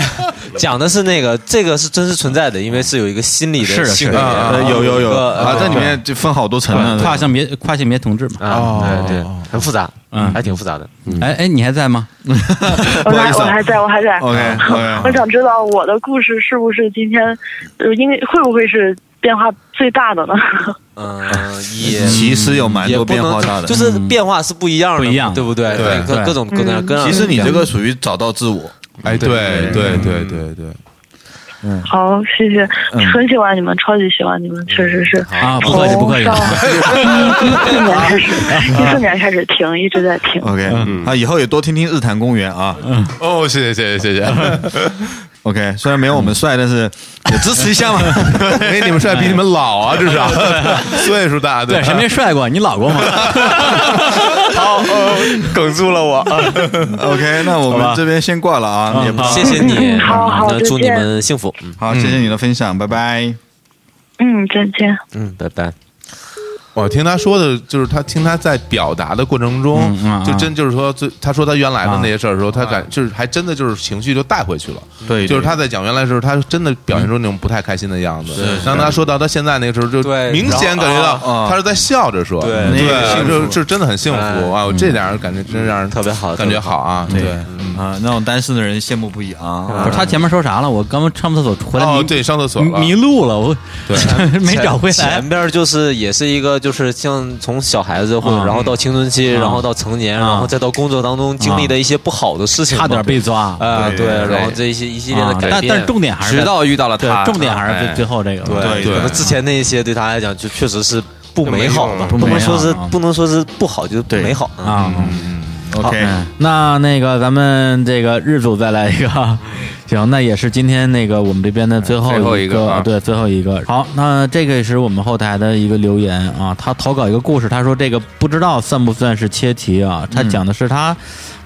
讲的是那个，这个是真实存在的，因为是有一个心理是的性是别的，然啊后有有有一个啊，呃这里面就分好多层啊呢。嗯跨性别跨性别同志嘛，哦啊，对对，很复杂，嗯还挺复杂的。哎哎，你还在吗？我还我还在我还在。啊 OK，我想知道我的故事是不是今天，呃，应该会不会是变化最大的呢？嗯，也其实有蛮也多不啊变能化大的，嗯就是变化是不一样的，不一样对不对？对各对各种各嗯样各样。其实你这嗯个属于找到自我，哎，对对嗯对对对，好，谢谢嗯，很喜欢你们，超级喜欢你们，确实是。啊，不客气不客气从，上一四年开始，一四年开始听，一直在听。 OK，啊，嗯以后也多听听日坛公园啊。哦，谢谢谢谢谢谢， OK，虽然没有我们帅，但是也支持一 下嘛。没你们帅，比你们老啊，至 少岁数大，对，谁没帅过？你老过吗？梗住了我， 嗯 OK，那我们这边先挂了啊，也不谢谢嗯嗯你，嗯好好那祝再你见们幸福，嗯好，谢谢你的分享，拜拜。嗯，再见。嗯，拜拜。我哦听他说的，就是他听他在表达的过程中，嗯啊就真就是说，最他说他原来的那些事儿的时候，他感就是还真的就是情绪就带回去了。对就是他在讲原来的时候，他真的表现出那种不太开心的样子。当他说到他现在那个时候，就对明显感觉然后啊到他是在笑着说，对那个幸对，福就就真的很幸福嗯啊！这点人感觉真让人特别好感觉好啊！对对，嗯啊，那种单身的人羡慕不已不啊是。他前面说啥了？我刚上厕所回来迷，哦，对，上厕所了，迷路了，我 没找回来前。边就是也是一个，就是像从小孩子，或者啊嗯然后到青春期，嗯然后到成年，然后再到工作当中经历啊的一些不好的事情嘛，差点被抓。啊，对对，对然后这一些一系列的啊改但但是变，重点还是直到遇到了对他，，哎重点还是最最后。后这个。啊对，对可能之前那一些对他来讲就确实是不美好的，不美好能说是嗯不能说是不好，就是不美好嗯啊， OK，嗯那那个咱们这个日组再来一个， 行，那也是今天那个我们这边的最最后后一一个啊对，最后一个。好，那这个也是我们后台的一个留言啊，他投稿一个故事，他说这个不知道算不算是切题啊？他讲的是他。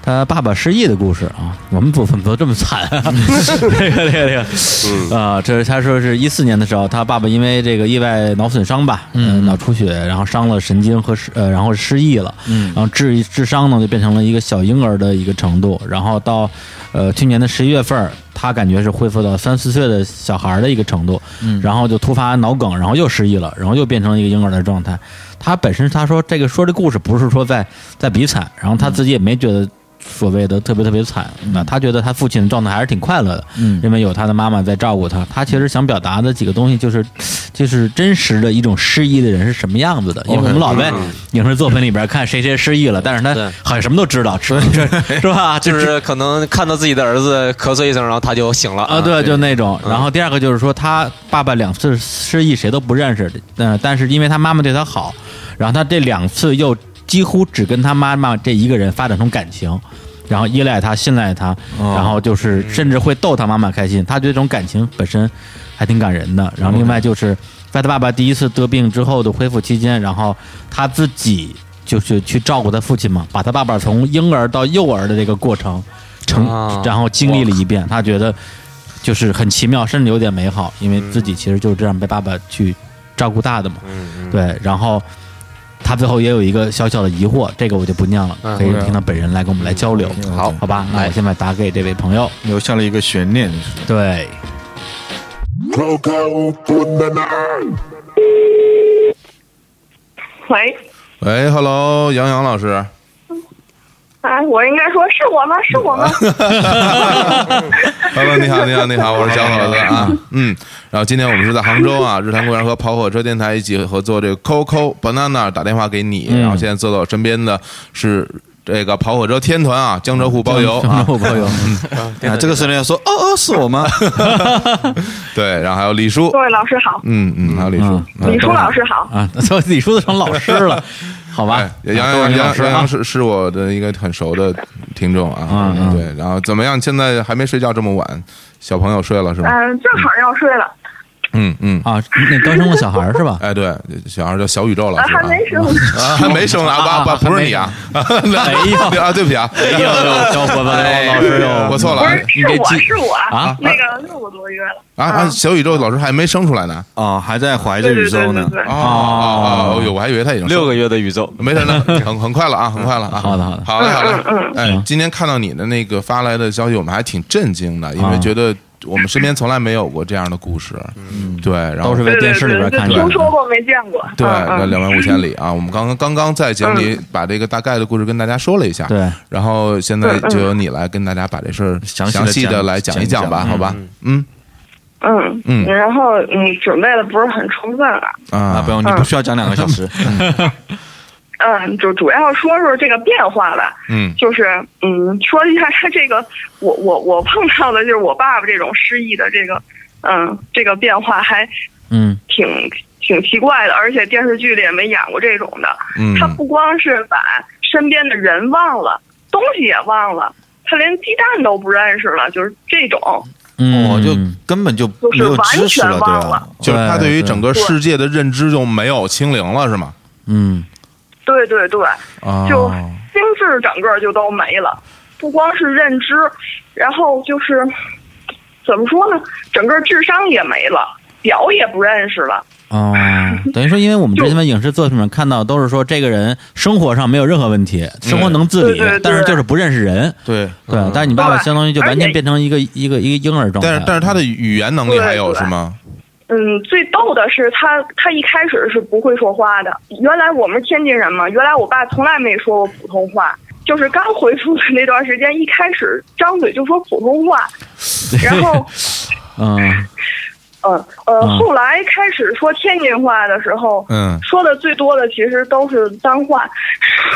他爸爸失忆的故事啊，我们组怎么都这么惨、啊？ 这个这个这个，啊，这是他说是一四年的时候，他爸爸因为这个意外脑损伤吧，嗯，脑出血，然后伤了神经和失呃，然后失忆了，嗯，然后智智商呢就变成了一个小婴儿的一个程度，然后到呃去年的十一月份儿，他感觉是恢复到三四岁的小孩儿的一个程度，嗯，然后就突发脑梗，然后又失忆了，然后又变成了一个婴儿的状态。他本身他说这个说这故事不是说在在比惨，然后他自己也没觉得所谓的特别特别惨，那他觉得他父亲的状态还是挺快乐的，嗯因为有他的妈妈在照顾他。他其实想表达的几个东西就是，就是真实的一种失忆的人是什么样子的，因为我们老在影视作品里边看谁谁失忆了，但是他对好像什么都知道，是是吧？就就是可能看到自己的儿子咳嗽一声，然后他就醒了啊，对，就那种。然后第二个就是说，他爸爸两次失忆，谁都不认识，嗯、但是因为他妈妈对他好，然后他这两次又几乎只跟他妈妈这一个人发展出感情，然后依赖他、信赖他，哦然后嗯就是甚至会逗他妈妈开心。他觉得这种感情本身还挺感人哦的。然后另外就是在他爸爸第一次得病之后的恢复期间，然后他自己就是去照顾他父亲嘛，把他爸爸从婴儿到幼儿的这个过程成，啊然后经历了一遍，他觉得就是很奇妙，甚至有点美好，因为自己其实就是这样被爸爸去照顾大的嘛。嗯，对，然后他最后也有一个小小的疑惑，这个我就不念了，嗯可以听到本人来跟我们来交流。嗯好，好吧，那我现在打给这位朋友。留下了一个悬念。对，喂，喂，Hello，杨哎洋老师，哎，我应该说是我吗？是我吗？ Hello，你好，你好，你好，我是小伙子啊，嗯，然后今天我们是在杭州啊，日坛公园和跑火车电台一起合作这个 Coco Banana 打电话给你，嗯然后现在坐到我身边的是。这个跑火车天团啊，江浙沪包邮嗯江啊，江浙沪包邮啊，这个时候要说哦哦，是我 吗？对，然后还有李叔各，位老师好，嗯嗯，还有李叔，李叔老师好，啊， 都李叔都成老师了，好吧？哎杨洋各位杨老洋师杨啊洋是是我的一个很熟的听众啊，嗯对，然后怎么样？现在还没睡觉这么晚，小朋友睡了是吗？嗯，正好要睡了，嗯嗯啊，那刚生了小孩是 吧？哎，对，小孩叫小宇宙了啊，是吧还？没生。啊，还没生呢，啊不不不是你啊！哎呀啊，对不起啊！哎呦小伙伴老师哟我错了不啊，是，你是别我急是我啊那个六个多月了啊啊！小宇宙老师还没生出来呢，哦，还在怀着宇宙呢对对对对对哦哦哦哟，我还以为他已经六个月的宇宙，没事，那很很快了啊，很快了啊，好的好的，好嘞好嘞，哎，今天看到你的那个发来的消息，我们还挺震惊的，因为啊觉得我们身边从来没有过这样的故事，嗯，对，然后都是对为对电视里对，边就看见听的。说过没见过，对，嗯那嗯两万五千里啊，我们刚刚刚刚在节目里把这个大概的故事跟大家说了一下，对，然后现在嗯就由你来跟大家把这事儿详细地细的讲来讲一讲一讲吧，讲好吧？嗯嗯嗯然后嗯，准备的不是很充分了，啊，不用，你不需要讲两个小时。嗯，就主要说说这个变化吧，嗯就是嗯，说一下他这个，我我我碰到的就是我爸爸这种失忆的这个，嗯，这个变化还嗯挺挺奇怪的，而且电视剧里也没演过这种的。嗯他不光是把身边的人忘了，东西也忘了，他连鸡蛋都不认识了，就是这种。嗯，哦我就根本就没有知识了，就是完全忘对吧了？就是他对于整个对世界的认知就没有清零了，是吗？嗯对对对，啊，就心智整个就都没了，不光是认知，然后就是怎么说呢，整个智商也没了，表也不认识了。哦，等于说，因为我们之前的影视作品上看到都是说这个人生活上没有任何问题，生活能自理对对对，但是就是不认识人。对对，但是你爸爸相哦当于就完全变成一个一个一个婴儿状态。嗯但是但是他的语言能力还有是吗？嗯，最逗的是他，他一开始是不会说话的。原来我们是天津人嘛，原来我爸从来没说过普通话，就是刚回复的那段时间，一开始张嘴就说普通话，然后 嗯嗯呃，嗯后来开始说天津话的时候， 嗯说的最多的其实都是脏话，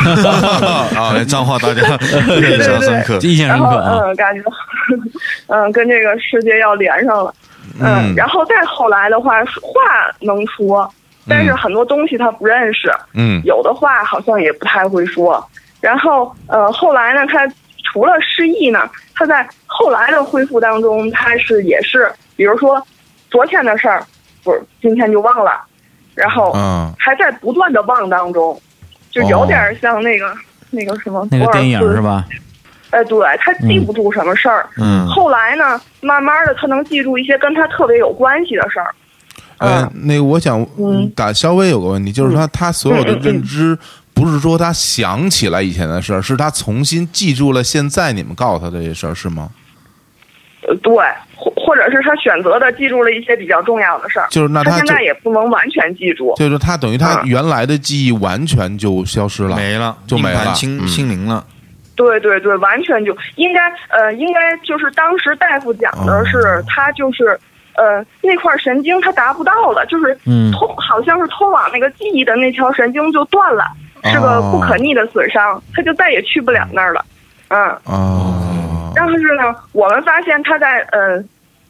哎啊，脏话大家印象深刻，然后啊嗯，感觉嗯跟这个世界要连上了，嗯然后再后来的话，说话能说，但是嗯很多东西他不认识，嗯有的话好像也不太会说。然后呃，后来呢，他除了失忆呢，他在后来的恢复当中，他是也是，比如说昨天的事儿，不是今天就忘了，然后嗯还在不断的忘当中，就有哦点像那个、那个什么那博个尔电影斯是吧？哎，对他记不住什么事儿。嗯嗯后来呢，慢慢的他能记住一些跟他特别有关系的事儿。呃，嗯那个我想打稍微有个问题，就是他他所有的认知，不是说他想起来以前的事儿，是他重新记住了现在你们告诉他这些事儿，是吗？呃，对，或或者是他选择的记住了一些比较重要的事儿。就是那他他现就在也不能完全记住。就是他等于他啊原来的记忆完全就消失了，没了，就没硬了，盘清嗯清零了。对对对，完全就应该呃，应该就是当时大夫讲的是、哦他就是呃那块神经他达不到了，就是嗯通、好像是通往那个记忆的那条神经就断了，是个不哦可逆的损伤，他就再也去不了那儿了。嗯，哦，但是呢，我们发现他在呃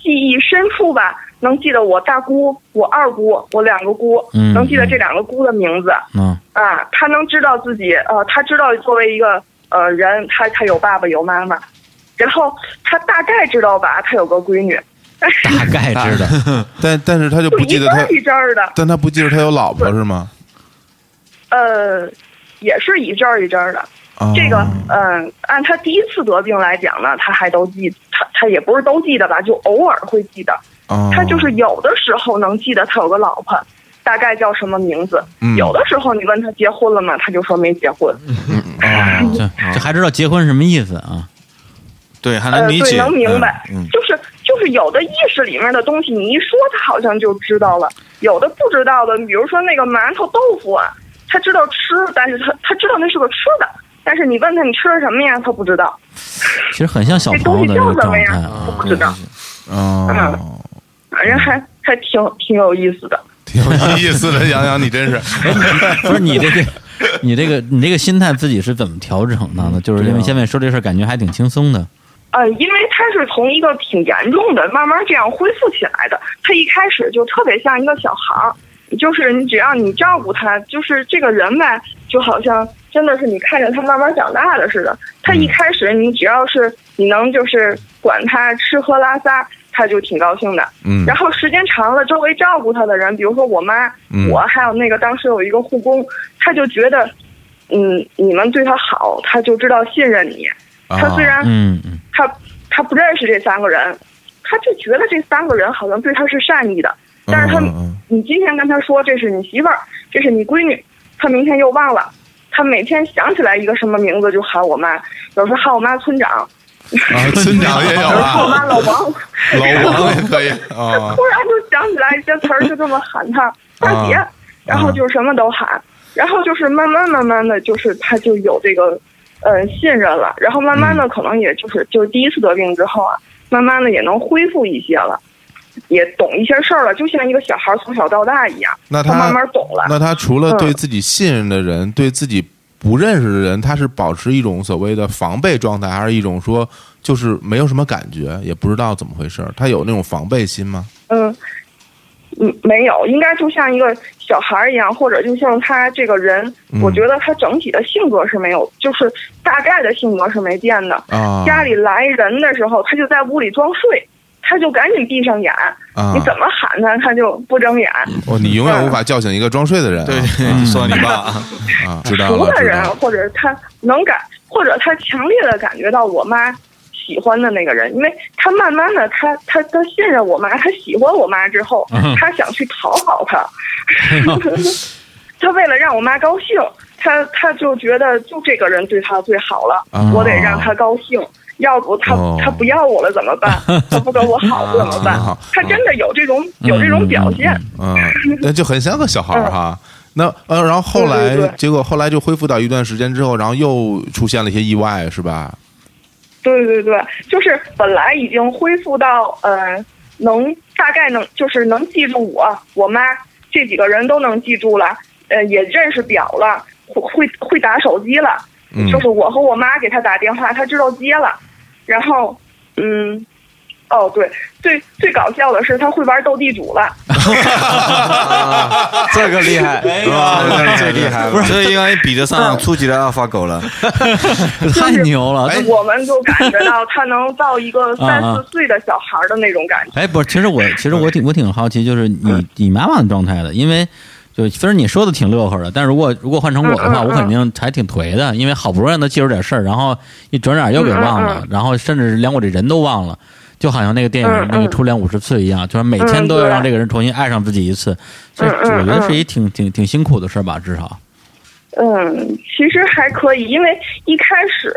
记忆深处吧，能记得我大姑、我二姑、我两个姑，嗯能记得这两个姑的名字。嗯啊，他能知道自己，呃，他知道作为一个呃人，他他有爸爸有妈妈，然后他大概知道吧，他有个闺女，但是大概知道，但但是他就就不记一得阵他儿，一阵儿的，但他不记得他有老婆是吗？呃，也是一阵儿一阵儿的。哦这个，嗯、按他第一次得病来讲呢，他还都记，他他也不是都记得吧，就偶尔会记得。哦呃他就是有的时候能记得他有个老婆，大概叫什么名字。嗯有的时候你问他结婚了吗，他就说没结婚。嗯这这还知道结婚什么意思啊？对，还呃，对，能嗯明白，嗯就是就是有的意识里面的东西，你一说他好像就知道了；有的不知道的，比如说那个馒头豆腐啊，他知道吃，但是他他知道那是个吃的，但是你问他你吃的什么呀，他不知道。其实很像小朋友的这个状态啊。不知道，哦，嗯 反正还还挺挺有意思的。挺有意思的，杨洋你真是，嗯不是你这个 你这个你这个心态自己是怎么调整的呢？就是啊因为现在说这事儿感觉还挺轻松的，呃，因为他是从一个挺严重的慢慢这样恢复起来的。他一开始就特别像一个小孩儿，就是你只要你照顾他，就是这个人呗，就好像真的是你看着他慢慢长大的似的。他嗯一开始你只要是你能就是管他吃喝拉撒，他就挺高兴的。嗯然后时间长了，周围照顾他的人，比如说我妈，嗯我还有那个当时有一个护工，他就觉得，嗯，你们对他好，他就知道信任你。他虽啊然嗯嗯他他不认识这三个人，他就觉得这三个人好像对他是善意的，嗯但是他，你今天跟他说这是你媳妇儿，这是你闺女，他明天又忘了，他每天想起来一个什么名字就喊我妈，有时候喊我妈村长，嗯啊村长也有有时候 喊我啊，妈老王，老王也可以啊突然就想起来一些词儿，就这么喊他大 姐啊，然后就什么都喊，然后就是慢慢慢慢的就是他就有这个呃信任了，然后慢慢嗯的可能也就是就是第一次得病之后啊，慢慢的也能恢复一些了，也懂一些事儿了，就像一个小孩从小到大一样，那他他慢慢懂了。那他除了对嗯自己信任的人，对自己不认识的人，他是保持一种所谓的防备状态，还是一种说就是没有什么感觉，也不知道怎么回事儿？他有那种防备心吗？嗯，嗯，没有，应该就像一个小孩儿一样，或者就像他这个人，嗯我觉得他整体的性格是没有，就是大概的性格是没变的。啊家里来人的时候，他就在屋里装睡，他就赶紧闭上眼，啊你怎嗯么喊他，他就不睁眼。哦，你永远无法叫醒一个装睡的人、啊。嗯 对，你说你爸啊，知道熟了，的知人道，了。或者他能感，或者他强烈的感觉到我妈喜欢的那个人，因为他慢慢的，他他他信任我妈，他喜欢我妈之后嗯，他想去讨好她，他为了让我妈高兴，他他就觉得就这个人对他最好了，哦啊我得让他高兴。要不他、哦他不要我了怎么办？他不跟我好了怎 么办？啊他真的有这种有这种表现， 嗯，那就很像个小孩儿哈。那呃，然后后嗯对对来对结果后来就恢复到一段时间之后，然后又出现了一些意外，是吧？对对对，就是本来已经恢复到呃，能大概能就是能记住我、我妈这几个人都能记住了，呃，也认识表了，会会会打手机了，嗯就是我和我妈给他打电话，他知道接了，然后嗯。哦，对，最最搞笑的是他会玩斗地 主了，这个厉害，哎哇，这个厉哎害，这应该比得嗯上初级的阿尔法狗了，太牛哎了！我们就感觉到他能到一个 三啊四岁的小孩儿的那种感觉。哎，不是，其实我其实我挺我挺好奇，就是嗯你你妈妈的状态的，因为就虽然你说的挺乐呵的，但如果如果换成我的话，嗯嗯嗯我肯定还挺颓的，因为好不容易让她记住点事儿，然后一转眼又给忘了嗯嗯，嗯然后甚至连我这人都忘了。就好像那个电影嗯嗯那个《初恋五十次》一样，就是每天都要让这个人重新爱上自己一次，所以嗯嗯我觉得嗯是一挺挺挺辛苦的事儿吧，至少。嗯，其实还可以，因为一开始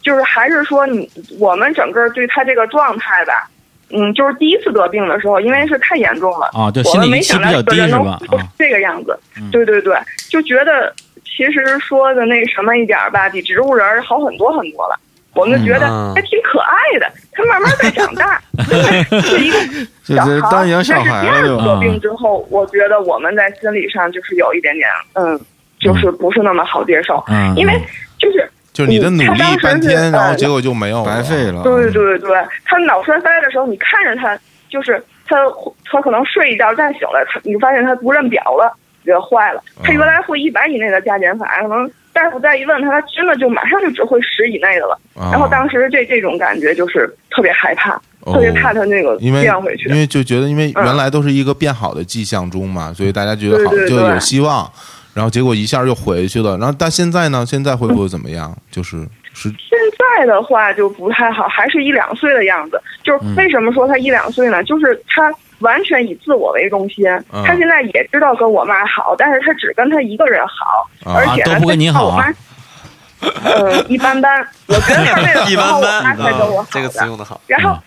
就是还是说你我们整个对他这个状态吧，嗯，就是第一次得病的时候，因为是太严重了啊就我心理们预没期想到比较这个低人是能吧啊这个样子，对对对，就觉得其实说的那什么一点儿吧，比植物人儿好很多很多了。我们就觉得嗯啊还挺可爱的，他慢慢在长 大，是一个就 小孩是儿。当养小但是孩第了二就次得病之后，我觉得我们在心理上就是有一点点，嗯，就是不是那么好接受，嗯因为就是嗯就是你的努他力当时半天，是然后呃结果就嗯没有白费了对对对，他脑栓塞的时候，你看着他，就是他他可能睡一觉，但醒了，他你发现他不认表了，觉得坏了。嗯他原来会一百以内的加减法，可能大夫再一问他，他真的就马上就只会十以内的了。啊然后当时这这种感觉就是特别害怕，哦特别怕他那个因为变回去因。为就觉得因为原来都是一个变好的迹象中嘛，所以大家觉得对好对就对有希望，然后结果一下又回去了，然后但现在呢，现在恢复得怎么样？就是是现在的话就不太好，还是一两岁的样子。就是嗯为什么说他一两岁呢？就是他完全以自我为中心。嗯他现在也知道跟我妈好，但是他只跟他一个人好，啊而且呢都不跟你好啊他看我妈，呃，一般般。我 觉得他为了一讨好般我妈啊般，才啊跟我好嗯这个词的。用的好。然后，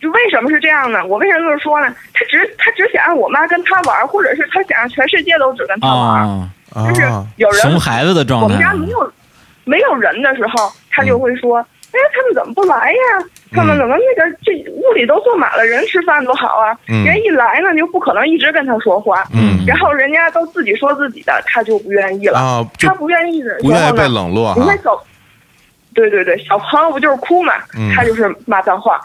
就为什么是这样呢？我为什么就是说呢？他只他只想让我妈跟他玩，或者是他想让全世界都只跟他玩。啊，就是嗯有人熊孩子的状啊我们态啊嗯家没有没有人的时候，他就会说：“哎，他们怎么不来呀？他们怎么那个这屋里都坐满了人吃饭多好啊？嗯人一来呢，就不可能一直跟他说话。嗯然后人家都自己说自己的，他就不愿意了。啊就他不愿意的时候不呢，愿意被冷落啊哈你看小，对对对，小朋友不就是哭嘛？嗯他就是骂 脏话。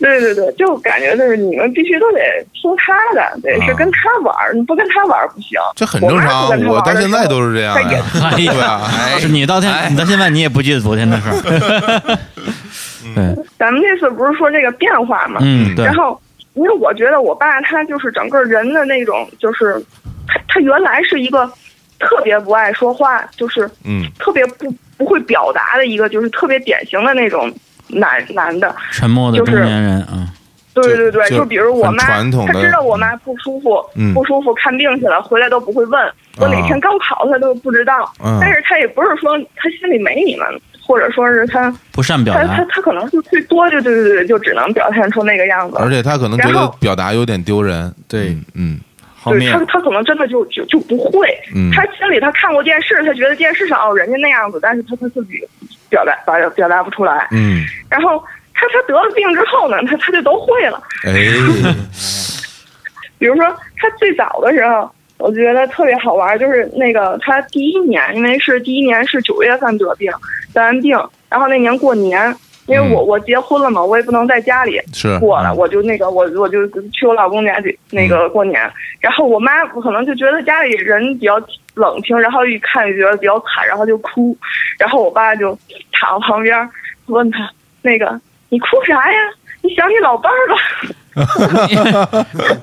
对对对，就感觉就是你们必须都得听他的，得是跟他玩儿，你不跟他玩儿不行。啊这很正常我妈不跟他我玩儿到的现时候在都是这样她也 呀哎对呀啊哎，是你到现你到现在你也不记得昨天的事儿， 对，咱们这次不是说这个变化嘛，嗯对嗯然后因为我觉得我爸他就是整个人的那种，就是他他原来是一个特别不爱说话，就是嗯特别不不会表达的一个，就是特别典型的那种男男的，沉默的就中是年人啊，对对对，就就比如我妈，很传统的她知道我妈不舒服，嗯啊不舒服看病去了，回来都不会问我哪天高考，她都不知道。嗯但是她也不是说她心里没你们，或者说是她不善表她她达，她可能是最多就对对对，就只能表现出那个样子。而且他可能觉然得后表达有点丢人，对，嗯，对她她可能真的就就就不会，嗯她心里她看过电视，她觉得电视上哦人家那样子，但是她她自己表达表表达不出来。嗯，然后她她得了病之后呢，她她就都会了。哎，比如说他最早的时候，我觉得特别好玩儿，就是那个他第一年，因为是第一年是九月份得病，得完病，然后那年过年。因为我我结婚了嘛，我也不能在家里是过了，嗯我就那个我我就去我老公家里那个过年，然后我妈可能就觉得家里人比较冷清，然后一看就觉得比较惨，然后就哭，然后我爸就躺旁边儿问他那个你哭啥呀？你想你老伴儿吧？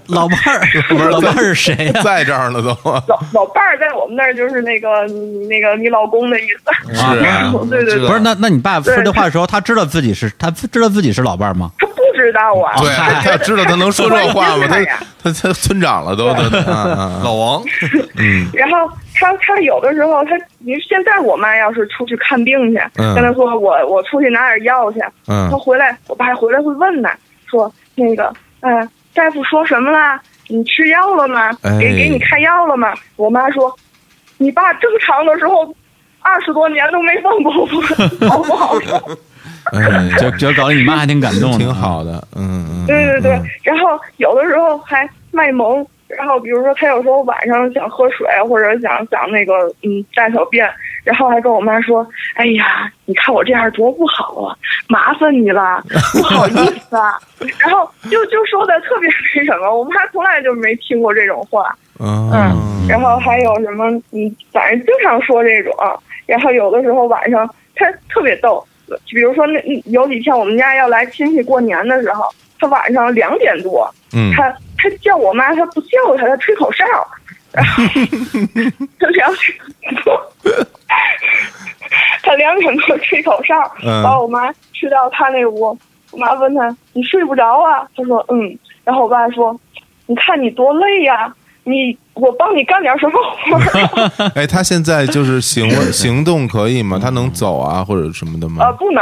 老伴 儿， 老伴儿是谁啊呀？在这儿呢都， 老老伴儿在我们那儿就是那个你那个你老公的意思，啊嗯 对对对，啊不是那那你爸说对这话的时候，他知道自己是他知道自己是老伴儿吗？他不知道 啊，对，他 他知道他能说这话吗？他他呀他他村长了都，嗯都老王，嗯，然后他他有的时候他，你现在我妈要是出去看病去，嗯跟他说我我出去拿点药去，嗯他回来我爸回来会问呢，说那个嗯、呃大夫说什么啦？你吃药了吗？哎给给你开药了吗？我妈说，你爸正常的时候二十多年都没问过 我好不好受。哎，就就搞得你妈还挺感动，挺好的，嗯嗯，对对对，然后有的时候还卖萌，然后比如说他有时候晚上想喝水啊或者想想那个嗯大小便，然后还跟我妈说：“哎呀，你看我这样多不好啊，麻烦你 了，不好意思啊。”然后就就说的特别那什么，我妈从来就没听过这种话。嗯，然后还有什么，嗯，反正经常说这种，然后有的时候晚上他特别逗，比如说那嗯有几天我们家要来亲戚过年的时候，他晚上两点多，嗯他他叫我妈，他不叫他，他吹口哨， 然后他两点多，他两点多吹口哨，嗯把我妈吃到他那屋，我妈问他你睡不着啊？他说嗯，然后我爸说你看你多累呀、你我帮你干点什么活儿？ 哎，他现在就是行为行动可以吗？他能走啊或者什么的呃，嗯吗？不能，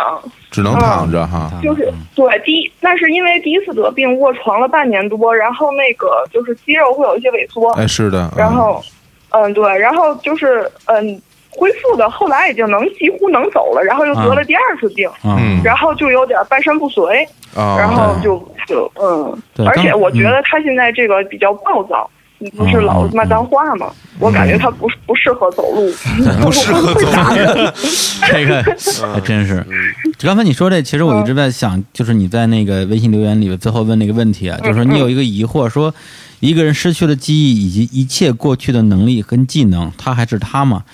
只能躺着哈，就是对第一，那是因为第一次得病卧床了半年多，然后那个就是肌肉会有一些萎缩，哎，是的，然后，嗯，对，然后就是嗯，恢复的，后来已经能几乎能走了，然后又得了第二次病，嗯然后就有点半身不遂，哦然后就就嗯哦对，而且刚我觉得他现在这个比较暴躁。你不是老骂脏话吗？我感觉他不不适合走路，嗯 不适合走嗯路。 这个还真是。刚才你说这，其实我一直在想，就是你在那个微信留言里最后问那个问题啊，就是说你有一个疑惑，说一个人失去了记忆以及一切过去的能力跟技能，他还是他吗？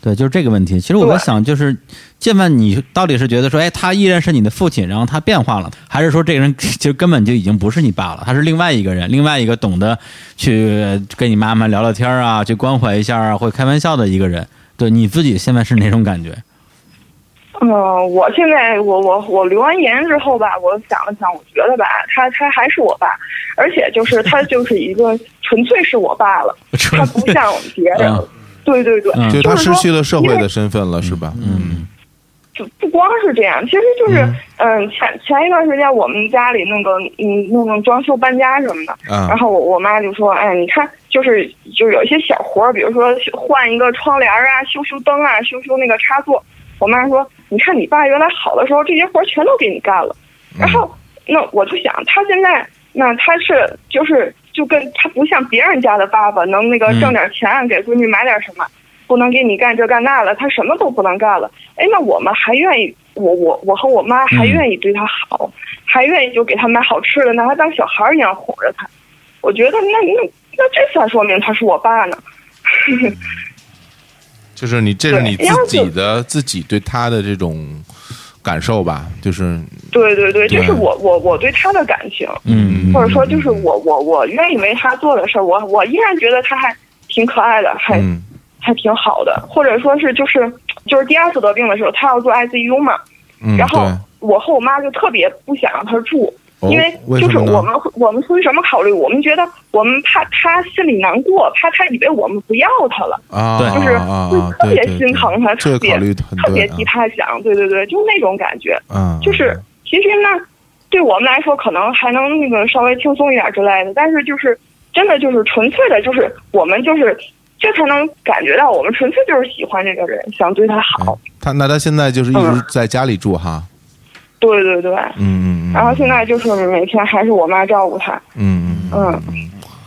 对，就是这个问题。其实我在想，就是建万，你到底是觉得说，哎，他依然是你的父亲，然后他变化了，还是说这个人 其实根本就已经不是你爸了，他是另外一个人，另外一个懂得去跟你妈妈聊聊天啊，去关怀一下啊，会开玩笑的一个人？对你自己现在是哪种感觉？嗯、我现在我我我留完言之后吧，我想了想，我觉得吧，他他还是我爸，而且就是他就是一个纯粹是我爸了，他不像别人。嗯对对对，就是他失去了社会因为的身份了，是吧？嗯，就不光是这样，其实就是，嗯，前前一段时间我们家里那个，嗯，弄弄装修搬家什么的，嗯然后我我妈就说，哎，你看，就是就是有一些小活儿，比如说换一个窗帘儿啊，修修灯啊，修修那个插座。我妈说，你看你爸原来好的时候，这些活儿全都给你干了。然后，那我就想，他现在那他是就是就跟他不像别人家的爸爸能那个嗯挣点钱啊给闺女买点什么，不能给你干这干那了，他什么都不能干了。哎，那我们还愿意，我我我和我妈还愿意对他嗯好，还愿意就给他买好吃的，拿他当小孩儿一样哄着他。我觉得那那那这才说明他是我爸呢。就是你，这是你对然后自己的自己对他的这种感受吧？就是对对对，对这是我我我对他的感情，嗯或者说就是我我我愿意为他做的事儿，我我依然觉得他还挺可爱的，还、嗯还挺好的，或者说是就是就是第二次得病的时候，他要做 ICU 嘛，嗯然后对我和我妈就特别不想让他住。哦因为就是为什么呢我们会我们出于什么考虑？我们觉得我们怕他心里难过，怕他以为我们不要他了，啊，就啊是啊会啊，特对别对心对疼他，这特个别考虑很特别对啊替他想，对对对，就是那种感觉。嗯就是其实呢，对我们来说可能还能那个稍微轻松一点之类的，但是就是真的就是纯粹的，就是我们就是这才能感觉到我们纯粹就是喜欢这个人，想对他好。他那他现在就是一直嗯在家里住哈，对对对，嗯嗯然后现在就是每天还是我妈照顾他。嗯嗯嗯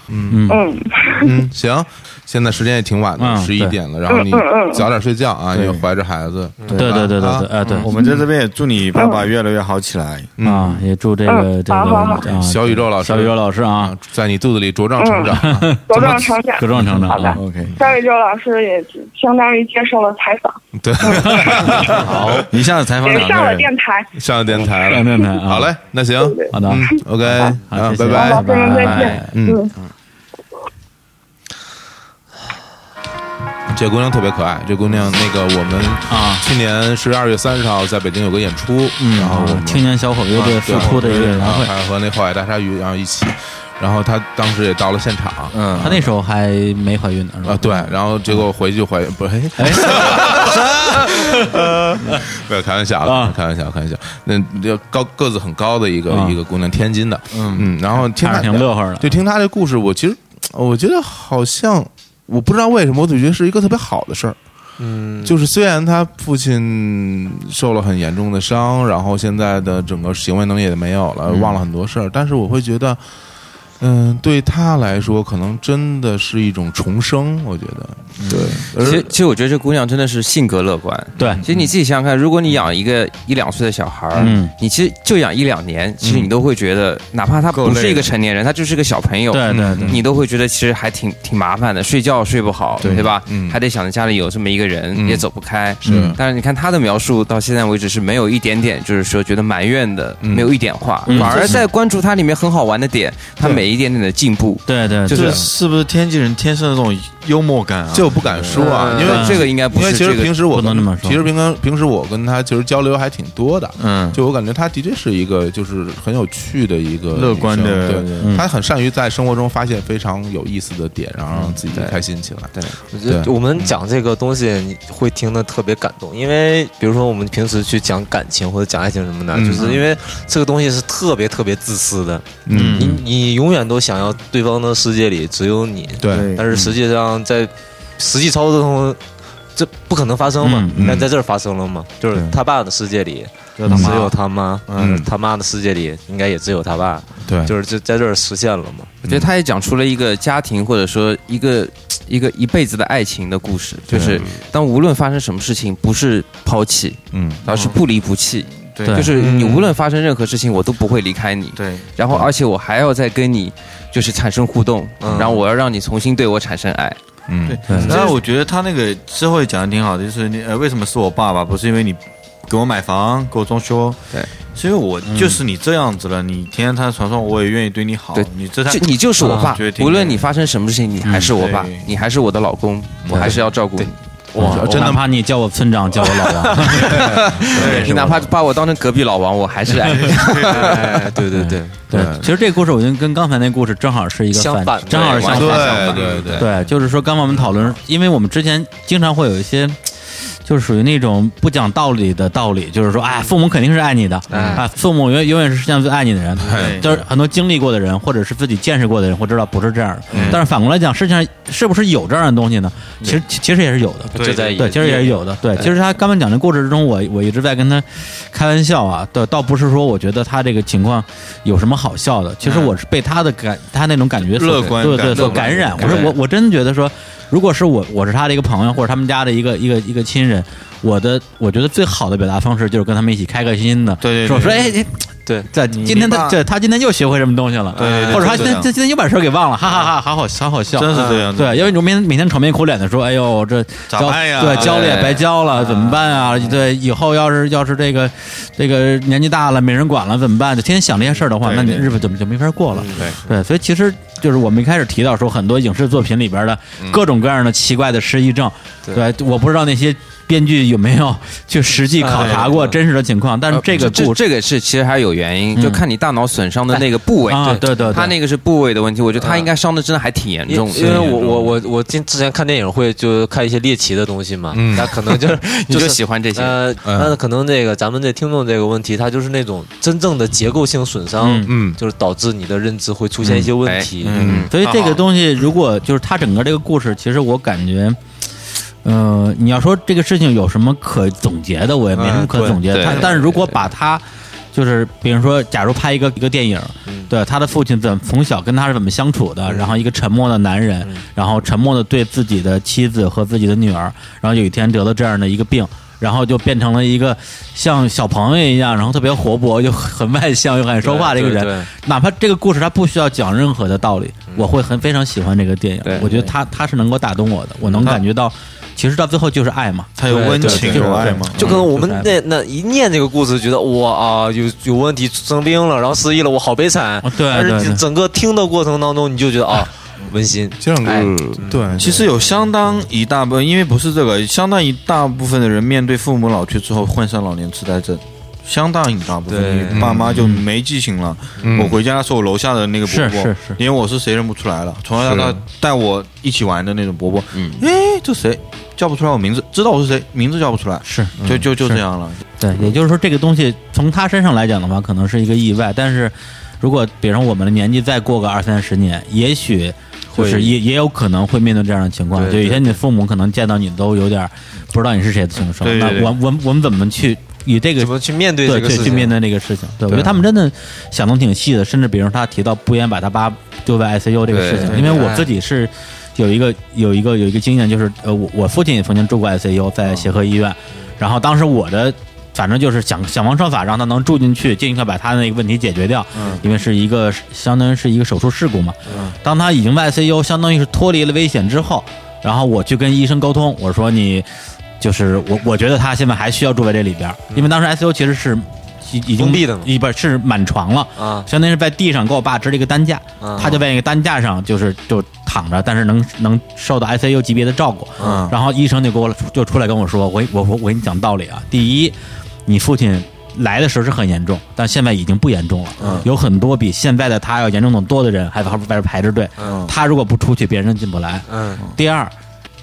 嗯嗯，嗯，行，现在时间也挺晚了，嗯十一对点了，然后你嗯嗯嗯早点睡觉啊，对因为怀着孩子，对吧对对对啊对哎对嗯我们在这边也祝你爸嗯爸越来越好起来啊也祝这个嗯这个好好好啊小宇宙老师，小宇宙老师啊，在你肚子里嗯茁壮成长啊，茁壮成长，茁壮成长好的啊，OK，夏伟洲老师也相当于接受了采访，对，嗯好，一下子采也上了电台。上电台了，上电台啊好嘞，那行，好的嗯，OK，好啊谢谢拜好朋友再见拜，嗯。这姑娘特别可爱，这姑娘那个我们啊，去年十二月三十号在北京有个演出，嗯然后我们青年小伙乐队啊对复出的一个演唱会然后还和那后海大鲨鱼然后一起，然后她当时也到了现场，嗯她那时候还没怀孕呢，是吧？啊，对，然后结果回去就怀孕，不是， 哎，没有开玩笑啊，开玩笑，开玩笑。那就高个子很高的一个啊一个姑娘，天津的，嗯嗯，然后听她看着挺乐呵的对，听她这故事，我其实我觉得好像我不知道为什么，我总觉得是一个特别好的事儿。嗯就是虽然他父亲受了很严重的伤，然后现在的整个行为能力也没有了，忘了很多事儿，但是我会觉得，嗯、对他来说，可能真的是一种重生。我觉得，对，而其实，其实我觉得这姑娘真的是性格乐观。对，其实你自己想想看，如果你养一个一两岁的小孩儿，嗯你其实就养一两年，其实你都会觉得，哪怕他够不累是一个了成年人，他就是个小朋友，对对嗯对你都会觉得其实还挺挺麻烦的，睡觉睡不好，对对吧？嗯还得想着家里有这么一个人，嗯也走不开。是但是你看他的描述到现在为止是没有一点点，就是说觉得埋怨的，没有一点话，嗯反而在关注他里面很好玩的点，他每一点点的进步。对对就是是不是天津人天生的这种幽默感啊？这我不敢说啊，因为因为其实平时我跟其实平常平时我跟他其实交流还挺多的，嗯就我感觉他的确是一个就是很有趣的一个乐观的女生对，嗯他很善于在生活中发现非常有意思的点，然后让自己开心起来。对，我觉得我们讲这个东西，你会听得特别感动，因为比如说我们平时去讲感情或者讲爱情什么的，嗯就是因为这个东西是特别特别自私的，嗯你你永远都想要对方的世界里只有你，对嗯但是实际上在实际操作中。这不可能发生嘛？嗯嗯但在这儿发生了嘛？就是他爸的世界里，只有他妈只有他妈，嗯他妈的世界里应该也只有他爸，对就是这在这儿实现了嘛。我觉嗯得他也讲出了一个家庭或者说一个一个一辈子的爱情的故事，就是当无论发生什么事情，不是抛弃，嗯，而是不离不弃。对就是嗯你无论发生任何事情，我都不会离开你。对，然后而且我还要再跟你，就是产生互动，嗯然后我要让你重新对我产生爱。嗯对，然后我觉得他那个之后也讲的挺好的，就是你呃，为什么是我爸爸？不是因为你给我买房，给我装修，对，是因为我就是你这样子了，你天天瘫在床上，我也愿意对你好对，，你这才就你就是我啊爸觉得，挺嗯无论你发生什么事情，你还是我爸对，嗯你还是我的老公，我还是要照顾你。嗯哇，真的怕你叫我村长，叫我老王， 你哪怕把我当成隔壁老王，我还是爱你。对对对对，其实这故事我觉得跟刚才那故事正好是一个相反正好是相对反，对对对对，就是说刚才我们讨论，因为我们之前经常会有一些。就是属于那种不讲道理的道理，就是说，哎，父母肯定是爱你的，哎啊，父母永永远是世界上最爱你的人。就是很多经历过的人，或者是自己见识过的人，会知道不是这样的。嗯但是反过来讲，世界上是不是有这样的东西呢？其实其实也是有的，就在对，其实也是有的。对，其实他刚才讲的过程之中，我我一直在跟他开玩笑啊，倒倒不是说我觉得他这个情况有什么好笑的，其实我是被他的感，他那种感觉所嗯乐观对感对所乐观感染。我感说染我我真觉得说，如果是我我是他的一个朋友或者他们家的一个一个一个亲人，我的我觉得最好的表达方式就是跟他们一起开开心心的，对对说说对哎哎。对，在今天他爸这他今天又学会什么东西了，对对对或者他是今这天样今天又把事儿给忘了，哈哈哈，好好好好笑，真是这嗯样对，因为你每天每天愁眉苦脸的说，哎呦这咋交办呀对，交了也对嗯白交了，怎么办啊？对，以后要是要是这个这个年纪大了没人管了怎么办？就天天想这些事儿的话，对那你对嗯日子就就没法过了。对对，所以其实就是我们一开始提到说，很多影视作品里边的嗯各种各样的奇怪的失忆症，对，我不知道那些编剧有没有去实哎际考察过真实的情况，但呃是嗯这个这故事这个是其实还是有原因，嗯就看你大脑损伤的那个部位。哎啊对对对他那个是部位的问题，我觉嗯得他应该伤的真的还挺严因重的。因为我我我我今之前看电影会就看一些猎奇的东西嘛，嗯那可能就是 你就是喜欢这些呃，嗯那可能这个咱们这听众这个问题，它就是那种真正的结构性损伤嗯，嗯就是导致你的认知会出现一些问题，所以这个东西如果就是它整个这个故事，其实我感觉。呃，你要说这个事情有什么可总结的，我也没什么嗯可对总结的。对它对但是如果把它，就是比如说，假如拍一个一个电影，嗯对他的父亲怎么从小跟他是怎么相处的，然后一个沉默的男人，嗯然后沉默的对自己的妻子和自己的女儿，然后有一天得了这样的一个病，然后就变成了一个像小朋友一样，然后特别活泼，又很外向，又很说话的一个对人对。嗯哪怕这个故事他不需要讲任何的道理，我会很非常喜欢这个电影。我觉得他他是能够打动我的，我嗯能感觉到，其实到最后就是爱嘛，他有温情就是有爱嘛就跟我们嗯那那一念这个故事，觉得哇啊有有问题生病了，然后失忆了，我好悲惨。对但对是对整个听的过程当中，你就觉得啊温馨。这样嗯对，其实有相当一大部分，因为不是这个，相当一大部分的人面对父母老去之后患上老年痴呆症，相当一大部对分，你爸妈就没记性了。嗯我回家的时候，楼下的那个伯伯，是是是连我是谁认不出来了，从小到是大带我一起玩的那种伯伯，嗯，哎，这谁叫不出来我名字，知道我是谁，名字叫不出来，嗯是就就就是这样了。对，也就是说，这个东西从他身上来讲的话，可能是一个意外。但是，如果比如我们的年纪再过个二三十年，也许就是会也也有可能会面对这样的情况。对就有一对天你父母可能见到你都有点儿不知道你是谁的情况，对对对那我我我们怎么去以这个怎么去面对对这个事情去面对这个事情？对，我对觉啊得他们真的想的挺细的。甚至比如他提到不言把他爸丢在 ICU 这个事情，对因为我哎自己是。有一个有一个有一个经验，就是呃，我我父亲也曾经住过 ICU，在协和医院，然后当时我的。反正就是想想方设法让他能住进去，尽快把他那个问题解决掉。嗯因为是一个相当于是一个手术事故嘛。嗯当他已经在 ICU，相当于是脱离了危险之后，然后我去跟医生沟通，我说你就是我，我觉得他现在还需要住在这里边儿，因为当时 ICU 其实是已已经嗯封闭的嘛一不是是满床了，啊相当于是在地上给我爸支了一个担架，嗯啊他就在那个担架上就是就躺着，但是能能受到 ICU 级别的照顾。嗯然后医生就给我就出来跟我说，我我我我跟你讲道理啊，第一，你父亲。来的时候是很严重，但现在已经不严重了。嗯有很多比现在的他要严重的多的人还在外边排着队。嗯他如果不出去，别人进不来。嗯，第二，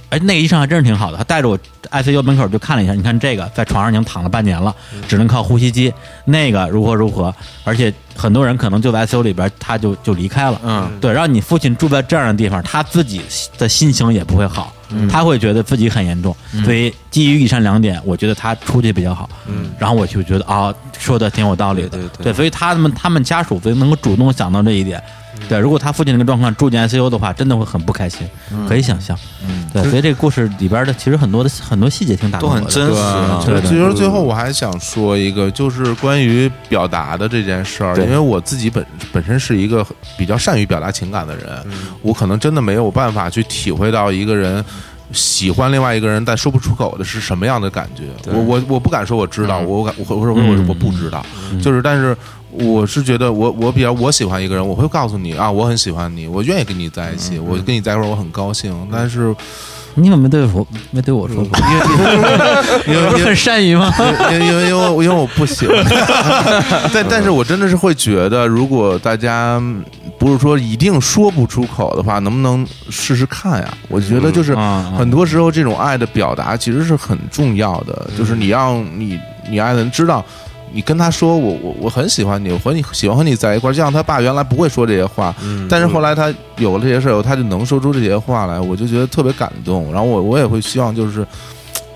哎，那个医生还真是挺好的，他带着我 ICU 门口就看了一下，你看这个在床上已经躺了半年了，只能靠呼吸机，那个如何如何，而且很多人可能就在 ICU 里边他就就离开了，嗯，对，让你父亲住在这样的地方，他自己的心情也不会好，嗯他会觉得自己很严重，嗯所以基于以上两点，我觉得他出去比较好，嗯，然后我就觉得啊、说的挺有道理的，对对对对，所以他们他们家属所以能够主动想到这一点。对，如果他父亲那个状况住进 ICU 的话，真的会很不开心，嗯可以想象。嗯对，所以这个故事里边的其实很多的很多细节挺打动我的对啊对，啊其实最后我还想说一个，就是关于表达的这件事儿，对因为我自己本本身是一个比较善于表达情感的人，嗯我可能真的没有办法去体会到一个人。喜欢另外一个人，但说不出口的是什么样的感觉？我我我不敢说我知道，嗯我敢我或者说我我不知道，就是但是我是觉得我我比较我喜欢一个人，我会告诉你啊，我很喜欢你，我愿意跟你在一起，嗯我跟你在一块儿我很高兴，但是你怎么没对我没对我说过？因为不是很善于吗？因为因为因为我 因为我不喜欢，但但是我真的是会觉得，如果大家嗯不不是说一定说不出口的话，能不能试试看呀？我觉得就是嗯啊啊很多时候这种爱的表达其实是很重要的，就是你让你你爱的人知道。你跟他说我我我很喜欢你，我和你喜欢和你在一块儿，就像他爸原来不会说这些话，嗯但是后来他有了这些事儿以后，他就能说出这些话来，我就觉得特别感动。然后我我也会希望就是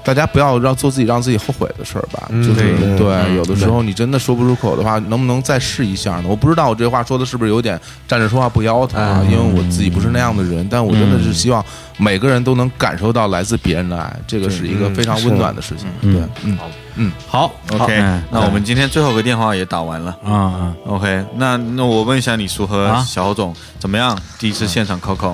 大家不要让做自己让自己后悔的事儿吧，嗯就是对嗯有的时候你真的说不出口的话，能不能再试一下呢？我不知道我这话说的是不是有点站着说话不腰疼啊，哎因为我自己不是那样的人，但我真的嗯是希望每个人都能感受到来自别人的爱，这个是一个嗯非常是温暖的事情。嗯对，嗯嗯，好，OK，那我们今天最后个电话也打完了啊啊，OK，那那我问一下你叔和啊小侯总怎么样？第一次现场 Coco，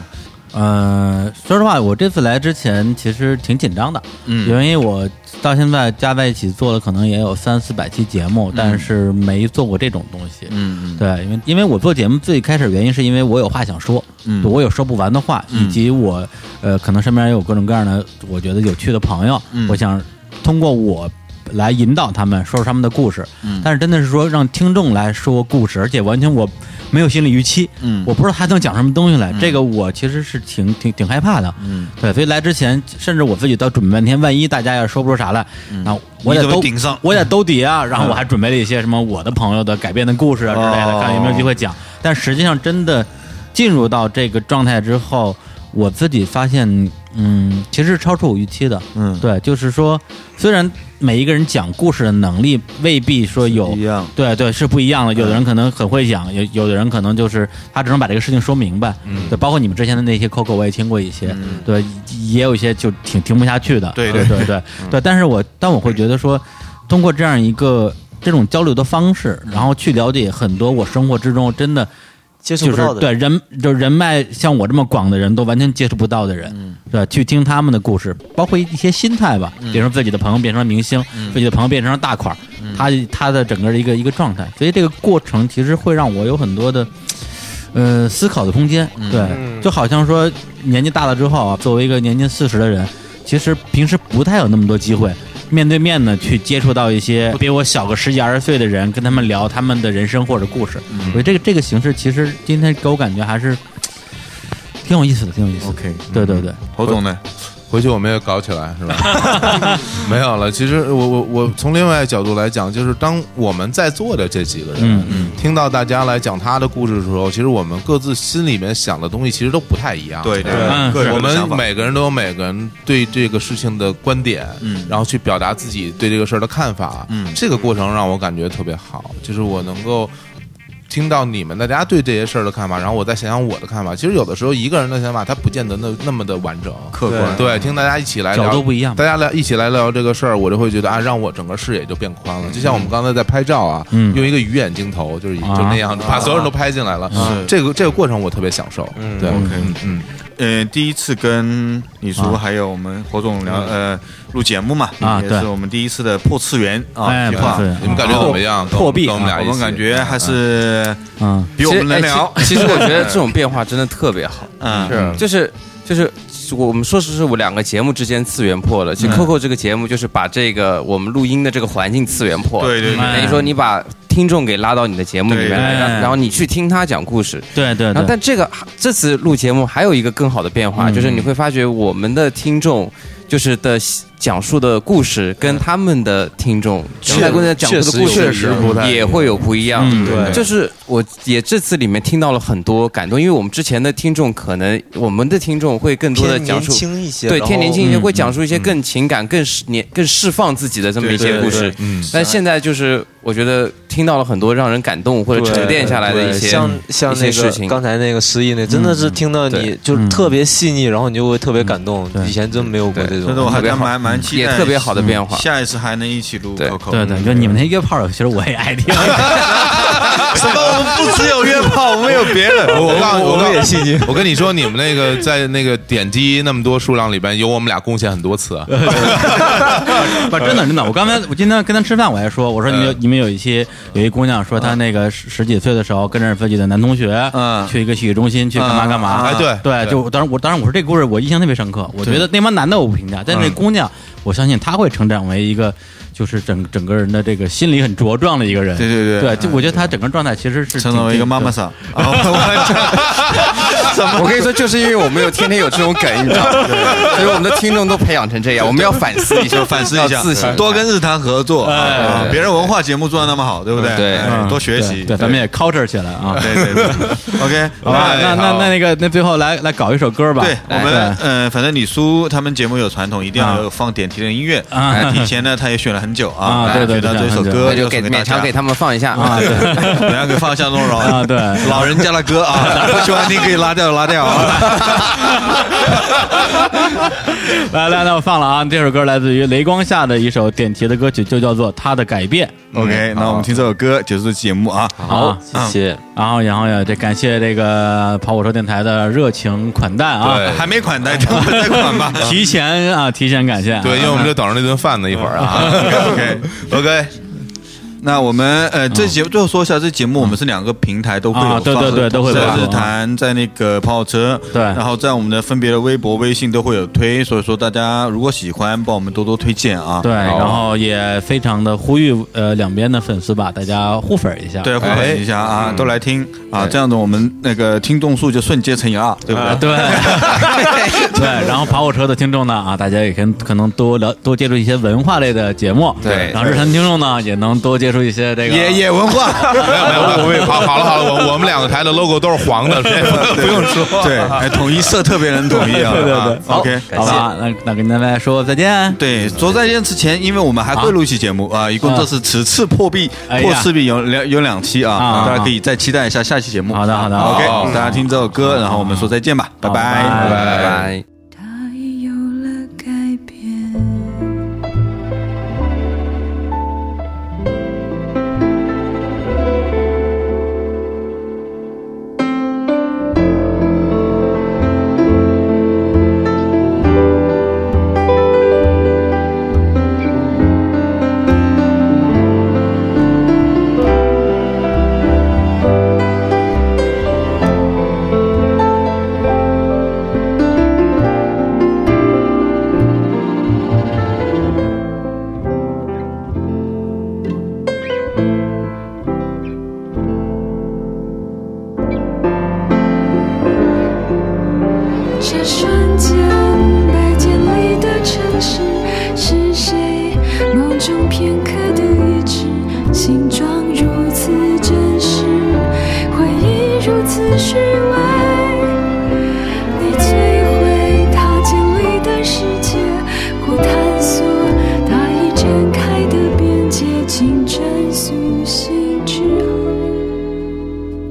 嗯，说实话，我这次来之前其实挺紧张的，嗯因为我到现在加在一起做了可能也有三四百期节目，但是没做过这种东西，嗯对，因为因为我做节目最开始原因是因为我有话想说，嗯我有说不完的话，以及我呃可能身边也有各种各样的我觉得有趣的朋友，嗯我想通过我来引导他们说出他们的故事，嗯但是真的是说让听众来说故事，而且完全我没有心理预期，嗯我不知道他能讲什么东西来，这个我其实是挺挺挺害怕的，嗯，对，所以来之前，甚至我自己都准备半天，万一大家要说不出啥来，那我嗯你得怎么兜顶上嗯我得兜底啊，然后我还准备了一些什么我的朋友的改编的故事啊之类的，哦看有没有机会讲。但实际上，真的进入到这个状态之后，我自己发现，嗯，其实是超出我预期的。嗯对，就是说，虽然每一个人讲故事的能力未必说有一样，对对是不一样的。有的人可能很会讲，有有的人可能就是他只能把这个事情说明白。嗯对，包括你们之前的那些 Coco，我也听过一些，嗯对，也有一些就挺听不下去的。对对对嗯对对对，但是我但我会觉得说，通过这样一个这种交流的方式，然后去了解很多我生活之中真的。接触就不是到的对人，就是人脉像我这么广的人都完全接触不到的人，嗯对吧？去听他们的故事，包括一些心态吧，比如说自己的朋友变成了明星，嗯自己的朋友变成了大款儿，嗯他他的整个的一个一个状态，所以这个过程其实会让我有很多的。呃，思考的空间，对，嗯就好像说年纪大了之后啊，作为一个年近四十的人，其实平时不太有那么多机会面对面的去接触到一些比我小个十几二十岁的人，跟他们聊他们的人生或者故事。嗯我觉得这个这个形式其实今天给我感觉还是挺有意思的，挺有意思的。 OK，对对对，侯总呢？回去我们也搞起来是 吧？ 没有了。其实我我我从另外角度来讲，就是当我们在座的这几个人，嗯嗯，听到大家来讲他的故事的时候，其实我们各自心里面想的东西其实都不太一样。对对嗯个人的我想法们每个人都有每个人对这个事情的观点，嗯然后去表达自己对这个事儿的看法，嗯这个过程让我感觉特别好，就是我能够。听到你们大家对这些事儿的看法，然后我再想想我的看法。其实有的时候一个人的想法，他不见得那那么的完整、客观对，听大家一起来聊角度不一样大家来一起来聊这个事儿，我就会觉得啊，让我整个视野就变宽嗯了。就像我们刚才在拍照啊，嗯用一个鱼眼镜头，就是就啊那样，把所有人都拍进来了是。这个这个过程我特别享受。对嗯 OK 嗯嗯，呃，第一次跟李叔还有我们侯总聊呃录节目嘛，啊也对是我们第一次的破次元啊哎计划破次元，你们感觉怎么样跟我们破壁，跟我们俩啊一起我们感觉还是嗯，比我们能聊。其实哎其其实我觉得这种变化真的特别好，嗯是就是就是我们说是是我两个节目之间次元破了，其实嗯 Coco 这个节目就是把这个我们录音的这个环境次元破了，对对对等于说你把听众给拉到你的节目里面来，对然后然后你去听他讲故事。对对然后，对，但这个这次录节目还有一个更好的变化，嗯就是你会发觉我们的听众就是的讲述的故事跟他们的听众确现在跟在讲述的故事确实有不一样也会有不一样嗯。对就是我也这次里面听到了很多感动，因为我们之前的听众可能我们的听众会更多的偏讲年述轻一些，对，然后天年轻一些嗯会讲述一些更情感、更释年、更释放自己的这么一些故事。嗯但现在就是，我觉得听到了很多让人感动或者沉淀下来的一对些像像一那些事个情。刚才那个失忆那，真的是听到你对就是特别细腻，然后你就会特别感动对。以前真没有过这所种以，我还特别好蛮蛮期待嗯也特别好的变化下一次还能一起录嗯对 Coco。对对，就你们那约炮，其实我也爱听。 什么？我们不只有约炮，我们有别的。我告诉你，我告也细腻。我跟你说，你们那个在那个点击那么多数量里边，有我们俩贡献很多次。 不，真的真的，我刚才我今天跟他吃饭，我还说，我说你嗯们有你们有一期有一姑娘说她那个十十几岁的时候跟着自己的男同学，嗯去一个洗浴中心去干嘛干嘛，哎对嗯对，就当然我当然我说这个故事我印象特别深刻，我觉得那帮男的我不评价，但是那姑娘我相信他会成长为一个，就是整整个人的这个心理很茁壮的一个人。对对，对对就我觉得他整个状态其实是成长为一个妈妈桑桑。啊 我跟你说，就是因为我们有天天有这种梗，你知道吗？所以我们的听众都培养成这样，我们要反思一下，反思一下要自省，多跟日坛合作，啊别人文化节目做的那么好，对不对？对哎嗯多学习。对，咱们也 culture 起来啊。对 对对 OK，好吧，哎那那好那那个，那最后来来搞一首歌吧。对，我们来呃，反正李叔他们节目有传统，一定要啊有放点题的音乐。啊哎提前呢，他也选了很久啊啊，大家对对觉得对这首很久歌那就给送大勉家强 给他们放一下啊对， 对勉强给放一下弄 容啊对老人家的 歌啊，不喜欢听可以拉掉就拉掉啊。 来来，那我放了啊，这首歌来自于雷光下的一首点题的歌曲，就叫做《他的改变》。 OK，那我们听这首歌结束节目啊。嗯好，谢。嗯然后，然后也这感谢这个跑火车电台的热情款待啊，对，还没款待，等会儿再款吧。提前啊，提前感谢啊。对，因为我们就等着那顿饭呢，一会儿啊。 OK OK。那我们呃，这节目最后说一下，这节目我们是两个平台都会有嗯啊放，对对对都会有在放日坛，在那个跑跑车，对然后在我们的分别的微博、微信都会有推，所以说大家如果喜欢，帮我们多多推荐啊。对，然好后也非常的呼吁呃两边的粉丝吧，大家互粉一下，对，互粉一下啊，都来听啊，这样子我们那个听众数就瞬间乘以二，对不啊，对？对，对，然后跑火车的听众呢啊，大家也可可能多了多接触一些文化类的节目，对然后日坛听众呢也能多接触一些这个野野 文化，没有没有，我们好好了好了，我我们两个台的 logo 都是黄的，这不不用说。 对，哎，统一色特别能统一啊。 对对对啊好，OK，感谢好吧那那跟大家说再见。嗯对，说再见之前，因为我们还会录一期节目啊，一共这是此次破壁哎呀破四壁有两有两期啊啊，大家可以再期待一下下期节目。好的好的好，OK，大家听这首歌，然后我们说再见吧，拜拜拜拜拜拜。这瞬间，白天里的城市是谁梦中片刻的一致？形状如此真实，回忆如此虚伪。你摧毁它建立的世界，或探索它已展开的边界，清晨苏醒之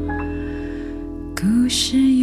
后，故事又。